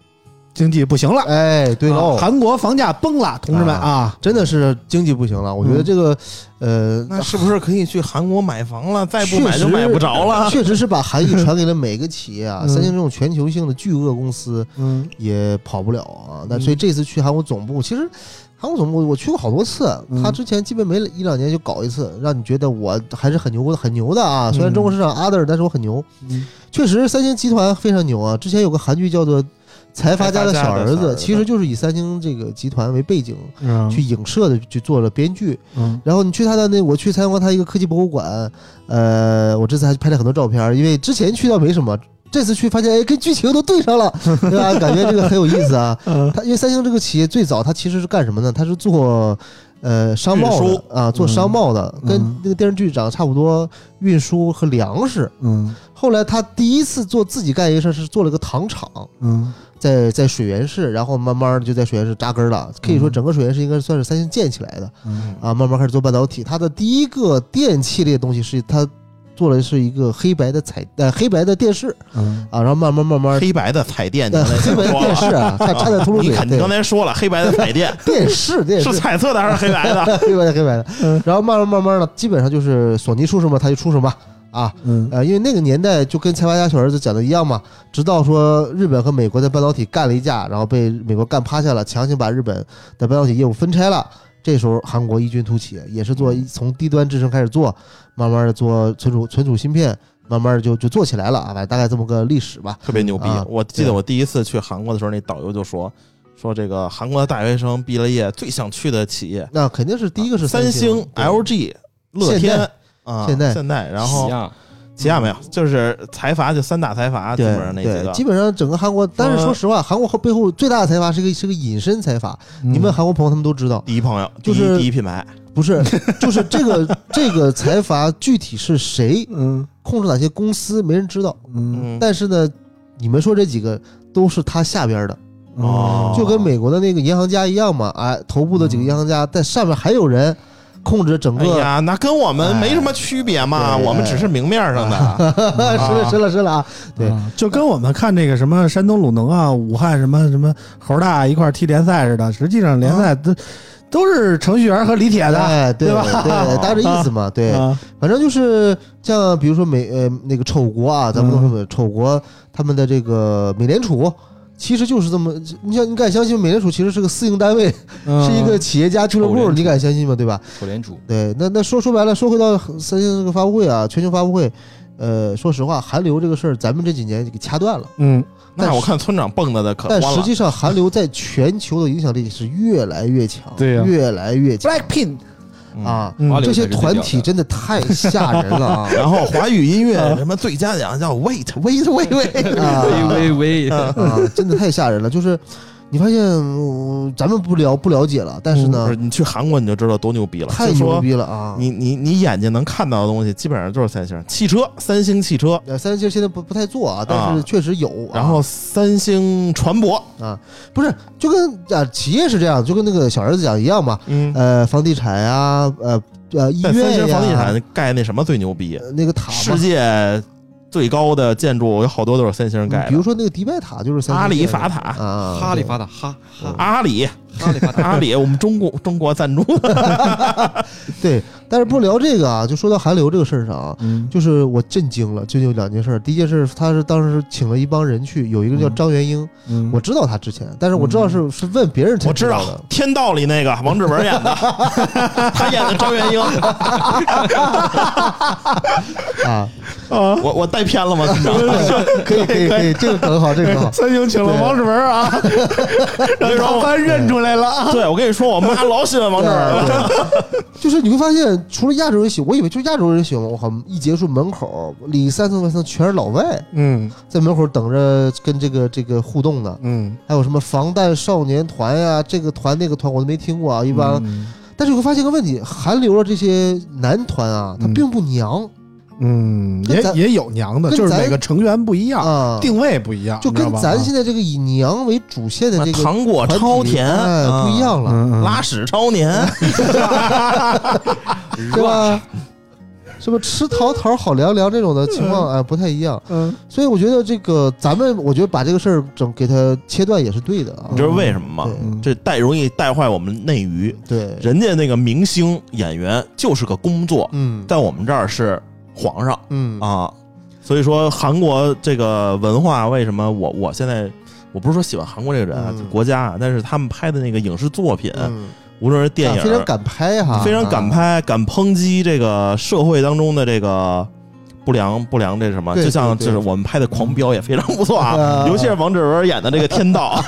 S1: 经济不行了，
S4: 哎，对
S1: 啊
S4: 喽，
S1: 韩国房价崩了，同志们啊，
S4: 真的是经济不行了。我
S1: 嗯
S4: 觉得这个，呃
S3: 那是不是可以去韩国买房了？再不买
S4: 确
S3: 就
S4: 实
S3: 买不着
S4: 呃，
S3: 了。
S4: 确实是把韩语传给了每个企业啊。
S1: 嗯
S4: 三星这种全球性的巨鳄公司
S1: 嗯
S4: 也跑不了啊。
S3: 嗯
S4: 那所以这次去韩国总部，其实韩国总部我去过好多次，
S1: 嗯
S4: 他之前基本每一两年就搞一次，让你觉得我还是很牛很牛的
S3: 嗯
S4: 啊。虽然中国市场 other，但是我很牛。
S1: 嗯
S4: 确实，三星集团非常牛啊。之前有个韩剧叫做《财阀家的小
S3: 财阀家
S4: 儿
S3: 的小
S4: 子
S3: 儿》，子
S4: 其实就是以三星这个集团为背景
S1: 嗯
S4: 去影射的，去做了编剧。
S1: 嗯
S4: 然后你去他的那，我去参观他一个科技博物馆，呃，我这次还拍了很多照片儿，因为之前去倒没什么，这次去发现哎，跟剧情都对
S1: (laughs)
S4: 上了，对吧？感觉这个很有意思啊。
S1: 嗯
S4: 他因为三星这个企业最早它其实是干什么呢？它是做呃商贸
S3: 运
S4: 的
S3: 输
S4: 啊，做商贸的，
S1: 嗯
S4: 跟
S1: 嗯
S4: 那个电视剧长得差不多，运输和粮食。
S1: 嗯
S4: 后来他第一次做自己干一个事儿是做了个糖厂，
S1: 嗯
S4: 在在水源市，然后慢慢地就在水源市扎根儿了。可以说整个水源市应该算是三星建起来的。
S1: 嗯
S4: 啊，慢慢开始做半导体。它的第一个电器类的东西是它做的是一个黑白的彩呃黑白的电视
S1: 嗯
S4: 啊，然后慢慢慢
S3: (laughs)
S4: 慢，
S3: 黑白的彩电，你 (laughs)
S4: 呃
S3: 刚才
S4: 黑白的
S3: 说了
S4: 电视啊，差差点吐露
S3: 你
S4: 嘴
S3: 看，，你
S4: 对
S3: 刚才说了，黑白的彩电
S4: 电视电
S3: (laughs)
S4: 视 (laughs)
S3: 是彩色的还是黑白的？
S4: 黑白的黑白的，然后慢慢慢慢的，基本上就是索尼出什么它就出什么啊。
S1: 嗯
S4: 呃，因为那个年代就跟财阀家小儿子讲的一样嘛，直到说日本和美国在半导体干了一架，然后被美国干趴下了，强行把日本的半导体业务分拆了。这时候韩国异军突起，也
S3: 嗯
S4: 是做一从低端制程开始做，慢慢的做存储存储芯片，慢慢的就就做起来了啊，大概这么个历史吧。
S3: (laughs) 特别牛逼
S4: 啊！
S3: 我记得我第一次去韩国的时候，那导游就说说这个韩国的大学生毕了业最想去的企业，
S4: 那肯定是第一个是
S3: 三
S4: 星、对
S3: LG、乐
S4: 现
S3: 天
S4: 代
S3: 啊，
S4: 现代
S3: 现代，然后
S2: 一样
S3: 旗下没有，就是财阀就三大财阀，基
S4: 对
S3: 本上那几
S4: 对，
S3: 个
S4: 基。本上整个韩国，但是
S3: 呃
S4: 说实话，韩国背后最大的财阀是个是个隐身财阀，
S3: 嗯
S4: 你问韩国朋友他们都知道，
S3: 第一朋友，
S4: 就
S3: 第一
S4: 是
S3: 第一品牌，
S4: 不是， (laughs) 就是这个这个财阀具体是谁
S1: 嗯
S4: 控制哪些公司，没人知道。
S1: 嗯
S3: 嗯，
S4: 但是呢，你们说这几个都是他下边的，
S1: 嗯
S3: 哦
S4: 就跟美国的那个银行家一样嘛。哎，头部的
S1: 嗯
S4: 几个银行家，在上面还有人控制整
S3: 哎
S4: 个。
S3: 呀，那跟我们没什么区别嘛，
S4: 哎对哎
S3: 我们只是明面上的。
S4: (laughs) 是了，是了，是了啊！对
S1: 啊就跟我们看那个什么山东鲁能啊、武汉什么什么猴大一块儿踢联赛似的，实际上联
S4: 啊
S1: 赛都、都是程序员和李铁的，
S4: 哎，对
S1: 对吧
S4: 对，大家这意思嘛，对，
S1: 啊
S4: 反正就是像比如说美呃那个丑国啊，咱
S1: 嗯
S4: 们都说美丑国他们的这个美联储，其实就是这么，你像你敢相信美联储其实是个私营单位，
S1: 嗯
S4: 是一个企业家俱乐
S2: 丑
S4: 部，
S2: 人
S4: 你敢相信吗？对吧？
S2: 口联主，
S4: 对，那那说说白了，说回到三星这个发布会啊，全球发布会，呃，说实话，韩流这个事儿，咱们这几年给掐断了，
S1: 嗯
S3: 那我看村长蹦跶的可欢
S4: 但实
S3: 了，
S4: 际上韩流在全球的影响力是越来越强，
S1: 对呀
S4: 越来越强。
S1: ，Blackpink
S2: 嗯
S4: 啊
S1: 嗯
S2: 花柳才
S4: 这些
S2: 是最
S4: 团
S2: 屌
S4: 体
S2: 的
S4: 真的太吓人了啊！
S6: (laughs)
S7: 然后华语音乐
S4: 嗯
S7: 什么最佳奖叫 Wait Wait Wait Wait，
S4: 啊
S1: 呃
S2: 喂喂喂，
S4: 啊，真的太吓人了。就是你发现嗯咱们不了不了解了，但是
S6: 不
S4: 呢
S6: 是，你去韩国你就知道多牛嗯逼了，
S4: 嗯太
S6: 就
S4: 牛
S6: 说
S4: 逼了啊！
S6: 你你你眼睛能看到的东西，基本上就是三星汽车，三星汽车，
S4: 呃，三星现在不不太做啊，但是
S6: 啊
S4: 确实有啊。
S6: 然后三星船舶，
S4: 啊，不是就跟啊企业是这样，就跟那个小儿子讲一样嘛。
S6: 嗯，
S4: 呃，房地产呀、呃呃医
S6: 在三
S4: 院
S6: 星
S4: 呀、
S6: 房地产盖那什么最牛逼？啊
S4: 呃那个塔
S6: 世
S4: 嘛，
S6: 界最高的建筑有好多都是三星盖
S4: 比如
S6: 的，
S4: 说那个迪拜塔就是三星
S6: 阿里
S4: 建的
S6: 法塔、
S4: 啊，
S2: 哈利法塔哈哈
S6: 阿里、
S2: 哈利法塔，
S6: 阿里，我们中国中国赞助的，
S4: 对，但是不聊这个啊，就说到韩流这个事儿上啊，
S1: 嗯
S4: 就是我震惊了，就有两件事儿。第一件事，他是当时请了一帮人去，有一个叫
S1: 嗯
S4: 张元英，
S1: 嗯。
S4: 我知道他之前，但是我知道是、是问别人才
S6: 嗯我知道
S4: 道
S6: 《
S4: 的。
S6: 天道》里那个王志文演
S4: (laughs)
S6: 的，他演的张元英，
S4: 啊，
S6: 我我带偏了吗？村
S4: (laughs)
S6: 长，
S4: 可以可以可以，这个很好，这个很好
S1: (laughs) 三星请了王志文啊，让张帆认出来了。
S6: 对我跟你说，我妈老喜欢王志文了，
S4: 对 (laughs) 就是你会发现，除了亚洲人喜，我以为就亚洲人喜欢我靠！一结束门口里三层外三层全是老外
S1: 嗯
S4: 在门口等着跟这个这个互动呢，
S1: 嗯，
S4: 还有什么防弹少年团呀、这个团那个团我都没听过啊，一
S1: 嗯
S4: 般。但是你会发现个问题，韩流的这些男团啊，他
S1: 嗯
S4: 并不娘、
S1: 嗯，也
S4: 跟咱
S1: 也有娘的，
S4: 跟
S1: 就是
S4: 咱
S1: 每个成员不一样，
S4: 啊，
S1: 定位不一样，
S4: 就
S1: 你知道
S4: 跟
S1: 吧啊
S4: 咱现在这个以娘为主线的这个
S6: 糖果啊超甜，
S4: 哎
S6: 啊
S4: 不一，样嗯了，
S1: 嗯嗯
S6: 拉屎超黏，
S4: 对吧？什么吃桃桃好凉凉这种的情况，哎，不太一样。
S1: 嗯
S4: 所以我觉得这个咱们，我觉得把这个事儿整给它切断也是对的啊
S6: 你。知道为什么吗？
S4: 对
S6: 这带容易带坏我们内娱。
S4: 对，
S6: 人家那个明星演员就是个工作，
S4: 嗯
S6: 在我们这儿是皇上
S4: 嗯
S6: 啊。所以说，韩国这个文化为什么我我现在我不是说喜欢韩国这个人啊，
S4: 嗯
S6: 就国家啊，但是他们拍的那个影视作品，
S4: 嗯，
S6: 无论是呃电影，
S4: 啊非常敢拍哈，
S6: 非常敢
S4: 啊，
S6: 拍，敢抨击这个社会当中的这个不良不良这什么，
S4: 对
S6: 就像
S4: 对对
S6: 就是我们拍的《狂飙》也非常不错啊，
S4: 啊
S6: 尤其是王志文演的这个《
S4: (laughs)
S6: 天道》，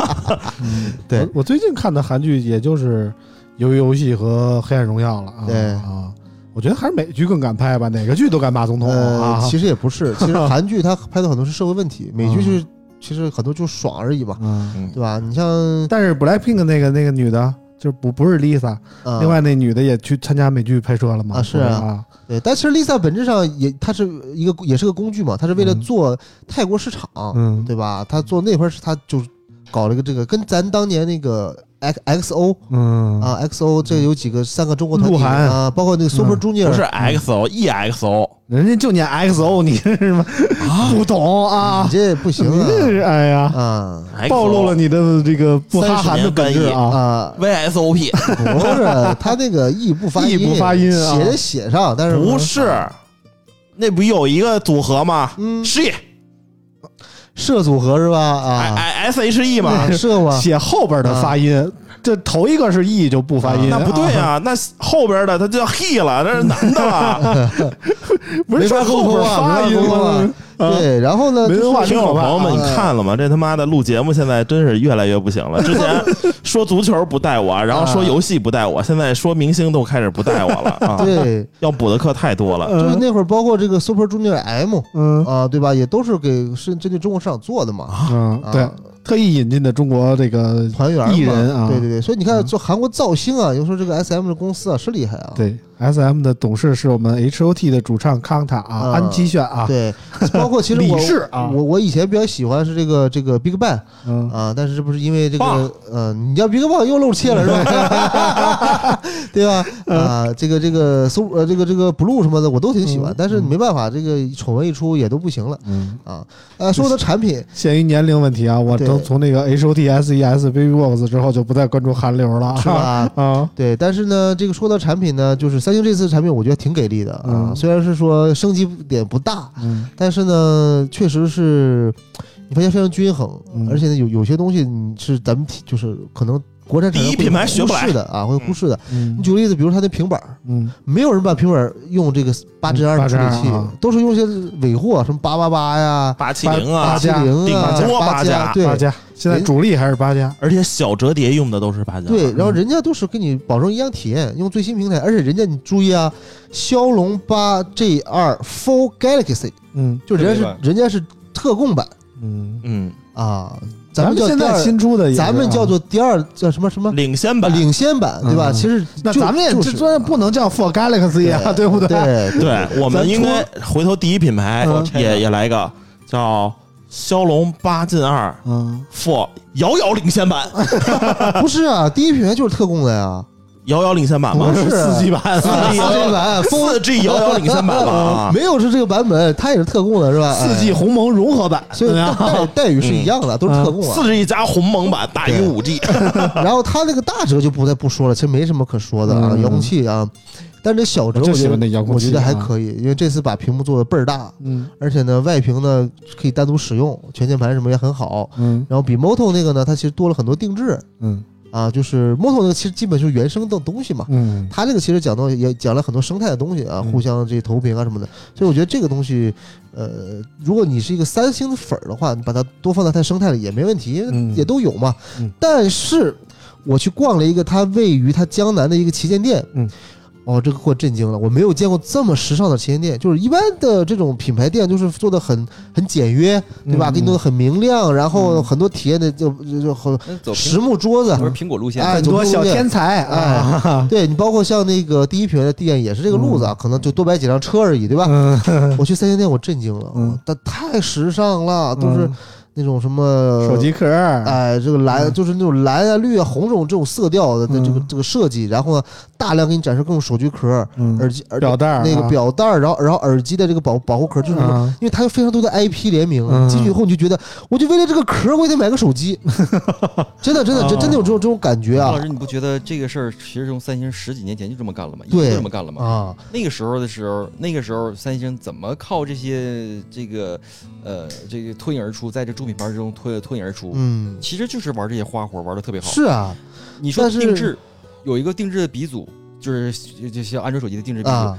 S4: 对
S1: 我我最近看的韩剧也就是《鱿鱼游戏》和《黑暗荣耀》了啊。
S4: 对
S1: 啊，我觉得还是美剧更敢拍吧，哪个剧都敢骂总统啊
S4: 呃，。其实也不
S6: (laughs)
S4: 是，其实韩剧它拍的很多是社会问
S6: 嗯
S4: 题，美剧就是其实很多就爽而已嘛，
S1: 嗯，
S4: 对吧？你像
S1: 但是 BLACKPINK 那个那个女的，就不不是 Lisa，
S4: 啊
S1: 另外那女的也去参加美剧拍摄了嘛？
S4: 啊是啊
S1: 啊，
S4: 对，但其实 Lisa 本质上也，它是一个也是个工具嘛，它是为了
S1: 嗯
S4: 做泰国市场，
S1: 嗯，
S4: 对吧？他做那块儿是他就搞了一个这个，跟咱当年那个 X X O
S1: 嗯
S4: 啊 X O 这有几个三个中国团
S1: 鹿
S4: 体
S1: 晗
S4: 啊，包括那个 Super
S1: 嗯
S4: Junior，、
S6: 不是 XO EXO，
S1: 人家就念 XO，你是什么不懂啊
S4: 你？这不
S1: (laughs)
S4: 行
S1: 你这是哎呀，
S4: 啊
S1: 暴露了你的这个不哈韩的本质
S4: 啊
S1: 啊！
S4: 啊！
S6: VSOP，
S4: 不是他那个意不发
S1: 意不发音啊
S4: 写着写上，但是
S6: 不是，那不有一个组合吗
S4: 嗯
S6: ？She
S4: 社组合是吧？
S1: 哎
S6: I
S4: 啊，
S6: I 哎 S H E 嘛
S1: 那。
S4: (laughs) 社嘛，
S1: 写后边的发音，这头一个是 E 就不发音，
S6: 那不对
S1: 啊，
S6: 啊，那后边的他叫 he 了，那是男
S4: (laughs)
S6: 的了。
S1: 不是
S4: 没法
S1: 说后
S4: 沟通
S1: 边
S4: 啊，
S1: 发
S4: 没
S1: 音
S4: 法沟通
S1: 吗？。
S4: 啊
S1: 啊
S4: 对，然后呢，
S1: 没
S4: 就是
S1: 文化
S6: 听
S1: 真
S6: 友
S1: 可
S6: 朋友
S1: 怕
S6: 们，
S4: 嗯
S1: 啊！
S6: 你看了吗？这他妈的录节目现在真是越来越不行
S4: (laughs)
S6: 了。之前说足球不带我，然后说游戏不带我，现在说明星都开始不带我
S4: (laughs)
S6: 了啊！
S4: 对，
S6: 要补的课太多了。
S4: 就是
S1: 嗯
S4: 那会儿包括这个 Super Junior M
S1: 嗯
S4: 啊，对吧？也都是给是针对中国市场做的嘛。
S1: 嗯，
S4: 啊
S1: 对，特意引进的中国这个
S4: 团员嘛
S1: 艺人啊
S4: 对对对，所以你
S1: 嗯
S4: 看，做韩国造星啊，有时候这个 S M 的公司啊是厉害啊，
S1: 对 S M 的董事是我们 H O T 的主唱康塔啊，
S4: 啊
S1: 安七炫啊， (laughs)
S4: 对，包括其实
S1: 李
S4: 我
S1: 氏啊
S4: 我我以前比较喜欢是这个这个 Big Bang
S1: 嗯，
S4: 啊，但是这不是因为这
S6: 棒
S4: 个呃，你叫 Big Bang 又露怯了
S1: (laughs)
S4: 是吧？对吧？
S1: 嗯
S4: 啊，这个这个搜呃这个这个 Blue 什么的我都挺喜欢
S1: 嗯，
S4: 但是没办法，这个丑闻一出也都不行了
S1: 嗯，
S4: 啊。呃，说到产品，
S1: 限于年龄问题啊，我
S4: 对
S1: 都从那个 H O T S E S Baby Box 之后就不再关注韩流了，
S4: 是？吧？
S1: 啊，
S4: 对，但是呢，这个说到产品呢，就是三星这次产品，我觉得挺给力的啊。
S1: 嗯
S4: 虽然是说升级点不大，
S1: 嗯
S4: 但是呢，确实是你发现非常均衡，
S1: 嗯
S4: 而且呢，有有些东西你是咱们提就是可能国产厂商
S6: 第一品牌学不来
S4: 会忽视的啊，会忽视的。你
S1: 嗯
S4: 举个例子，比如它那平板儿，
S1: 嗯
S4: 没有人把平板儿用这个八
S6: 嗯
S4: 针二的处理器
S1: 8针啊，
S4: 都是用一些尾货，什么八八八呀、
S6: 八七零啊
S4: 七，零
S6: 顶
S4: 啊、
S6: 多
S4: 八
S6: 八加
S4: 对
S1: 八。家，现在主力还是八家，
S3: 而且小折叠用的都是八加。
S4: 对，然后人家都是给你保证一样体验，用最新平台，而且人家你注意啊，骁龙八 G 二 Full Galaxy，
S1: 嗯
S4: 就人
S2: 特别
S4: 家是人家是特供版
S1: 嗯，
S3: 嗯，
S4: 啊，
S1: 咱
S4: 们叫
S1: 现
S4: 第
S1: 在
S4: 二
S1: 新出的也是啊，
S4: 咱们叫做第二叫什么什么
S3: 领先
S4: 啊
S3: 版，
S4: 领先版，对吧？
S1: 嗯
S4: 其实
S1: 那
S4: 就
S1: 咱们也
S4: 就
S1: 这
S4: 是
S1: 这不能叫 For Galaxy 啊， (laughs) 对不对？
S4: 对
S3: 对，我
S1: 咱
S3: 们应
S1: 出
S3: 该回头第一品牌
S1: 嗯
S3: 也也来一个叫骁龙八进二
S1: 嗯，
S3: for 遥遥领先
S4: (laughs)
S3: 版，
S4: 不是啊，第一品牌就是特供的
S1: (laughs)
S4: 呀，
S3: 遥遥领先版吗？
S6: (laughs)
S4: 不是啊
S3: 四 G 版，
S4: 四 G
S1: (laughs)
S4: 版
S3: 四 G 遥遥领先版吧啊。
S4: (laughs) 没有是这个版本，它也是特供的，是吧？
S1: 四
S4: 哎
S1: G 鸿蒙融合版，嗯
S4: 所以
S1: 怎么样
S4: 待待遇是一样的，都是特供啊。
S3: 四 G 加鸿蒙版大于
S4: 对
S3: 五 G，
S4: 然后它那个大折就不再不说了，其实没什么可说的啊，
S1: 嗯
S4: 遥控器啊。但这小折
S1: 我就
S4: 我
S1: 喜
S4: 觉
S1: 欢
S4: 得
S1: 那遥控
S4: 我
S1: 器
S4: 觉得还
S1: 啊
S4: 可以，因为这次把屏幕做的倍儿大，
S1: 嗯
S4: 而且呢外屏呢可以单独使用，全键盘什么也很好。
S1: 嗯
S4: 然后比 Moto 那个呢，它其实多了很多定制
S1: 嗯
S4: 啊，就是 Moto 那个其实基本就是原生的东西嘛。
S1: 嗯，
S4: 它这个其实讲到也讲了很多生态的东西啊，
S1: 嗯
S4: 互相这投屏啊什么的，所以我觉得这个东西，呃，如果你是一个三星的粉儿的话，你把它多放在它生态里也没问题，
S1: 嗯
S4: 也都有嘛。
S1: 嗯
S4: 但是我去逛了一个它位于它江南的一个旗舰店，
S1: 嗯，
S4: 哦，这个给我震惊了，我没有见过这么时尚的旗舰店，就是一般的这种品牌店就是做的很很简约，对吧？
S1: 嗯
S4: 给你弄得很明亮，然后
S1: 嗯
S4: 很多体验的就就就很
S2: 那走苹
S4: 实木桌
S1: 啊
S4: 子，
S2: 不是苹果路线，
S4: 哎
S1: 很多小天才啊，
S4: 对你包括像那个第一品牌的店也是这个路子啊，可能就多摆几辆车而
S1: (laughs)
S4: 已，对吧？
S1: 嗯，
S4: 我去三星店，我震惊了，
S1: 嗯
S4: 它太时尚了，都是那种什么
S1: 手机壳儿，
S4: 哎，这个蓝、就是那种蓝啊、绿啊、红这种这种色调的这这个、
S1: 嗯
S4: 这个设计，然后呢，大量给你展示各种手机壳、
S1: 嗯
S4: 耳机、耳
S1: 表带儿
S4: 那个
S1: 啊
S4: 表带儿，然后然后耳机的这个保保护壳，就是什么。
S1: 啊
S4: 因为它有非常多的 IP 联名，
S1: 嗯
S4: 进去以后你就觉得，我就为了这个壳，我也得买个手机，
S1: (laughs)
S4: 真的真的真真的有这种这种感觉
S2: 高
S4: 啊
S2: 老师，你不觉得这个事儿其实从三星十几年前就这么干了吗？一
S4: 对
S2: 直这么干
S1: 嗯
S2: 了吗？
S4: 啊！
S2: 那个时候的时候，那个时候三星怎么靠这些这个呃这个脱颖而出，在这主品牌之中脱脱颖而出？
S4: 嗯，
S2: 其实就是玩这些花活，玩的特别好。
S4: 是啊
S2: 你说
S4: 但是
S2: 定制有一个定制的鼻祖，就是就像安卓手机的定制鼻祖，
S4: 啊，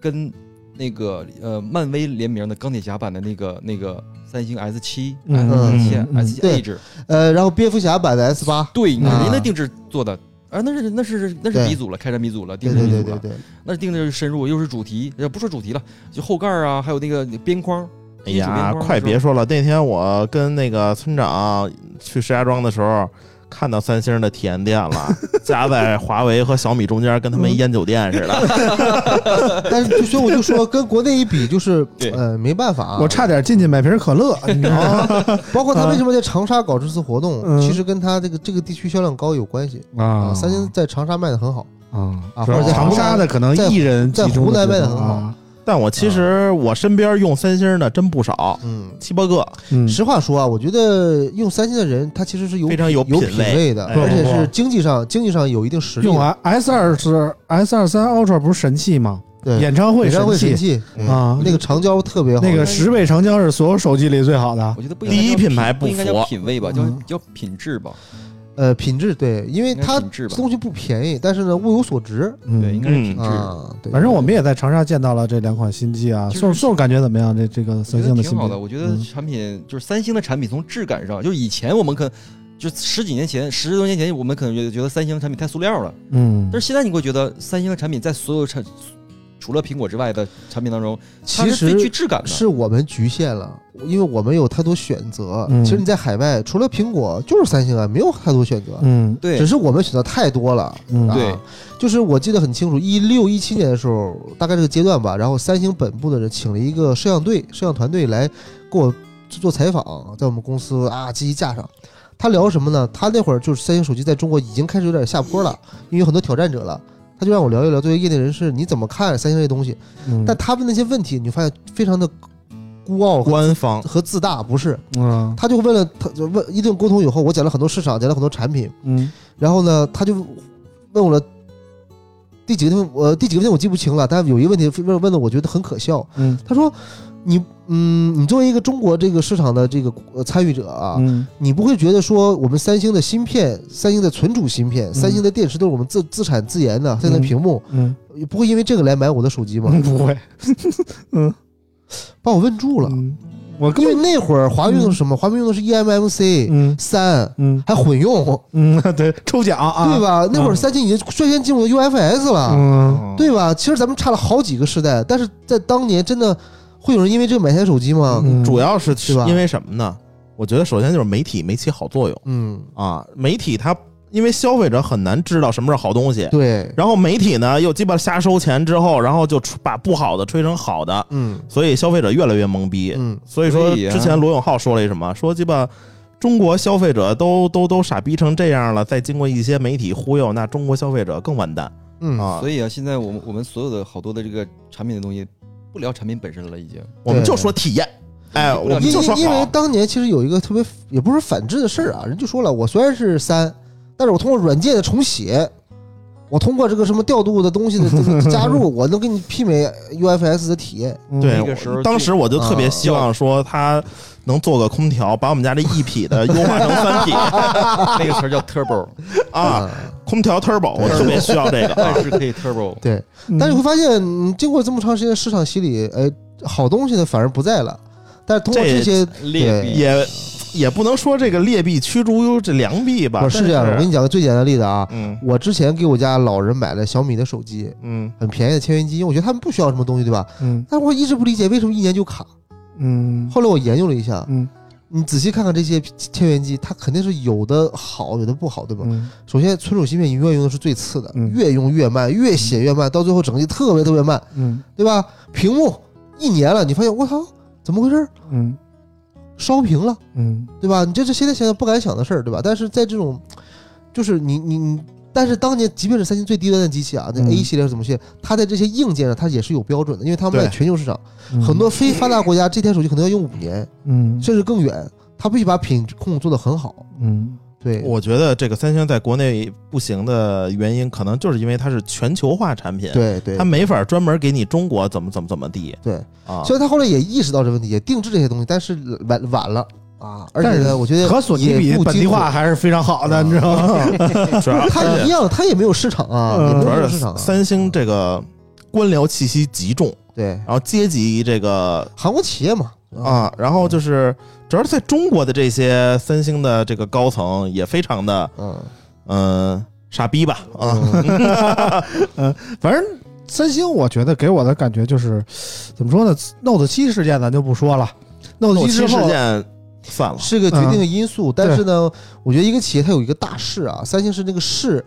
S2: 跟那个呃漫威联名的钢铁侠版的那个那个三星 S 七、
S1: 嗯
S2: S 七、
S1: 嗯嗯
S2: S 七
S4: 对
S2: Edge，
S4: 呃，然后蝙蝠侠版的 S 八，
S2: 对，你看
S4: 啊
S2: 人家定制做的。啊，那是那是那是
S4: 对
S2: 鼻祖了，开山鼻祖了，定
S4: 对
S2: 制鼻
S4: 对
S2: 祖
S4: 对
S2: 了。
S4: 对对，
S2: 那定制深入，又是主题，呃也不说主题了，就后盖儿啊，还有那个边框，
S3: (laughs) 哎
S2: 金属边
S3: 呀，
S2: 框
S3: 快
S2: 的时候
S3: 别说了！那天我跟那个村长去石家庄的时候，看到三星的体验店
S4: (laughs)
S3: 了，夹在华为和小米中间，跟他们一烟酒店似的。
S4: (laughs) 但是就所以我就说，跟国内一比，
S1: (laughs)
S4: 就是
S2: 对
S4: 呃没办法啊。
S1: 我啊差点进去买瓶可乐，你知道 (laughs) 吗？
S4: 包括他为什么在长沙搞这次活动，
S1: 嗯
S4: 其实跟他这个这个地区销量高有关系啊。三星在长沙卖的很好，
S1: 啊
S4: 啊
S1: 主要
S4: 或者在
S1: 长沙的可能
S4: 在
S1: 艺人
S4: 在
S1: 集中
S4: 湖南
S1: 的
S4: 卖得
S1: 地方
S4: 很好
S1: 啊，
S3: 但我其实我身边用三星的真不少，
S4: 嗯。
S3: 七八个。
S1: 嗯，
S4: 实话说啊，我觉得用三星的人，他其实是有
S3: 非常有
S4: 有
S3: 品
S4: 品
S3: 味
S4: 味的，
S3: 哎
S4: 而且
S1: 不不
S4: 是经济上经济上有一定实力的。
S1: 用完 S 二十 S 二三 Ultra 不是神器吗？
S4: 对
S1: 演唱会
S4: 演唱会神
S1: 神器
S4: 器嗯
S1: 啊
S4: 那个长焦特别好，
S1: 那个十倍长焦是所有手机里最好的
S2: 我觉得不应该
S3: 第一
S2: 叫
S3: 品牌
S2: 不
S3: 不
S2: 应该
S3: 服
S2: 叫，品味吧，叫
S1: 嗯
S2: 叫品质吧，
S4: 呃品质对，因为
S2: 应该
S4: 它
S2: 品质吧
S4: 东西不便宜，但是呢物有所值
S2: 对，
S1: 嗯，
S2: 应该是品质。
S4: 啊。对
S1: 反正我们也在长沙见到了这两款新机啊，
S2: 就是
S1: 宋宋感觉怎么样？这这个
S2: 我
S1: 三
S2: 觉得
S1: 星的嗯
S2: 挺
S1: 新
S2: 好的，
S1: 机，
S2: 我觉得产品就是三星的产品，从质感上，就是以前我们可就十几年前、十多年前，我们可能觉得觉得三星的产品太塑料了，
S1: 嗯
S2: 但是现在你会觉得三星的产品在所有产除了苹果之外的产品当中，它
S4: 其
S2: 是最具
S4: 实
S2: 质感的。
S4: 是我们局限了，因为我们有太多选择。
S1: 嗯
S4: 其实你在海外，除了苹果就是三星啊，没有太多选择。
S1: 嗯
S2: 对
S4: 只，是我们选择太多了，
S1: 嗯
S4: 啊
S2: 对，
S4: 就是我记得很清楚，一六一七年的时候，大概这个阶段吧，然后三星本部的人请了一个摄像队、摄像团队来给我做采访，在我们公司啊机器架上，他聊什么呢？他那会儿就是三星手机在中国已经开始有点下坡了，因为有很多挑战者了，他就让我聊一聊作为业内人士你怎么看三星这东西，
S1: 嗯，
S4: 但他问那些问题，你就发现非常的孤傲和
S3: 官方
S4: 和自大，不是？
S1: 嗯
S4: 他就问了，他就问一顿沟通以后，我讲了很多市场，讲了很多产品，
S1: 嗯
S4: 然后呢，他就问我了第几个问我第几个问题我记不清了，但有一个问题问问的我觉得很可笑。
S1: 嗯
S4: 他说：“你嗯，你作为一个中国这个市场的这个呃参与者啊，
S1: 嗯
S4: 你不会觉得说我们三星的芯片、三星的存储芯片、三星的电池都是我们自自产自研的，三星的屏幕、
S1: 嗯，
S4: 不会因为这个来买我的手机吗
S1: 嗯？”不会
S4: 把我问住了。
S1: 嗯我根
S4: 因为
S1: 本
S4: 那会儿华运动是什么？华运动是 E EMMC
S1: 嗯
S4: 三，
S1: 嗯
S4: 还混用，
S1: 嗯， (laughs) 对，抽奖啊，
S4: 对？吧？那会儿三星已经率先进入了 UFS 了，
S1: 嗯，
S4: 对吧？其实咱们差了好几个世代，但是在当年真的会有人因为这个买台手机吗？
S1: 嗯
S6: 主要是
S4: 是吧
S6: 因为什么呢？我觉得首先就是媒体没起好作用
S4: 嗯，
S6: 啊，媒体它因为消费者很难知道什么是好东西，
S4: 对，
S6: 然后媒体呢又鸡巴瞎收钱之后，然后就出把不好的吹成好的，
S4: 嗯
S6: 所以消费者越来越懵逼。
S4: 嗯，
S6: 所以说
S2: 所以啊
S6: 之前罗永浩说了一什么，说鸡巴。中国消费者都都都傻逼成这样了，再经过一些媒体忽悠，那中国消费者更完蛋
S4: 嗯
S6: 啊！
S2: 所以啊，现在我们我们所有的好多的这个产品的东西，不聊产品本身了，已经。
S6: 我们就说体验，哎，我们
S4: 因
S6: 就说
S4: 因因为
S6: 好，
S4: 当年其实有一个特别也不是反制的事儿啊，人就说了，我虽然是三，但是我通过软件的重写，我通过这个什么调度的东西的这个加入，我能给你媲美 UFS 的体验。
S6: 对，
S1: 哎
S2: 那个时候
S6: 当时我就特
S4: 嗯
S6: 别希望说他能做个空调，把我们家这一匹的优化成
S4: (laughs)
S6: 三匹
S2: 那个词儿叫
S1: (laughs)
S2: turbo，
S6: 啊，
S4: 嗯
S6: 空调 turbo，我特别需要这个。啊
S2: 但是可以 turbo。
S4: 对，
S1: 嗯
S4: 但是你会发现，嗯经过这么长时间的市场洗礼，哎，好东西呢反而不在了。但是通过
S6: 这
S4: 这些，
S2: 劣币
S6: 也也不能说这个劣币驱逐这良币吧，
S4: 我是这样的，我
S6: 但
S4: 给你讲个最简单的例子啊。
S6: 嗯
S4: 我之前给我家老人买了小米的手机，
S6: 嗯，
S4: 很便宜的千元机，因为我觉得他们不需要什么东西，对吧？
S1: 嗯
S4: 但是我一直不理解为什么一年就卡。
S1: 嗯
S4: 后来我研究了一下，
S1: 嗯
S4: 你仔细看看这些千元机，它肯定是有的好，有的不好，对吧？
S1: 嗯
S4: 首先，存储芯片你永远用的是最次的，
S1: 嗯
S4: 越用越慢，越写越慢，到最后整个就特别特别慢，
S1: 嗯
S4: 对吧？屏幕一年了，你发现我操，怎么回事儿？
S1: 嗯
S4: 烧屏了，
S1: 嗯
S4: 对吧？你这是现在想想不敢想的事儿，对吧？但是在这种，就是你你你，但是当年即便是三星最低端的机器啊，那
S1: 嗯
S4: A 系列是怎么写，它在这些硬件上它也是有标准的，因为他们在
S6: 对
S4: 全球市场，
S1: 嗯，
S4: 很多非发达国家这台手机可能要用五年，
S1: 嗯
S4: 甚至更远，它必须把品控做得很好。
S1: 嗯
S4: 对，
S6: 我觉得这个三星在国内不行的原因，可能就是因为它是全球化产品，
S4: 对对
S6: 它，没法专门给你中国怎么怎么怎么地。
S4: 对
S6: 啊，
S4: 虽然他后来也意识到这问题，也定制这些东西，但是晚晚了啊。而且
S1: 但是
S4: 呢，我觉得
S1: 和索尼比，
S4: 也不
S1: 本地
S4: 精准
S1: 化还是非常好的，你知道吗？
S4: (laughs)
S6: 主要
S4: 它一样，它也没有市场啊，
S1: 嗯
S4: 也没
S6: 主
S4: 有
S6: 要
S4: 市场
S6: 是
S4: 啊。
S6: 三星这个官僚气息极重，
S4: 对
S6: 然后阶级这个
S4: 韩国企业嘛，
S6: 啊，然后就是主要是在中国的这些三星的这个高层也非常的
S4: 嗯，
S6: 嗯、呃傻逼吧啊，
S1: 反正三星，我觉得给我的感觉就是，怎么说呢？Note 七事件咱就不说了，Note
S6: (laughs) 后
S1: 七
S6: 期
S1: 之
S6: 事
S1: 后，
S6: 件算了，
S4: 是个决定的因
S6: 嗯
S4: 素。但是呢，我觉得一个企业它有一个大势啊，三星是那个势，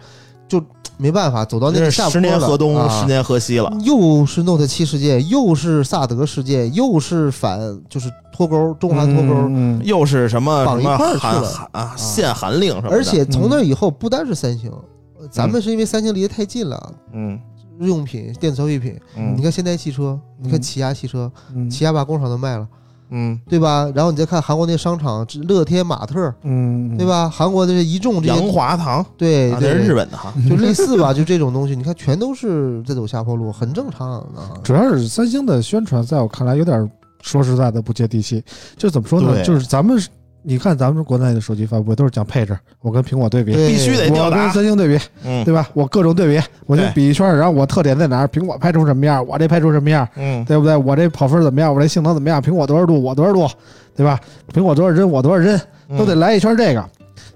S4: 就没办法走到哦那
S6: 这
S4: 个
S6: 是
S4: 下
S6: 十
S4: 坡
S6: 年
S4: 了。
S6: 河东，
S4: 啊
S6: 十年河西了。
S4: 又是 Note 七事件，又是萨德事件，又是反就是脱钩，中韩脱钩，
S1: 嗯嗯
S6: 又是什么
S4: 绑
S6: 什
S4: 一
S6: 么
S4: 块儿去
S6: 韩
S4: 了
S6: 韩啊限韩令什么的，
S4: 而且从那以后，不单是三星，呃咱们是因为三星离得太近了，
S6: 嗯
S4: 日用品、电子消费品。
S6: 嗯
S4: 你看现代汽车，你看
S1: 嗯
S4: 起亚汽车，
S1: 嗯
S4: 起亚把工厂都卖了，
S6: 嗯，
S4: 对吧？然后你再看韩国那商场，这乐天、玛特，
S1: 嗯，
S4: 对？吧？韩国的这一众这
S6: 洋
S4: 些，
S6: 华堂啊
S4: 对
S6: 那
S4: 对，
S6: 是日本的哈，
S4: 对，就类似吧，就这种东西，你看全都是在走下坡路，很正常啊。
S1: 主要是三星的宣传，在我看来有点儿说实在的不接地气。就怎么说呢？
S6: 对
S1: 就是咱们是，你看咱们国内的手机发布会都是讲配置，我跟苹果对比，
S4: 对
S6: 必须得吊
S1: 我跟
S6: 打，
S1: 三星对比，
S6: 嗯
S1: 对吧？我各种对比，我就
S6: 对
S1: 比一圈儿，然后我特点在哪儿？苹果拍出什么样儿，我这拍出什么样儿，
S6: 嗯，
S1: 对不对？我这跑分儿怎么样？我这性能怎么样？苹果多少度？我多少度？对吧？苹果多少帧？我多少帧？都得
S6: 嗯。
S1: 来一圈这个。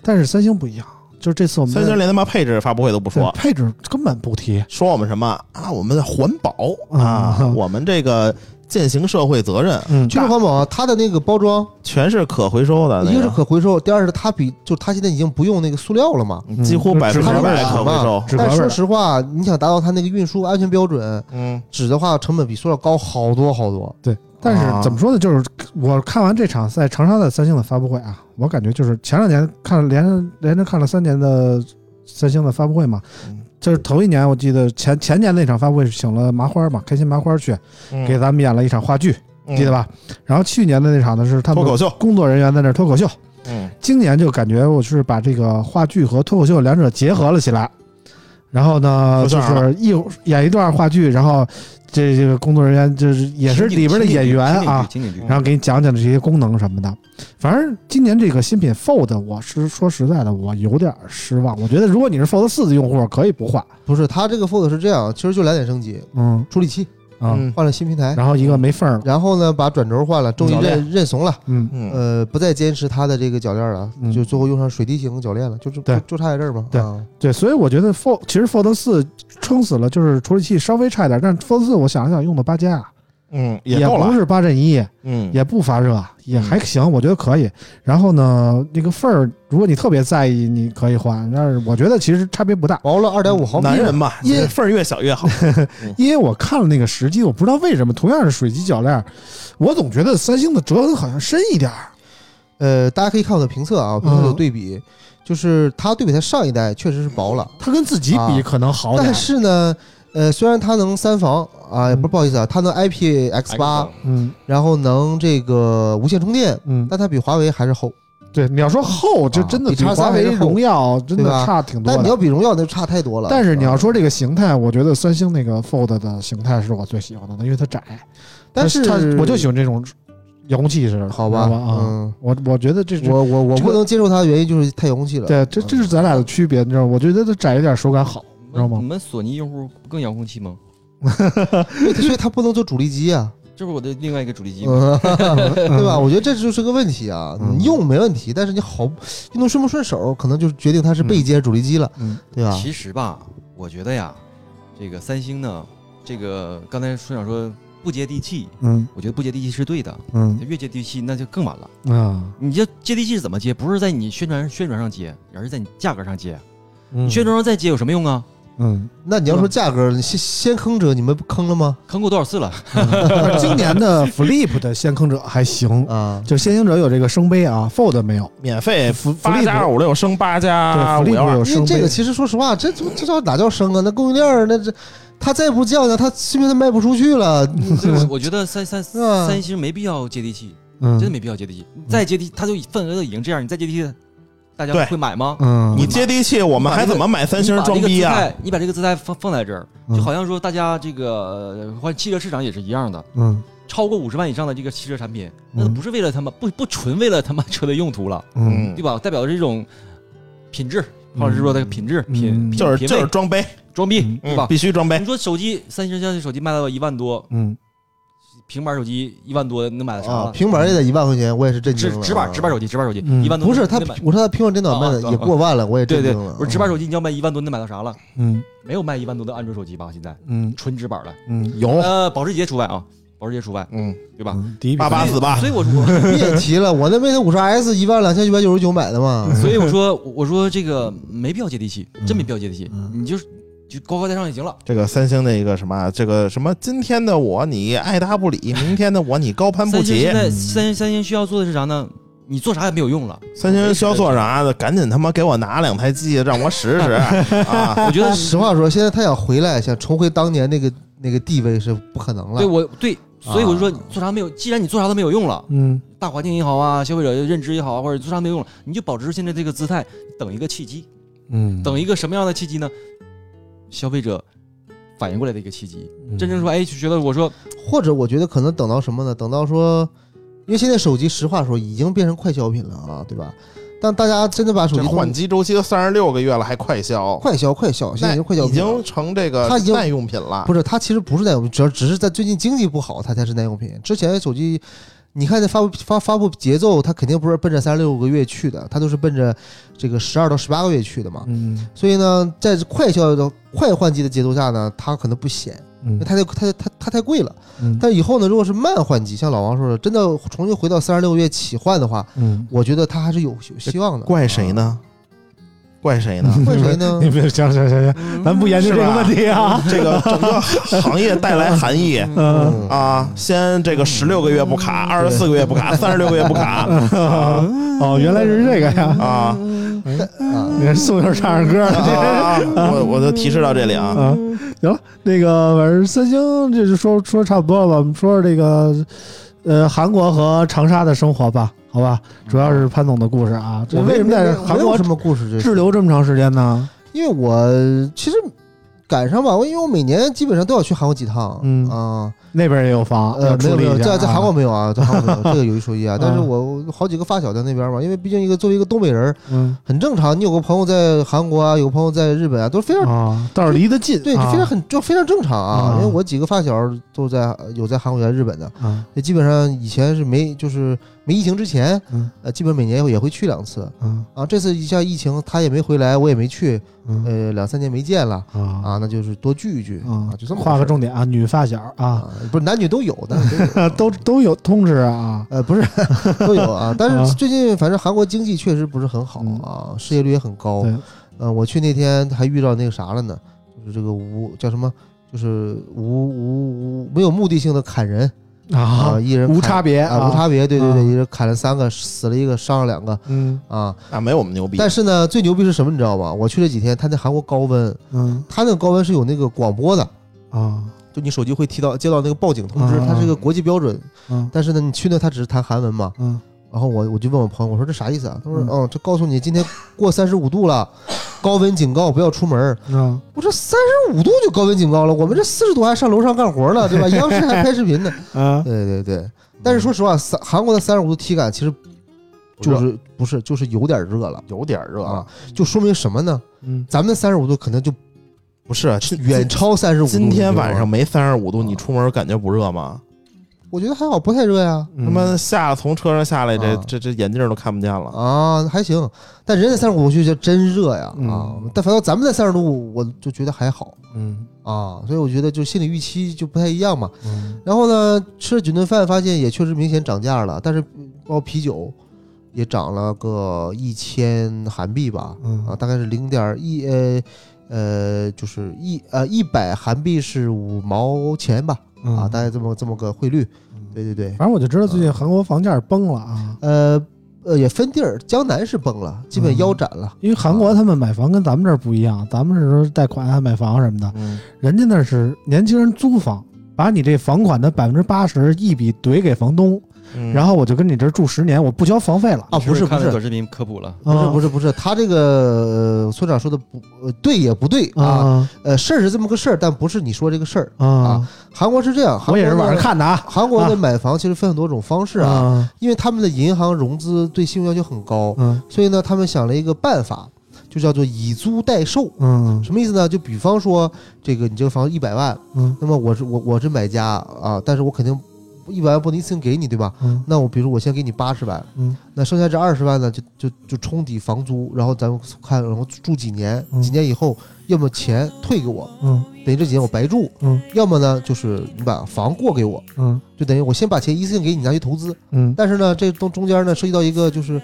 S1: 但是三星不一样，就是这次我们
S6: 三星连他妈配置发布会都不
S1: 对
S6: 说，
S1: 配置根本不提。
S6: 说我们什么啊？我们环保啊，
S1: 嗯
S6: 我们这个践行社会责任，
S1: 嗯
S4: 居住环保啊，它的那个包装，
S6: 全是可回收啊的，那
S4: 一个是可回收，第二是它比就它现在已经不用那个塑料了嘛。
S1: 嗯
S6: 几乎百分
S1: 纸
S6: 之
S1: 盒
S4: 它
S1: 味
S4: 是
S1: 儿的
S6: 百可
S4: 纸
S6: 回收
S4: 嘛，，
S1: 纸盒
S4: 但
S1: 味儿
S4: 说
S1: 的
S4: 实话，你想达到它那个运输安全标准，
S6: 嗯，
S4: 纸的话成本比塑料高好多好多。
S1: 对。但
S6: 啊
S1: 是怎么说呢？就是我看完这场在长沙的三星的发布会啊，我感觉就是前两年看连连着看了三年的三星的发布会嘛
S6: 嗯，
S1: 就是头一年我记得前前年那场发布会是请了麻花嘛，开心麻花去
S6: 嗯
S1: 给咱们演了一场话剧，记得？吧？然后去年的那场呢是他
S6: 脱
S1: 们
S6: 口
S4: 呃
S6: 秀，
S1: 工作人员在那儿脱口秀，
S6: 嗯，
S1: 今年就感觉我是把这个话剧和脱口秀两者结合了起来，然后呢，就
S6: 说相声
S1: 是一演一段话剧，然后这这个工作人员就是也是里边的演员啊，
S2: 情景剧，
S1: 然后给你讲讲这些功能什么的。反正今年这个新品 Fold，我是说实在的，我有点失望。我觉得如果你是 Fold 四的用户，可以不换。
S4: 不是，它这个 Fold 是这样，其实就两点升级，
S1: 嗯
S4: 处理器
S1: 啊，
S6: 嗯
S4: 换了新平台，
S1: 然后一个没缝儿了，
S4: 然后呢把转轴换了，终于
S6: 脚链
S4: 认认怂了，
S1: 嗯，
S6: 嗯，
S4: 呃，不再坚持他的这个脚链了
S1: 嗯，
S4: 就最后用上水滴型脚链了，就这
S1: 对
S4: 就就差在这儿嘛。
S1: 对
S4: 啊
S1: 对，所以我觉得 Fold 其实 Fold 四撑死了，就是处理器稍微差一点，但是 Fold 四我想了想用的八加啊
S6: 嗯，
S1: 也
S6: 也够
S1: 不
S6: 了，
S1: 是八阵一，
S6: 嗯，
S1: 也不发热，啊
S4: 嗯
S1: 也还行，我觉得可以。然后呢，那个缝儿，如果你特别在意，你可以换，但是我觉得其实差别不大，
S4: 毛了二点五毫米，
S6: 男人嘛，
S1: 因
S6: 缝儿越小
S4: (laughs)
S6: 越好。
S4: 嗯
S1: 因为我看了那个时机，我不知道为什么同样是水机脚链儿，我总觉得三星的折痕好像深一点儿。
S4: 呃，大家可以看我的评测啊，我评测
S1: 嗯
S4: 有对比，就是它对比它上一代确实是薄了，
S1: 它跟自己比
S4: 啊
S1: 可能好嗯点
S4: 但
S1: 儿，
S4: 是呢，呃，虽然它能三防啊，也不是不好意思啊，它能 IPX 八，
S1: 嗯
S4: 然后能这个无线充电，
S1: 嗯，
S4: 但它比华为还是厚。
S1: 对，你要说厚，就真的
S4: 啊比
S1: 比
S4: 叉三
S1: 华为、
S4: 还是厚
S1: 荣耀真的
S4: 对吧
S1: 差挺多
S4: 但你要
S1: 的。
S4: 比荣耀那就差太多了。
S1: 但是你要
S4: 啊，
S1: 说这个形态，我觉得三星那个 Fold 的形态是我最喜欢的，因为它窄。
S4: 但是
S1: 它我就喜欢这种遥控器似的，
S4: 好
S1: 吧？
S4: 吧，
S1: 啊，
S4: 嗯，
S1: 我我觉得这是
S4: 我我我
S1: 这个
S4: 不能接受它的原因就是太遥控器了。
S1: 对，这这是咱俩的区别，你知道吗？我觉得它窄一点手感好，
S2: 你
S1: 知道
S2: 嗯
S1: 吗
S2: 们你们索尼用户不更遥控器吗？
S4: 对所以它不能做主力
S1: (laughs)
S4: 机啊，
S2: 这不是我的另外一个主力机吗？
S4: 嗯 (laughs) 对吧？我觉得这就是个问题啊。
S1: 嗯
S4: 你用没问题，但是你好运动顺不顺手，可能就是决定它是背接主力机了
S1: 嗯，
S4: 对
S6: 啊
S4: 吧？
S2: 其实吧，我觉得呀，这个三星呢，这个刚才说想说不接地气，
S1: 嗯
S2: 我觉得不接地气是对的，
S1: 嗯
S2: 越接地气那就更完了。
S1: 啊，
S2: 你这接地气是怎么接？不是在你宣传宣传上接，而是在你价格上接。
S1: 你
S6: 嗯
S2: 你宣传上再接有什么用啊？
S1: 嗯，
S4: 那你要说价格，你先先坑者，你们不坑了吗？
S2: 坑过多少次
S6: (laughs)
S2: 了？
S1: 嗯
S4: 呃
S1: 今年的 Flip 的先坑者还行，
S4: 啊，
S1: 就先行者有这个升杯啊，Fold 没有，
S6: 免费
S1: 福福
S6: 八
S1: 利
S6: 加二
S1: 不
S6: 五六升八
S1: 对
S2: 啊
S6: 加五幺
S1: ，Flip
S6: 二
S1: 有，
S4: 因为
S1: 升
S4: 这
S1: 杯
S4: 个，其实说实话，这这这叫哪叫升啊？那供应链儿那这，它再不降呢，它芯片它卖不出去了。
S2: 所以我我觉得三
S6: (laughs)
S2: 三
S4: 啊
S6: 嗯
S2: 三星没必要接地气，
S1: 嗯
S2: 真的没必要接地气。再接地，它就份额都已经这样，你再接地气，大家
S6: 对
S2: 会买吗？
S1: 嗯，
S6: 你接地气，我们还怎么买三星
S2: 你把
S6: 装
S2: 这个
S6: 逼
S2: 姿
S6: 啊？
S2: 态，你把这个姿态放放在这儿，
S1: 嗯
S2: 就好像说大家这个呃换汽车市场也是一样的，
S1: 嗯
S2: 超过五十万以上的这个汽车产品，那
S1: 嗯
S2: 不是为了他们不不纯为了他妈车的用途了，
S1: 嗯，
S2: 对吧？代表着一种品质，或者是说的品质、
S1: 嗯
S2: 品
S1: 嗯
S2: 品
S6: 就是
S2: 品
S6: 就是
S2: 味、
S6: 装杯，
S2: 装逼，
S1: 嗯
S2: 对吧？
S6: 必须装杯
S2: 你。说手机，三星现在手机卖到一万多，
S1: 嗯
S2: 平板手机一万多，能买的啥
S4: 啊
S2: 了，？
S4: 平板儿也得一万块钱，我也是震惊
S2: 直
S4: 了。啊
S2: 直板直板手机，直板手机
S1: 嗯
S2: 一万多
S4: 不啊
S2: 能，
S4: 是他
S2: 能买，
S4: 我说他平板电脑卖的也过万了，我也
S2: 对
S4: 震
S2: 对
S4: 惊了。，
S2: 不是直板手机，你要卖一万多，能买到啥了？
S1: 嗯
S2: 没有卖一万多的安卓手机吧？现在
S1: 嗯
S2: 纯直板了，
S1: 嗯，
S6: 有，
S2: 呃，保时捷除外啊，保时捷除外，
S6: 嗯，
S2: 对吧？
S1: 嗯第一笔
S6: 八八
S2: 所以
S6: 四八
S2: 所以我说，
S4: 你也提了，我那 Mate 五十 S 一万两千九百九十九买的 (laughs) 嘛。
S2: 所以我说，我说这个没必要接地气，真没必要接地气，
S1: 嗯
S2: 你就是就高高在上就行了。
S6: 这个三星那个什么，这个什么，今天的我你爱答不理，明天的我你高攀不
S2: 三星
S6: 起
S2: 现。在三星三星需要做的是啥呢？你做啥也没有用了。
S6: 三星需要做啥的？赶紧他妈给我拿两台机，让我使使
S2: (laughs) 哎
S6: 啊！
S2: 我觉
S4: (laughs)
S2: 得，
S4: 实话说，现在他想回来，想重回当年那个那个地位是不可能
S2: 对
S4: 了。
S2: 我对，所以我就说，你做啥没有？既然你做啥都没有用了，
S1: 嗯
S2: 大环境也好啊，消费者认知也好啊，或者做啥没有用了，你就保持现在这个姿态，等一个契机，
S1: 嗯，
S2: 等一个什么样的契机呢？消费者反应过来的一个契机，
S1: 嗯
S2: 真正说，哎，就觉得我说
S4: 或者我觉得可能等到什么呢？等到说，因为现在手机实话说已经变成快消品了啊，对吧？但大家真的把手
S6: 这
S4: 机
S6: 换机周期都三十六个月了，还快消，
S4: 快消快消，现在
S6: 那
S4: 就快消
S6: 已
S4: 品了
S6: 经成这个
S4: 它已经
S6: 耐用品了。
S4: 不是，它其实不是耐用品，主要只是在最近经济不好，它才是耐用品。之前手机，你看这发布发发布节奏，它肯定不是奔着三十六个月去的，它都是奔着这个十二到十八个月去的嘛。
S1: 嗯
S4: 所以呢，在这快消的快换机的节奏下呢，它可能不显，因
S1: 嗯
S4: 为它太它它它太贵了。
S1: 嗯
S4: 但以后呢，如果是慢换机，像老王说的，真的重新回到三十六个月起换的话，
S1: 嗯，
S4: 我觉得它还是有有希望的。啊
S6: 怪谁？呢？怪谁
S2: 嗯
S6: 呢？
S4: 怪谁
S1: (laughs)
S4: 呢
S1: 你？别行行行行，咱不研究这个问题啊，
S6: 这个整个行业带来寒意
S1: 嗯
S6: 啊！先这个十六个月不卡，二十四个月不卡，三十六个月不卡
S1: (laughs) 哦，原来是这个呀。
S6: 啊！
S4: 啊
S1: 你看宋又唱上歌
S6: 啊
S1: 了，
S6: 啊我我就提示到这里啊。
S1: 啊，行了，那个反正三星这就说说差不多了吧，我们说说这个呃韩国和长沙的生活吧，好吧，主要是潘总的故事啊，这
S4: 我
S1: 为什么在
S4: 没
S1: 韩
S4: 没
S1: 国
S4: 有什么故事？这是
S1: 滞留这么长时间呢？
S4: 因为我其实赶上吧，因为我每年基本上都要去韩国几趟，
S1: 嗯
S4: 啊，
S1: 那边也有房，
S4: 呃，
S1: 要
S4: 没
S1: 处
S4: 有没
S1: 理
S4: 有，
S1: 一下
S4: 在在
S1: 啊
S4: 韩国没有啊，在韩国
S1: (laughs)
S4: 没有，这个有一说一啊，但是
S1: 嗯
S4: 我我好几个发小在那边嘛，因为毕竟一个作为一个东北人，
S1: 嗯
S4: 很正常，你有个朋友在韩国啊，有个朋友在日本啊，都是非常
S1: 啊，倒是离得近，
S4: 对，
S1: 啊
S4: 就非常很就非常正常啊，
S1: 啊
S4: 因为我几个发小都在有在韩国、在日本的，
S1: 啊
S4: 那基本上以前是没就是没疫情之前
S1: 嗯，
S4: 呃，基本每年也会去两次
S1: 嗯
S4: 啊。这次一下疫情，他也没回来，我也没去，
S1: 嗯
S4: 呃，两三年没见了
S1: 啊
S4: 啊，那就是多聚一聚
S1: 啊，，
S4: 啊就这么
S1: 画
S4: 回
S1: 个
S4: 事
S1: 重点啊，女发小啊，
S4: 啊，不是男女都有，男女都
S1: (laughs)
S4: 有
S1: 都都有通知啊，
S4: 呃，不是都有啊，但
S1: 啊
S4: 是最近反正韩国经济确实不是很好
S1: 嗯
S4: 啊，失业率也很高。
S1: 对，
S4: 呃，我去那天还遇到那个啥了呢，就是这个无叫什么，就是无无无没有目的性的砍人啊，
S1: 啊，
S4: 一人
S1: 无
S4: 砍
S1: 差别
S4: 啊，无差别，对对
S1: 啊
S4: 对，一人砍了三个，死了一个，伤了两个
S1: 嗯
S4: 啊。
S6: 那没我们牛逼。
S4: 但是呢，最牛逼是什么，你知道吗？我去这几天，他那韩国高温，
S1: 嗯
S4: 他那个高温是有那个广播的，
S1: 啊
S4: 就你手机会提到接到那个报警通知，
S1: 啊
S4: 它是一个国际标准。
S1: 嗯
S4: 但是呢，你去那他只是谈韩文嘛。
S1: 嗯
S4: 然后我我就问我朋友，我说这啥意思啊？他说，
S1: 嗯
S4: 嗯，这告诉你今天过三十五度了，高温警告，不要出门儿。
S1: 啊
S4: 我说三十五度就高温警告了，我们这四十度还上楼上干活呢，
S6: (laughs)
S4: 对吧？央视还拍视频呢。
S1: 啊
S4: 对对对，但是说实话，三韩国的三十五度体感其实就
S6: 热
S4: 是不是就是有点热了
S6: 有点热
S4: 啊，，就说明什么呢？
S1: 嗯
S4: 咱们三十五度可能就
S6: 不是
S4: 远。超三十五度。
S6: 今今天晚上
S4: 你知道吗，
S6: 没三十五度，你出门感觉不热吗？
S4: 我觉得还好，不太热呀。
S1: 嗯
S6: 他妈下从车上下来，这
S4: 啊
S6: 这这眼镜都看不见了。
S4: 啊，还行，但人家三十五度就觉得真热呀啊
S1: 嗯！
S4: 但反倒咱们在三十度，我就觉得还好
S1: 嗯
S4: 啊，所以我觉得就心理预期就不太一样嘛。
S1: 嗯
S4: 然后呢，吃了几顿饭，发现也确实明显涨价了，但是嗯包括啤酒也涨了个一千韩币吧，
S1: 嗯
S4: 啊，大概是零点一呃呃，就是一呃一百韩币是五毛钱吧，啊，大概这么这么个汇率，对对对，
S1: 嗯反正我就知道最近韩国房价崩了啊，
S4: 呃呃也分地儿，江南是崩了，基本腰斩了，
S1: 因为韩国他们买房跟咱们这儿不一样，咱们是说贷款啊买房什么的，
S6: 嗯，
S1: 人家那是年轻人租房，把你这房款的百分之八十一笔怼给房东，
S6: 嗯
S1: 然后我就跟你这儿住十年，我不交房费了。
S4: 啊，
S2: 你
S4: 不
S2: 是
S4: 是不
S2: 看了
S4: 是。
S2: 短视频科普了，
S4: 不是不
S1: 是
S4: 是不是，他这个、呃、村长说的不、呃、对也不对啊，
S1: 啊
S4: 呃事儿是这么个事儿，但不是你说这个事儿。
S1: 啊！
S4: 韩国是这样，韩
S1: 我
S4: 国
S1: 也是
S4: 呢
S1: 网上看的啊。
S4: 韩国
S1: 啊
S4: 的买房其实分很多种方式啊，
S1: 啊，
S4: 因为他们的银行融资对信用要求很高，
S1: 嗯
S4: 所以呢，他们想了一个办法，就叫做以租代售。
S1: 嗯
S4: 什么意思呢？就比方说，这个你这个房一百万，
S1: 嗯
S4: 那么我是我我是买家啊，但是我肯定一百万不能一次性给你，对吧？
S1: 嗯
S4: 那我比如我先给你八十万，
S1: 嗯，
S4: 那剩下这二十万呢，就就就冲抵房租，然后咱们看，然后住几年，
S1: 嗯
S4: 几年以后，要么钱退给我，
S1: 嗯
S4: 等于这几年我白住，
S1: 嗯，
S4: 要么呢就是你把房过给我，
S1: 嗯
S4: 就等于我先把钱一次性给你拿去投资，
S1: 嗯
S4: 但是呢，这中中间呢涉及到一个就是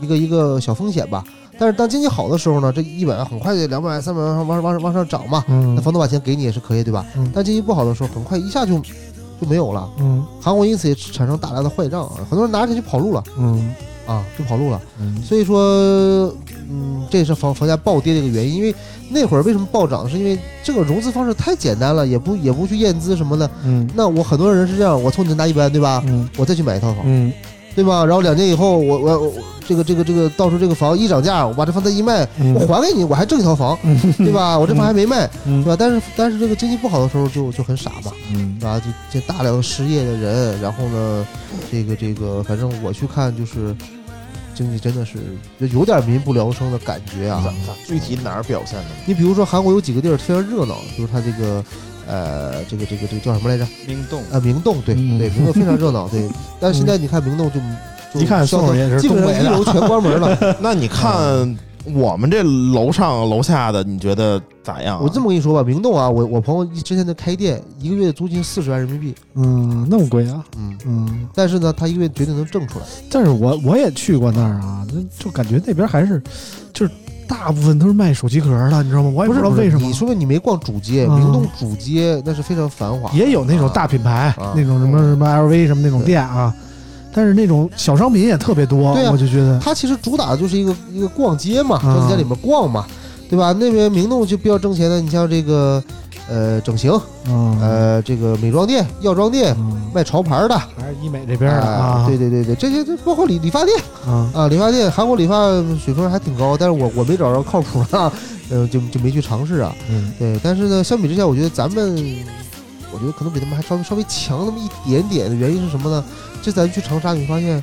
S4: 一个一个小风险吧。但是当经济好的时候呢，这一百万很快就两百万、三百万往往往上往上涨嘛，那
S1: 嗯
S4: 房东把钱给你也是可以，对吧？
S1: 嗯
S4: 但经济不好的时候，很快一下就就没有了。
S1: 嗯
S4: 韩国因此也产生大量的坏账啊，很多人拿着钱就跑路了
S1: 嗯
S4: 啊，就跑路了。
S1: 嗯
S4: 所以说，嗯，这也是房房价暴跌的一个原因。因为那会儿为什么暴涨，是因为这个融资方式太简单了，也不也不去验资什么的。
S1: 嗯
S4: 那我很多人是这样，我从你这拿一百万，对吧？
S1: 嗯
S4: 我再去买一套房。
S1: 嗯
S4: 对吧？然后两年以后，我我我这个这个这个，到时候这个房一涨价，我把这房再一卖，我
S1: 嗯
S4: 还给你，我还挣一套
S6: (laughs)
S4: 房，对吧？我这房还没卖，对
S1: 嗯
S4: 吧？但是但是这个经济不好的时候就就很傻嘛，
S1: 嗯
S4: 对吧？就这大量失业的人，然后呢，这个这个，反正我去看就是经济真的是就有点民不聊生的感觉啊。
S6: 咋具体哪儿表现的？
S4: 你比如说韩国有几个地儿非常热闹，比如它这个呃这个这个这个叫什么来着？
S2: 冰冻
S4: 呃，明洞，对、
S1: 嗯
S4: 对，明洞非常热闹，对。
S1: (laughs)
S4: 但是现在你看明洞就。就
S1: 一看
S4: 消
S1: 宋
S4: 失
S1: 也是
S4: 基本
S1: 东
S4: 上
S1: 北
S4: 一
S1: 的
S4: 楼全关门了。
S1: (laughs)
S4: 嗯
S6: 那你看我们这楼上楼下的，你觉得咋样啊？
S4: 我这么跟你说吧，明洞啊，我我朋友一之前在开店，一个月租金四十万人民币，
S1: 嗯，那么贵啊？
S4: 嗯，
S1: 嗯，
S4: 但是呢，他一个月绝对能挣出来。
S1: 但是我我也去过那儿啊，就就感觉那边还是就是大部分都是卖手机壳的，你知道吗？我也
S4: 不
S1: 知
S4: 是
S1: 道
S4: 不是
S1: 为什么
S4: 你。说明你没逛主街，
S1: 啊
S4: 明洞主街那是非常繁华，
S1: 也有那种大品牌，
S4: 啊
S1: 那种什么什么 LV 什么那种店啊，但是那种小商品也特别多，
S4: 对啊
S1: 我就觉得，
S4: 它其实主打的就是一个一个逛街嘛，
S1: 嗯
S4: 就你在里面逛嘛，对吧？那边明洞就比较挣钱的，你像这个，呃整形，
S1: 嗯
S4: 呃这个美妆店、药妆店
S1: 嗯
S4: 卖潮牌的
S1: 还是医美这边的啊，
S4: 哎对对对对，这些都包括理理发店
S1: 啊，
S4: 啊，理发店韩国理发水分还挺高，但是我我没找着靠谱的啊，呃就就没去尝试啊。
S1: 嗯
S4: 对，但是呢，相比之下，我觉得咱们，我觉得可能比他们还稍微稍微强那么一点点的原因是什么呢？这咱去长沙，你发现，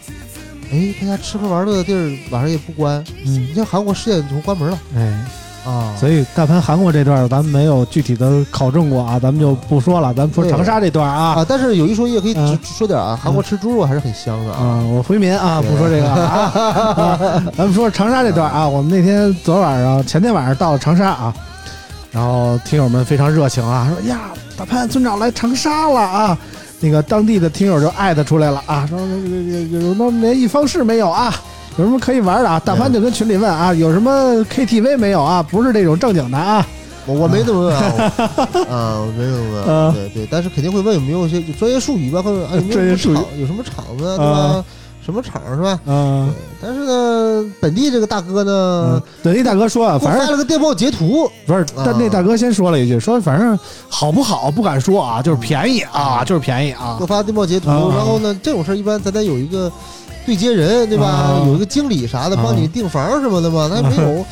S4: 哎，大家吃喝玩乐的地儿晚上也不关，
S1: 嗯
S4: 你像韩国十点钟关门了
S1: 哎，
S4: 啊，
S1: 所以大盘韩国这段儿咱们没有具体的考证过啊，咱们就不说了，咱们说
S4: 对
S1: 长沙这段儿啊
S4: 啊，但是有一说一，也可以
S1: 嗯
S4: 直说点啊，韩国吃猪肉还是很香的啊。
S1: 啊，我回民啊，不说这个啊，啊咱们说长沙这段啊，我们那天昨晚上、前天晚上到了长沙啊，然后听友们非常热情啊，说呀，大潘村长来长沙了啊，那个当地的听友就艾特出来了啊，说有有有什么联系方式没有啊？有什么可以玩的啊？大潘就跟群里问啊，有什么 KTV 没有啊？不是这种正经的啊，
S4: 我我没怎么问啊，我
S1: (laughs)
S4: 啊，我没怎么问
S1: 啊
S4: 啊，对对，但是肯定会问有没有一些专业术语吧，会问啊有没
S1: (laughs)
S4: 有
S1: 专业
S4: 什
S1: 术
S4: 么
S1: 语
S4: 厂有什么厂子啊，对
S1: 啊
S4: 吧？什么厂是吧？
S1: 嗯，
S4: 但是呢，本地这个大哥
S1: 嗯
S4: 呢，
S1: 等一大哥说啊，
S4: 给我
S1: 反正
S4: 呃发了个电报截图，
S1: 不是，
S4: 啊
S1: 但那大哥先说了一句，说反正好不好不敢说啊，就是便宜
S4: 嗯
S1: 啊，就是便宜啊
S4: 给我，发电报截图，
S1: 啊
S4: 然后呢，这种事儿一般咱得有一个对接人，对
S1: 啊
S4: 吧？有一个经理啥的
S1: 啊
S4: 帮你订房什么的嘛，他没有。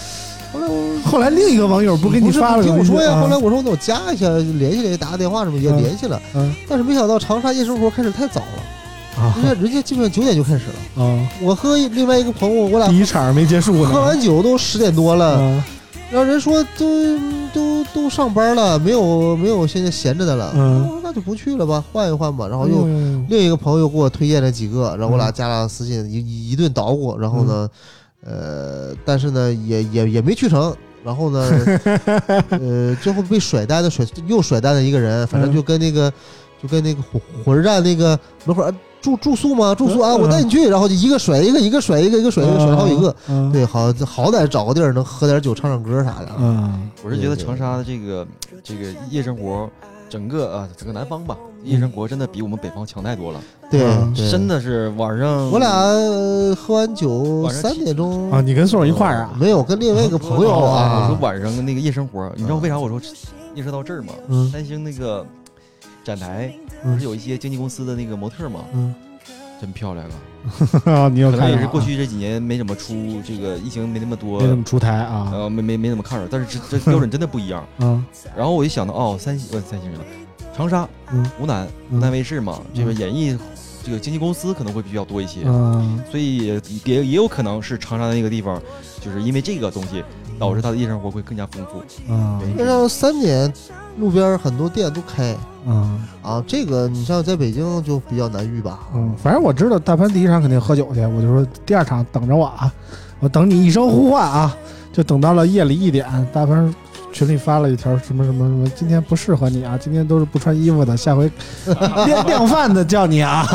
S4: 后来我
S1: (laughs) 后来另一个网友 (laughs) 不给你
S4: 嗯是
S1: 发了
S4: 听
S1: 个
S4: 我
S1: 微信
S4: 说呀，
S1: 啊
S4: 后来我说那我加一下，联系联系，打个电话什么也
S1: 嗯
S4: 联系了
S1: 嗯，
S4: 但是没想到长沙夜生活开始太早了，
S1: 啊
S4: 人家人家基本上九点就开始了。
S1: 啊，
S4: 我和另外一个朋友，我
S1: 嗯
S4: 俩
S1: 第一场没结束呢，
S4: 喝完酒都十点多了，
S1: 啊
S4: 然后人说都都都上班了，没有没有现在闲着的了，
S1: 嗯
S4: 我说那就不去了吧，换一换吧。然后
S1: 哎呦
S4: 又
S1: 呦
S4: 另一个朋友给我推荐了几个，然后我俩
S1: 嗯
S4: 加了私信一一一顿捣鼓，然后呢，呃，但是呢也也也没去成。然后呢，
S1: (laughs)
S4: 呃，最后被甩单的甩又甩单的一个人，反正
S1: 嗯
S4: 就跟那个、就跟那个火火车站那个门口啊住住宿吗？住宿啊，
S1: 嗯
S4: 我带你去。然后就一个甩一个，一个甩一个，一个甩一个，甩了好几个。，
S1: 嗯，
S4: 对，好好歹找个地儿能喝点酒、唱唱歌啥的。
S1: 嗯
S2: 我是觉得长沙的这个这个夜生活，整个啊整个南方吧，夜生活真的比我们北方强太多了，
S4: 对
S1: 嗯，
S4: 对
S2: 真。的是晚上
S4: 我俩呃喝完酒
S2: 晚上
S4: 三
S2: 起
S4: 点钟
S1: 啊，你跟宋儿一块儿啊，
S4: 没有跟另外一个朋友
S1: 哦
S2: 哦我
S4: 啊
S2: 说，晚上那个夜生活，你知道为啥我说映射到这儿吗？
S1: 嗯
S2: 三星那个展台
S1: 嗯
S2: 不是有一些经纪公司的那个模特吗？
S1: 嗯，
S2: 真漂亮啊！
S1: 啊 (laughs) 你又
S2: 可能
S1: 看
S2: 也是
S1: 上
S2: 过
S1: 啊
S2: 去这几年没怎么出这个疫情没那么多
S1: 没，怎么出台啊，
S2: 呃，没没没怎么看着，但是
S1: (laughs)
S2: 这这标准真的不一样。
S1: 嗯
S2: 然后我一想到哦，三星呃三星人了，长沙、
S1: 嗯
S2: 湖南、
S1: 嗯
S2: 湖南卫视嘛，这个
S1: 嗯
S2: 演艺这个经纪公司可能会比较多一些，
S1: 嗯
S2: 所以也也也有可能是长沙那个地方，就是因为这个东西导致他的夜生活会更加丰富。
S1: 嗯
S4: 然后三点路边很多店都开
S1: 嗯
S4: 啊，这个你像在北京就比较难
S1: (laughs)
S4: 遇吧？
S1: 嗯，反正我知道大潘第一场肯定喝酒去，我就说第二场等着我啊，我等你一声呼唤啊，就等到了夜里一点，大潘。群里发了一条什么什么什么，今天不适合你啊！今天都是不穿衣服的，下回量量贩子叫你
S4: (laughs)
S1: 啊！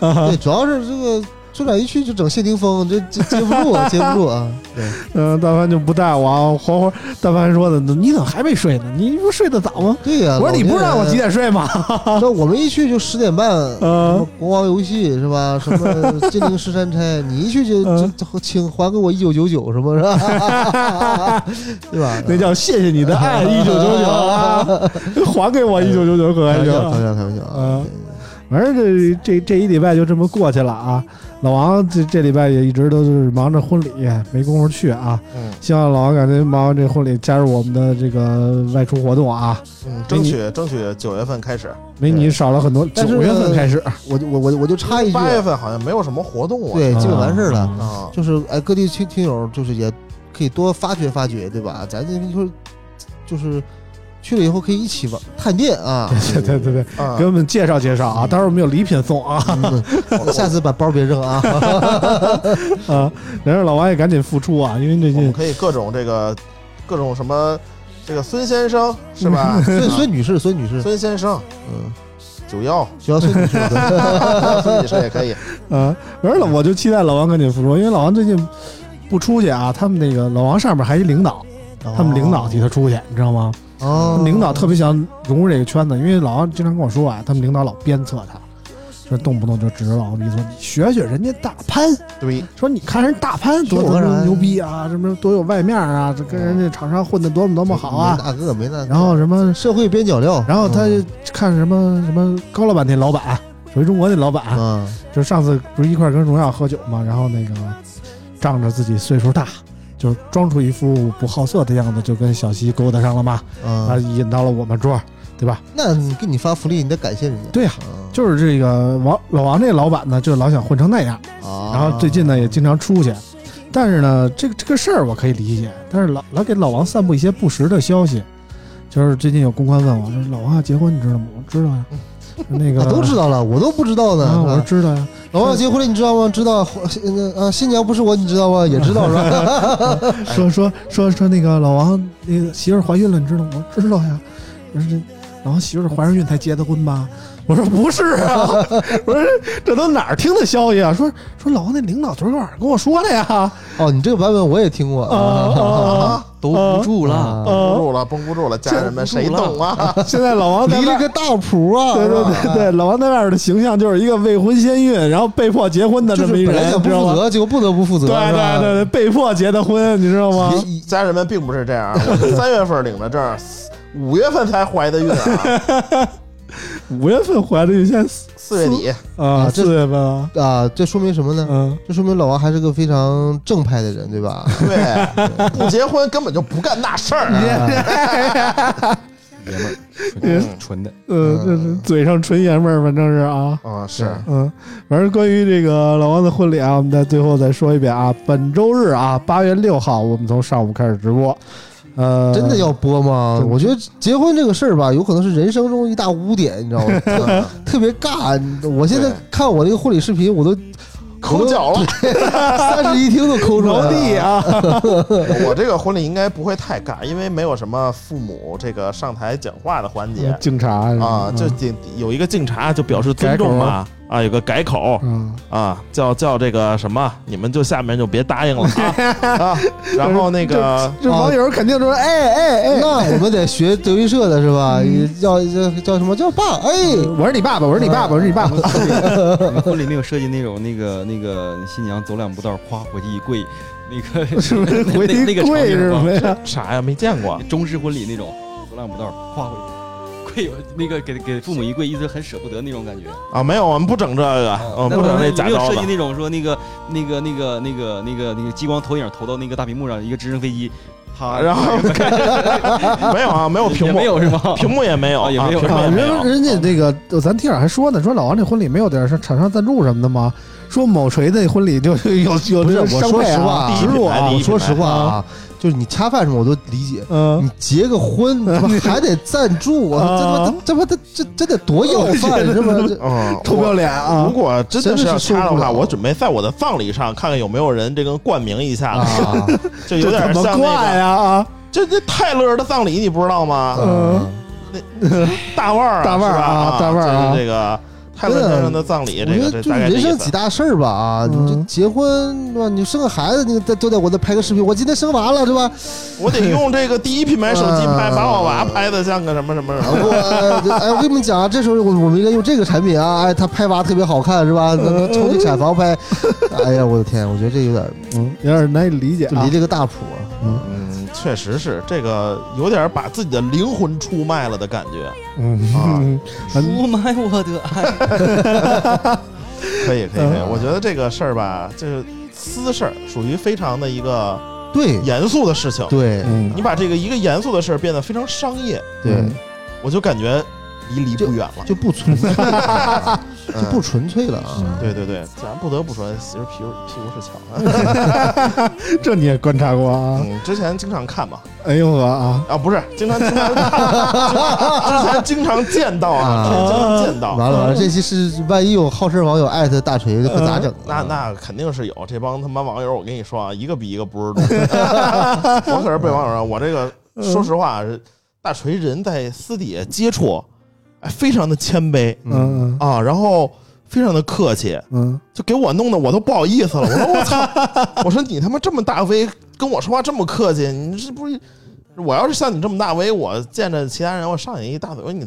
S4: 啊对，主要是这个村长一去就整谢霆锋，这接接不
S1: (laughs)
S4: 住，啊，接不住啊！对，
S1: 嗯，大潘就不带我啊，黄黄大潘说的，你怎么还没睡呢？你不睡得早吗？
S4: 对呀、
S1: 我说你不是让我几
S4: 点？
S1: 点睡吗？
S4: 那我们一去就十点半，什么
S1: 嗯
S4: 国王游戏是吧？什
S1: (laughs)
S4: 么金陵十三钗，你一去就就
S1: 嗯
S4: 就请还给我一九九九什么是
S1: (laughs)
S4: 吧？对吧？
S1: 那叫谢谢你的爱，一九九九啊，还给我一九九九，可
S4: 开
S1: 还
S4: 玩笑，开
S1: 行？
S4: 玩笑，开玩笑啊！
S1: 嗯反正这这这一礼拜就这么过去了啊。老王这这礼拜也一直都是忙着婚礼，没工夫去啊。
S4: 嗯
S1: 希望老王赶紧忙完这婚礼，加入我们的这个外出活动啊。
S4: 嗯
S6: 争取争取九月份开始，
S1: 没你少了很多，
S4: 但是
S1: 九月份开始，
S4: 我就我我我就插一句，啊
S6: 八月份好像没有什么活动啊。
S4: 对，
S1: 啊
S4: 基哎本完事儿了。
S6: 啊，
S4: 就是哎，各地听听友就是也可以多发掘发掘，对吧？咱这就是就是去了以后可以一起玩探店啊。
S1: 对对对对，
S6: 啊
S1: 给我们介绍介绍啊，到时候我们有礼品送啊。
S4: (laughs) 嗯下次把包别扔
S1: (laughs)
S4: 啊！
S1: 啊，然后老王也赶紧复出啊，因为最
S6: 我们
S1: 近
S4: 哦
S6: 可以各种这个各种什么这个孙先生是吧？
S4: 孙孙女士，孙女士，
S6: 孙先生
S4: 嗯，
S6: 九幺，
S4: 需要孙女士。
S1: (laughs)
S6: 孙女士也
S8: (laughs)
S6: 可以。
S1: 啊，完了我就期待老王赶紧复出，因为老王最近不出去啊，他们那个老王上面还一领导，他们领导替他出去，你知道吗？
S4: 哦，
S1: 领导特别想融入这个圈子，因为老王经常跟我说啊，他们领导老鞭策他。这动不动就指着老王逼说你学学人家大潘，
S4: 对，
S1: 说你看人大潘多
S4: 是我
S1: 多
S4: 啥呀
S1: 牛逼啊，什么多有外面啊，这跟
S4: 嗯
S1: 人家厂商混的多么多么好啊
S4: 没，大哥没大哥，
S1: 然后什么
S4: 社会边角料，嗯
S1: 然后他看什么什么高老板那老板，属于中国那老板，
S4: 嗯
S1: 就上次不是一块儿跟荣耀喝酒嘛，然后那个仗着自己岁数大，就装出一副不好色的样子，就跟小西勾搭上了嘛，啊，
S4: 嗯，
S1: 引到了我们桌，对吧？
S4: 那你给你发福利，你得感谢人家。
S1: 对呀、啊
S4: 嗯
S1: 就是这个王老王这老板呢，就老想混成那样，
S4: 啊，
S1: 然后最近呢也经常出去，但是呢，这个这个事儿我可以理解，但是老老给老王散布一些不实的消息，就是最近有公关问我，说老王要结婚你知道吗？我知道呀，那个
S4: 啊都知道了，我都不知道呢。
S1: 啊，
S4: 是
S1: 我说
S4: 吧
S1: 知道呀，
S4: 老王要结婚了，你知道吗？知道，呃，啊新娘不是我，你知道吗？也知道
S1: (laughs)
S4: 是吧？哎
S1: 说说说说那个老王那个媳妇儿怀孕了，你知道吗？我知道呀。我说这老王媳妇儿怀上孕才结的婚吧？我说不是
S4: (laughs)
S1: 啊，我说这都哪儿听的消息啊？说说老王那领导昨天晚上跟我说的呀。啊
S4: 哦，你这个版本我也听过
S1: 啊啊！
S2: 兜不住了，
S4: 啊
S1: 啊
S8: 绷不住了，绷不住了，家人们谁懂啊？
S1: 现在老王在
S4: 离了
S1: 外
S4: 个大谱啊！
S1: 对对对对，老王在外边的形象就是一个未婚先孕，然后被迫结婚的
S4: 就
S1: 这
S4: 是
S1: 么一
S4: 本来
S1: 人，
S4: 想
S1: 你
S4: 哎不
S1: 知道
S4: 负
S1: 吗？
S4: 责，结果不得不负责，
S1: 对啊
S4: 是吧
S1: 对对对，被迫结的婚，你知道
S8: (laughs)
S1: 吗？
S8: 一家人们并不是这样，我是三月份领的证，四五月份才怀的孕啊，
S1: 五月份怀的孕，现在四
S8: 四月底
S1: 啊
S4: 啊这
S1: 四月份啊，
S4: 啊，这说明什么呢？
S1: 嗯，
S4: 这说明老王还是个非常正派的人，对吧？
S8: 对，不结婚根本就不干那事儿啊。
S4: 嗯
S1: (laughs)
S2: 爷们儿，纯纯的， (laughs)
S1: 呃，这
S4: 嗯
S1: 是嘴上纯爷们儿，反正是啊，
S8: 啊，是
S1: 嗯，反正关于这个老王的婚礼啊，我们在最后再说一遍啊，本周日啊，八月六号，我们从上午开始直播，呃，
S4: 真的要播吗？
S1: 真的
S4: 我觉得结婚这个事儿吧，有可能是人生中一大污点，你
S1: (laughs)
S4: 知道吗？特特别尬。我现在
S8: 对
S4: 看我那个婚礼视频，我都
S8: 抠脚了。
S4: 三室一厅都抠出
S1: (laughs)
S4: 来
S1: 挠地
S4: 了。
S1: 啊，
S8: 我这个婚礼应该不会太尬，因为没有什么父母这个上台讲话的环节
S1: 嗯警察
S8: 啊，就
S1: 这
S8: 顶
S6: 有一个敬茶就表示尊重嘛，啊，有个改口
S1: 嗯，
S6: 啊，叫叫这个什么，你们就下面就别答应了啊
S1: (laughs)
S6: 啊，然后那个
S1: 这网友肯定说，哎哎嗯哎，
S4: 那我们得学德云社的是吧？叫叫叫什么叫爸？哎，
S1: 嗯我是你爸爸，我是你爸爸，我是你爸
S6: (laughs)
S1: 爸，
S2: 你们婚礼没有设计那种那个那个新娘走两步道，夸回去一跪，那个
S1: (laughs) 是不是
S2: 那
S1: 回
S2: 那
S1: 去
S2: 那个场
S1: 跪
S2: 景
S1: 是
S2: 吗
S1: 没呀？
S6: 啥呀？没见过，
S2: (laughs) 中式婚礼那种，走两步道，夸回去，跪 (laughs) 那个给给父母一跪，一直很舍不得那种感觉。
S6: 啊，没有，我们不整这个，
S1: 哦
S6: 嗯，
S2: 那
S6: 不
S2: 我
S6: 整
S2: 们
S6: 这
S2: 有
S6: 假
S2: 没有
S6: 招
S2: 设
S6: 的
S2: 计。那种说那个那个那个那个那个那个激光投影投到那个大屏幕上，一个直升飞机，
S1: 啊
S2: 啪，
S6: 然后没有啊，没有屏
S2: 也
S6: 幕
S2: 没，有是
S6: (laughs)
S2: 吗？
S6: 屏幕也没有
S2: 啊
S6: 啊，
S2: 也没有
S6: 屏幕
S1: 啊，
S6: 也没
S1: 人
S6: 有。
S1: 人家那个，呃咱听友还说呢，说老王这婚礼没有点是厂商赞助什么的吗？说某锤的婚礼就 (laughs) 有有
S4: 不
S1: 这
S4: 是
S1: 个
S4: 我
S1: 商
S4: 说
S1: 配
S4: 实话
S1: 啊，
S4: 啊
S1: 植入啊
S6: 第，
S4: 我
S6: 一品牌
S4: 说实话啊，就是你恰饭什么我都理解，
S1: 嗯
S4: 你，结个
S6: (laughs)
S4: 婚你他妈还得赞助，我
S1: 啊
S4: 这他妈这这这得多要饭是吧？这
S1: (laughs)
S8: 嗯，
S1: 臭不要脸
S8: 我如
S1: 啊！
S8: 果真的是
S4: 真的是
S8: 要
S4: 受
S8: 掐的
S4: 不
S8: 话，
S4: 了
S8: 我准备在我的葬礼上看看有没有人这个冠名一下，
S4: 啊，
S1: 这
S6: 就有点
S1: 怎么
S6: 像
S1: 挂
S6: 那个，
S1: 呀啊？
S6: 这这泰勒的葬礼你不知道吗？
S4: 啊
S1: 嗯
S6: 大腕儿啊，
S1: 大腕儿啊
S6: 是吧啊，
S1: 大腕儿啊
S6: 就是这个泰勒先生的葬礼，
S4: 我
S6: 这
S4: 觉得就
S6: 个这
S4: 是
S6: 大概这
S4: 人
S6: 意
S4: 生
S6: 思
S4: 几。大事儿吧啊，你这
S1: 嗯
S4: 结婚对吧？你生个孩子，你再都得我再拍个视频，我今天生娃了是吧？
S6: 我得用这个第一品牌手机拍，
S4: 嗯
S6: 把我娃拍的像个什么什么什么。
S4: 我啊哎，我跟你们讲啊，这时候我我们应该用这个产品啊，哎，它拍娃特别好看是吧？从你产房拍，哎呀，我的天，我觉得这有点
S1: 嗯，有点难以理解
S4: 就
S1: 啊
S4: 离。这个大谱啊。
S6: 嗯，确实是这个有点把自己的灵魂出卖了的感觉。
S1: (laughs) 嗯，嗯
S2: 出卖我的爱，
S6: 可以，可以，可以。
S1: 嗯
S6: 我觉得这个事儿吧，就是私事儿，属于非常的一个
S4: (laughs) 对
S6: 严肃的事情。
S4: 对
S1: 嗯
S6: 你把这个一个严肃的事儿变得非常商业，
S4: 对，
S6: 我就感觉离离不远了。
S4: 就不纯粹，就不纯粹了啊。
S6: 对对对，咱不得不说，其实皮肤屁股是强的。
S1: (laughs) 这你也观察过啊？
S6: 嗯， (laughs) 之前经常看嘛，
S1: 哎呦呵啊，
S6: 啊，不是，经常经常看，之前经常见到啊，
S4: 啊
S6: 经常见到。
S4: 完了完了，这期是万一有好事网友艾特大锤，可咋整啊？
S6: 嗯那那肯定是有这帮他妈网友，我跟你说啊，一个比一个不是东西。 (laughs) 我可是被网友，我这个说实话，大锤人在私底下接触，哎，非常的谦卑
S1: 嗯
S6: 啊，然后非常的客气，
S1: 嗯
S6: 就给我弄得我都不好意思了。我说我操，我说你他妈这么大 V 跟我说话这么客气，你这不是我要是像你这么大 V，我见着其他人，我上你一大嘴，我说你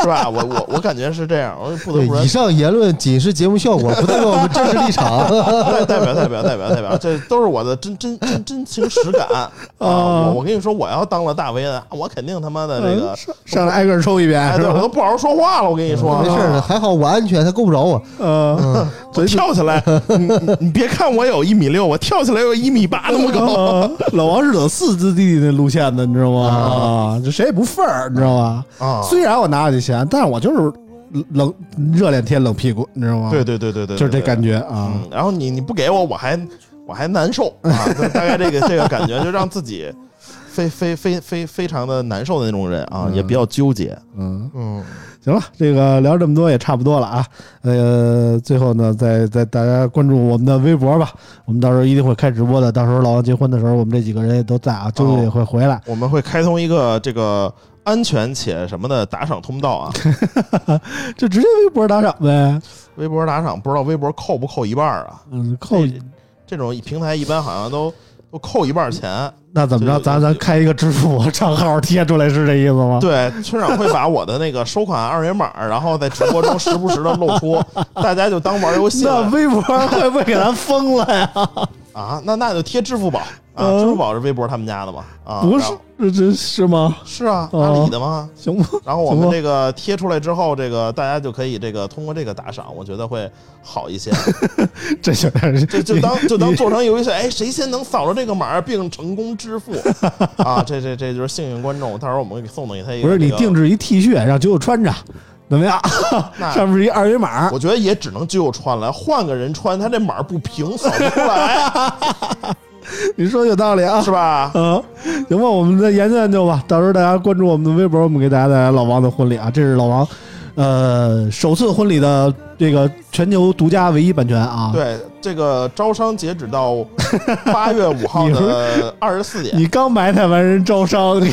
S6: 是吧？我我我感觉是这样，我不
S4: 对，
S6: 得不说
S4: 以，上言论仅是节目效果，不代表我们正式立场。
S6: 代代表代表代表代表，这都是我的真真真真情实感啊！我我跟你说，我要当了大 V 的，我肯定他妈的
S4: 嗯
S6: 这个，
S1: 嗯上来挨个抽一遍
S6: 哎，
S1: (laughs) 是
S6: 对我
S1: 吧？
S6: 都不好好说话了。我跟你说，
S4: 嗯
S6: 啊
S4: 没事儿的，还好我安全，他够不着我。
S1: 呃，
S9: 我跳起
S4: (laughs)
S9: 来，你你你别看我有一米六，我跳起来有一米八那么
S4: 嗯
S9: 高。
S1: 啊 (laughs) 老王是走四字弟弟那路线的，你知道吗？啊，这谁也不份儿，你知道吗？
S6: 啊，
S1: 虽然我拿了这钱，但是我就是冷热脸贴冷屁股，你知道吗？
S6: 对，对对对对，
S1: 就是这
S6: 对
S1: 感觉啊。
S6: 嗯，然后你你不给我，我还我还难受啊，就大概
S1: (laughs)
S6: 这个这个感觉，就让自己非非非非非常的难受的那种人啊，也比较纠结。
S1: 嗯，
S6: 嗯，
S1: 行了，这个聊这么多也差不多了啊。呃，最后呢，再再大家关注我们的微博吧，我们到时候一定会开直播的。到时候老王结婚的时候，我们这几个人也都在啊，周六也会回来。
S6: 我们会开通一个这个安全且什么的打赏通道
S1: (laughs)
S6: 啊，
S1: 就直接微博打赏呗。
S6: 微博打赏不知道微博扣不扣一半儿啊？
S1: 嗯，扣
S6: 这这种平台一般好像都都扣一半儿钱。
S1: 那怎么着？
S6: 就
S1: 咱咱开一个支付宝 (laughs) 账号贴出来是这意思吗？
S6: 对，村长会把我的那个收款二维码，然后在直播中时不时的露
S1: (laughs)
S6: 出，大家就当玩游戏
S1: 那
S6: 了
S1: 微博会不会给咱封了呀？
S6: 啊。那那就贴支付宝啊，
S1: 嗯
S6: 支付宝是微博他们家的嘛？啊，
S1: 不
S6: 然
S1: 是
S6: 后，
S1: 这这是吗？
S6: 是啊，
S1: 哦
S6: 阿里的吗？
S1: 行吧，
S6: 然后我
S1: 行
S6: 们
S1: 吧
S6: 这个贴出来之后，这个大家就可以这个通过这个打赏，我觉得会好
S1: (laughs)
S6: 一些。
S1: (laughs) 这有点儿
S6: 就就当就当做成游戏，哎，谁先能扫着这个码并成功
S1: (laughs)
S6: 支付啊？这这这就是幸运观众，到时候我们给送给他一个。
S1: 不是你定，制一 T 恤让九九穿 (laughs) 着，怎么样？
S6: 那
S1: 上面是一二维码，
S6: 我觉得也只能就穿了，换个人穿，他这码不平，扫不
S1: (laughs)
S6: 出来，
S1: 你说有道理啊
S6: 是。吧？
S1: 嗯，行吧，我们再研究研究吧。到时候大家关注我们的微博，我们给大家带来老王的婚礼啊，这是老王，呃，首次婚礼的这个全球独家唯一版权啊。，
S6: 对，这个招商截止到八月五
S1: (laughs)
S6: 号的二十四点。
S1: 你刚埋汰完人招商，你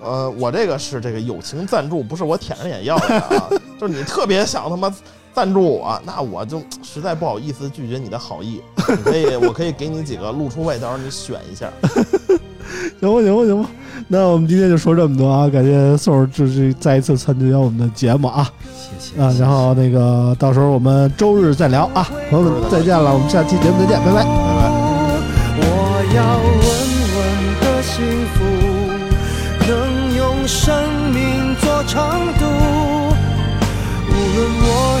S6: 呃，我这个是这个友情赞助，不是我舔着眼要的啊。 (laughs) 就是你特别想他妈赞助我，那我就实在不好意思拒绝你的好意。你可以，我可以给你几个露出位，到时候你选一下。
S1: 行吧，行吧，行吧。那我们今天就说这么多啊，感谢宋儿就是再一次参加我们的节目啊
S10: 谢谢
S1: 啊，然后那个到时候我们周日再聊啊，朋友们再见了，我们下期节目再见，拜拜。
S11: 我要稳稳的幸福，能用生命做长度。无论我